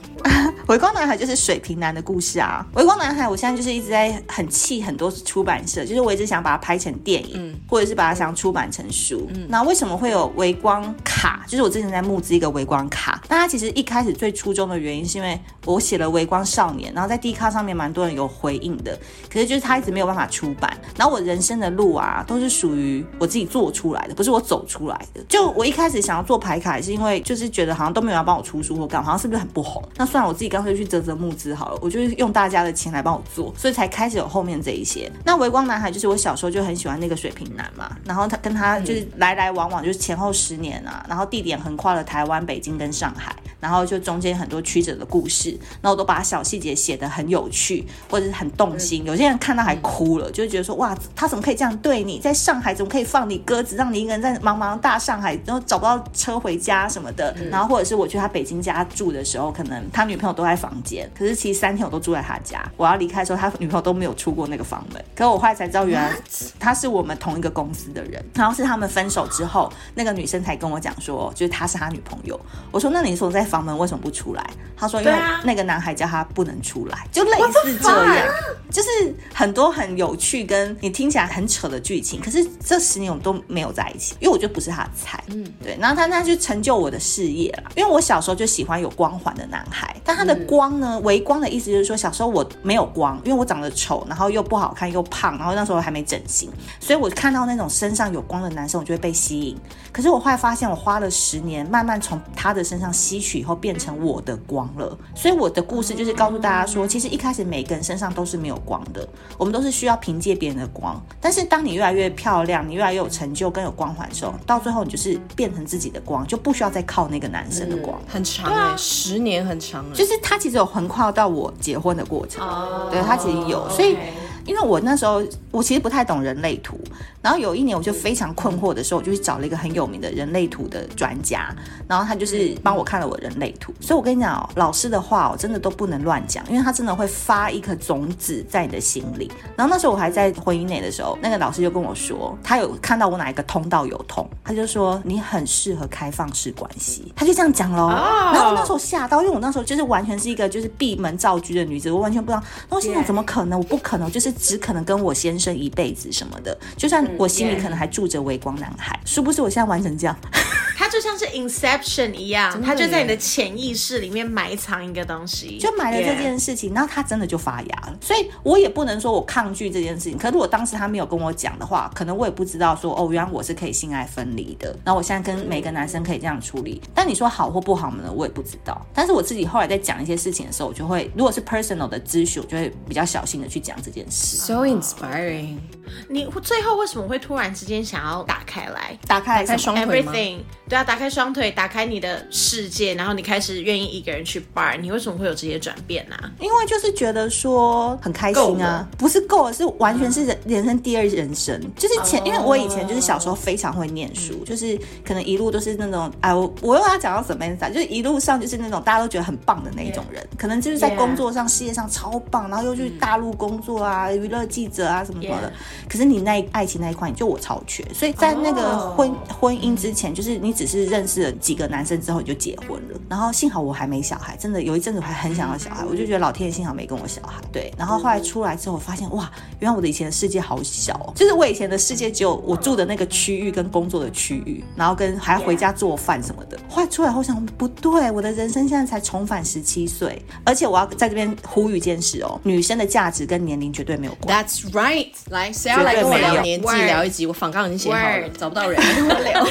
[SPEAKER 3] 微光男孩就是水瓶男的故事啊。微光男孩，我现在就是一直在很气很多出版社，就是我一直想把它拍成电影，或者是把它想出版成书。那为什么会有微光卡？就是我之前在募资一个微光卡，那它其实一开始最初衷的原因是因为我写了《微光少年》，然后在 D 卡上面蛮多人有回应的，可是就是他一直没有办法出版。然后我人生的路啊，都是属于我自己做出来的，不是我走出来的。就我一开始想要做牌卡，也是因为就是觉得好像都没有人要帮我出书或干嘛，好像是不是很不红？那算了，我自己干脆去折折募资好了，我就是用大家的钱来帮我做，所以才开始有后面这一些。那微光男孩就是我小时候就很喜欢那个水瓶男嘛，然后他跟他就是来来往往，就是前后十年啊，然后地点横跨了台湾、北京跟上海，然后就中间很多曲折的故事，然后我都把小细节写得很有趣或者是很动心，有些人看到还哭了，就会觉得说哇，他怎么可以这样对你？在上海怎么可以放你鸽子，让你一个人在茫茫大上海，然后找不到车回家什么
[SPEAKER 2] 嗯
[SPEAKER 3] 的？然后或者是我去他北京家住的时候，可能他女朋友都在房间，可是其实三天我都住在他家，我要离开的时候，他女朋友都没有出过那个房门。可我后来才知道，原来他是我们同一个公司的人，然后是他们分手之后，那个女生才跟我讲说，就是他是他女朋友。我说那你说在房门为什么不出来？他说因为
[SPEAKER 2] 对啊
[SPEAKER 3] 那个男孩叫他不能出来，就类似这样，就是很多很有趣跟你听起来很扯的剧情。可是这十年我们都没有在一起，因为我觉得不是他的菜。嗯，对。然后他他就成就我的事业啦，因为我小时候就喜欢有光环的男孩，但他的光呢，微光的意思就是说小时候我没有光，因为我长得丑，然后又不好看又胖，然后那时候还没整形，所以我看到那种身上有光的男生，我就会被吸引。可是我后来发现，我花了十年，慢慢从他的身上吸取以后，变成我的光了。所以我的故事就是告诉大家说，其实一开始每个人身上都是没有光的，我们都是需要凭借别人的光。但是当你越来越漂亮，你越来越有成就跟有光环的时候，到最后你就是变成自己的光，就不需要再靠那个男生的光。
[SPEAKER 1] 很长哎、十年很长哎、
[SPEAKER 3] 就是他其实有横跨到我结婚的过程，
[SPEAKER 2] 哦
[SPEAKER 3] 对他其实有，所以。因为我那时候我其实不太懂人类图，然后有一年我就非常困惑的时候，我就去找了一个很有名的人类图的专家，然后他就是帮我看了我人类图。所以我跟你讲、哦，老师的话我、真的都不能乱讲，因为他真的会发一颗种子在你的心里。然后那时候我还在婚姻内的时候，那个老师就跟我说，他有看到我哪一个通道有通，他就说你很适合开放式关系，他就这样讲喽。然后我那时候吓到，因为我那时候就是完全是一个就是闭门造车的女子，我完全不知道。那我心想怎么可能？我不可能，就是只可能跟我先生一辈子什么的。就算我心里可能还住着微光男孩，殊不知我现在玩成这样。
[SPEAKER 2] 它就像是 Inception 一样，
[SPEAKER 1] 真的
[SPEAKER 2] 它就在
[SPEAKER 1] 耶
[SPEAKER 2] 你的潜意识里面埋藏一个东西，
[SPEAKER 3] 就买了这
[SPEAKER 2] Yeah
[SPEAKER 3] 件事情，然后他真的就发芽了，所以我也不能说我抗拒这件事情。可如果当时他没有跟我讲的话，可能我也不知道说哦，原来我是可以性爱分离的。然后我现在跟每个男生可以这样处理，但你说好或不好呢，我也不知道。但是我自己后来在讲一些事情的时候，我就会如果是 personal 的咨询，我就会比较小心的去讲这件事。
[SPEAKER 1] so inspiring，
[SPEAKER 2] 你最后为什么会突然之间想要打开来
[SPEAKER 3] 打开来
[SPEAKER 1] 在
[SPEAKER 3] 什么
[SPEAKER 1] 双腿吗？
[SPEAKER 2] ？Everything，对啊，打开双腿，打开你的世界，然后你开始愿意一个人去 bar，你为什么会有这些转变呢、啊？
[SPEAKER 3] 因为就是觉得说很开心啊，不是够了，是完全是人人生第二人生。
[SPEAKER 2] 嗯
[SPEAKER 3] 就是
[SPEAKER 2] 哦
[SPEAKER 3] 前，因为我以前就是小时候非常会念书，就是可能一路都是那种，哎，我我又要讲到什么意思啊？就是一路上就是那种大家都觉得很棒的那一种人，可能就是在
[SPEAKER 2] Yeah 嗯
[SPEAKER 3] 工作上、事业上超棒，然后又去大陆工作啊、娱乐记者啊什么什么的
[SPEAKER 2] Yeah。
[SPEAKER 3] 可是你那一爱情那一块，就我超缺，所以在那个
[SPEAKER 2] 哦
[SPEAKER 3] 婚婚姻之前，就是你只只是认识了几个男生之后你就结婚了。然后幸好我还没小孩，真的有一阵子我还很想要小孩，我就觉得老天爷幸好没跟我小孩。对，然后后来出来之后，我发现哇，原来我的以前的世界好小哦，就是我以前的世界只有我住的那个区域跟工作的区域，然后跟还要回家做饭什么的。后来出来后想不对，我的人生现在才重返十七岁，而且我要在这边呼吁一件事哦，女生的价值跟年龄绝对没有关。
[SPEAKER 1] That's right，来，谁要来跟我
[SPEAKER 2] 绝对没
[SPEAKER 1] 聊
[SPEAKER 2] 有
[SPEAKER 1] 年纪
[SPEAKER 2] Word
[SPEAKER 1] 聊一集？我访纲已经写好了
[SPEAKER 2] Word
[SPEAKER 1] 找不到人，跟 我聊。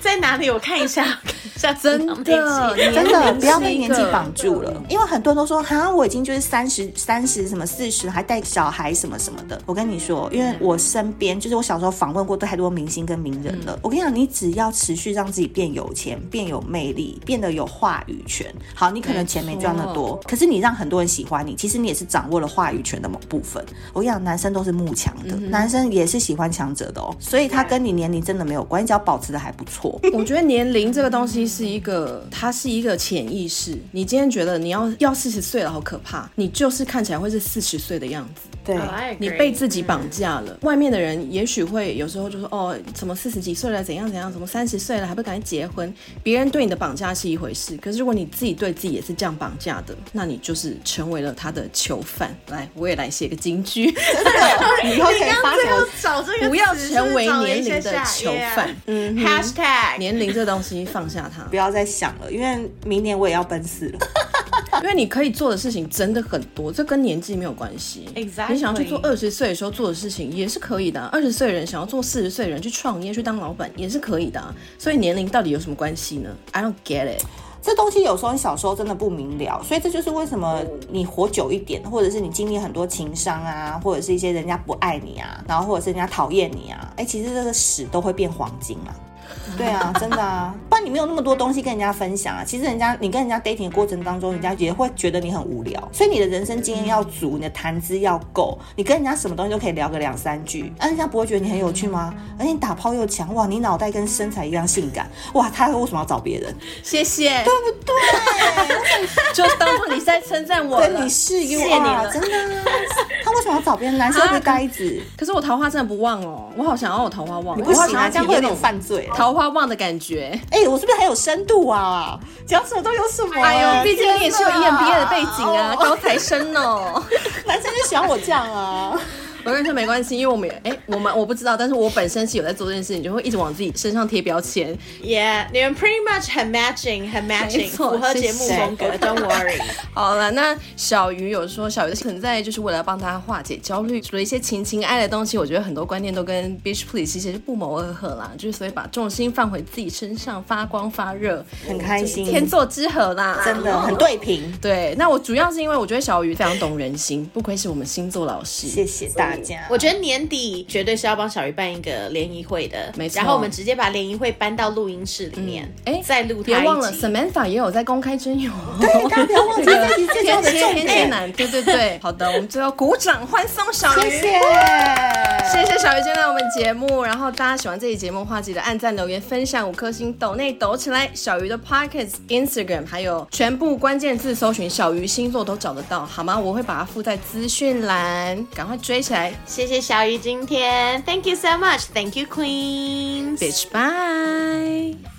[SPEAKER 2] 在哪里？我看一下， 看一下
[SPEAKER 1] 真
[SPEAKER 2] 我们
[SPEAKER 1] 的，
[SPEAKER 2] 这一 集
[SPEAKER 3] 真 的
[SPEAKER 1] 龄
[SPEAKER 3] 不要
[SPEAKER 1] 是
[SPEAKER 3] 被
[SPEAKER 1] 一
[SPEAKER 3] 年纪
[SPEAKER 1] 个
[SPEAKER 3] 绑住 了，因为很多人都说哈，我已经就是三十三十什么四十，还带小孩什么什么的。我跟你说，因为我身边就是我小时候访问过太多明星跟名人了。我跟你讲，你只要持续让自己变有钱、变有魅力、变得有话语权，好，你可能钱没赚那么多，可是你让很多人喜欢你，其实你也是掌握了话语权的某部分。我跟你讲，男生都是慕强的，男生也是喜欢强者的哦，所以他跟你年龄真的没有关系，只要保持的还不错。
[SPEAKER 1] 我觉得年龄这个东西是一个，它是一个潜意识。你今天觉得你要要四十岁了，好可怕，你就是看起来会是四十岁的样子。
[SPEAKER 3] 对
[SPEAKER 2] Oh, I agree
[SPEAKER 1] 你被自己绑架了，外面的人也许会有时候就说哦，怎么四十几岁了，怎样怎样，怎么三十岁了还不赶紧结婚？别人对你的绑架是一回事，可是如果你自己对自己也是这样绑架的，那你就是成为了他的囚犯。来，我也来写个金 句。
[SPEAKER 3] 以后可以
[SPEAKER 2] Oh, 你
[SPEAKER 3] 发
[SPEAKER 2] 刚最
[SPEAKER 3] 什么
[SPEAKER 2] 后找这个
[SPEAKER 1] 不要
[SPEAKER 2] 词
[SPEAKER 1] 成为年龄
[SPEAKER 2] 是
[SPEAKER 1] 的
[SPEAKER 2] 找
[SPEAKER 1] 囚
[SPEAKER 2] 了一些下
[SPEAKER 1] 犯。嗯，
[SPEAKER 2] Yeah Hashtag
[SPEAKER 1] 年龄这东西放下它
[SPEAKER 3] 不，要再想了，因为明年我也要奔四了。
[SPEAKER 1] 因为你可以做的事情真的很多，这跟年纪没有关系。
[SPEAKER 2] Exactly
[SPEAKER 1] 你想要去做二十岁的时候做的事情也是可以的、啊，二十岁的人想要做四十岁的人去创业去当老板也是可以的、啊，所以年龄到底有什么关系呢？I don't get it。
[SPEAKER 3] 这东西有时候你小时候真的不明了，所以这就是为什么你活久一点，或者是你经历很多情伤啊，或者是一些人家不爱你啊，然后或者是人家讨厌你啊，哎，其实这个屎都会变黄金啊。对啊，真的啊，不然你没有那么多东西跟人家分享啊。其实人家你跟人家 dating 的过程当中，人家也会觉得你很无聊，所以你的人生经验要足，你的谈资要够，你跟人家什么东西都可以聊个两三句，那、人家不会觉得你很有趣吗？而且你打炮又强，哇，你脑袋跟身材一样性感，哇，他为什么要找别人？
[SPEAKER 1] 谢谢，对不对？就当做你在称赞我
[SPEAKER 3] 跟
[SPEAKER 1] 了
[SPEAKER 3] 你。是 U
[SPEAKER 1] 谢你
[SPEAKER 3] R，
[SPEAKER 1] 了
[SPEAKER 3] 真的啊，他为什么要找别人？男生会不会呆子？
[SPEAKER 1] 可是我桃花真的不旺哦，我好想要我桃花旺，
[SPEAKER 3] 你不
[SPEAKER 1] 我好
[SPEAKER 3] 行
[SPEAKER 1] 想
[SPEAKER 3] 啊，
[SPEAKER 1] 要
[SPEAKER 3] 这样
[SPEAKER 1] 体
[SPEAKER 3] 会有
[SPEAKER 1] 验那
[SPEAKER 3] 点
[SPEAKER 1] 种
[SPEAKER 3] 犯罪。啊
[SPEAKER 1] 桃花旺的感觉。
[SPEAKER 3] 哎、我是不是很有深度啊？讲什么都有什么、啊
[SPEAKER 1] 哎呦，毕竟你也是有
[SPEAKER 3] 天哪
[SPEAKER 1] EMBA 的背景啊，
[SPEAKER 3] 哦
[SPEAKER 1] 高材生哦。
[SPEAKER 3] 男生就喜欢我这样啊。
[SPEAKER 1] 我跟你说没关系，因为我们也哎、我们我不知道，但是我本身是有在做这件事情，就会一直往自己身上贴标签。
[SPEAKER 2] Yeah，你们 pretty much 很 matching，很 matching，
[SPEAKER 1] 没错
[SPEAKER 2] 符合节目
[SPEAKER 1] 谢谢
[SPEAKER 2] 风格。Don't worry，
[SPEAKER 1] 好了，那小鱼有说，小鱼的存在就是为了帮他化解焦虑，除了一些情情爱的东西，我觉得很多观念都跟 Beach Please 其实是不谋而合啦，就是所以把重心放回自己身上，发光发热，
[SPEAKER 3] 很开心
[SPEAKER 1] 天作之合啦，
[SPEAKER 3] 真的很对平，
[SPEAKER 1] 对，那我主要是因为我觉得小鱼非常懂人心，不愧是我们星座老师。
[SPEAKER 3] 谢谢大家。
[SPEAKER 2] 我觉得年底绝对是要帮小鱼办一个联谊会的，
[SPEAKER 1] 没错
[SPEAKER 2] 然后我们直接把联谊会搬到录音室里面，
[SPEAKER 1] 哎，
[SPEAKER 2] 再录
[SPEAKER 1] 别
[SPEAKER 2] 它
[SPEAKER 1] 忘了
[SPEAKER 2] 一集。
[SPEAKER 1] ，Samantha 也有在公开征友。
[SPEAKER 3] 对，大家不 要忘记这集最重
[SPEAKER 1] 天
[SPEAKER 3] 要的
[SPEAKER 1] 蝎
[SPEAKER 3] 重
[SPEAKER 1] 天蝎
[SPEAKER 3] 点。
[SPEAKER 1] 男，对对 对，好的，我们最后鼓掌欢送小鱼。
[SPEAKER 3] 谢谢，
[SPEAKER 1] 谢谢小鱼今天来我们节目，然后大家喜欢这期节目的话，记得按赞、留言、分享五颗星，抖内抖起来。小鱼的 Pockets、Instagram 还有全部关键字搜寻小鱼星座都找得到，好吗？我会把它附在资讯栏，赶快追起来
[SPEAKER 2] 谢谢小鱼今天，Thank you so much，Thank you Queens。
[SPEAKER 1] ，bitch bye。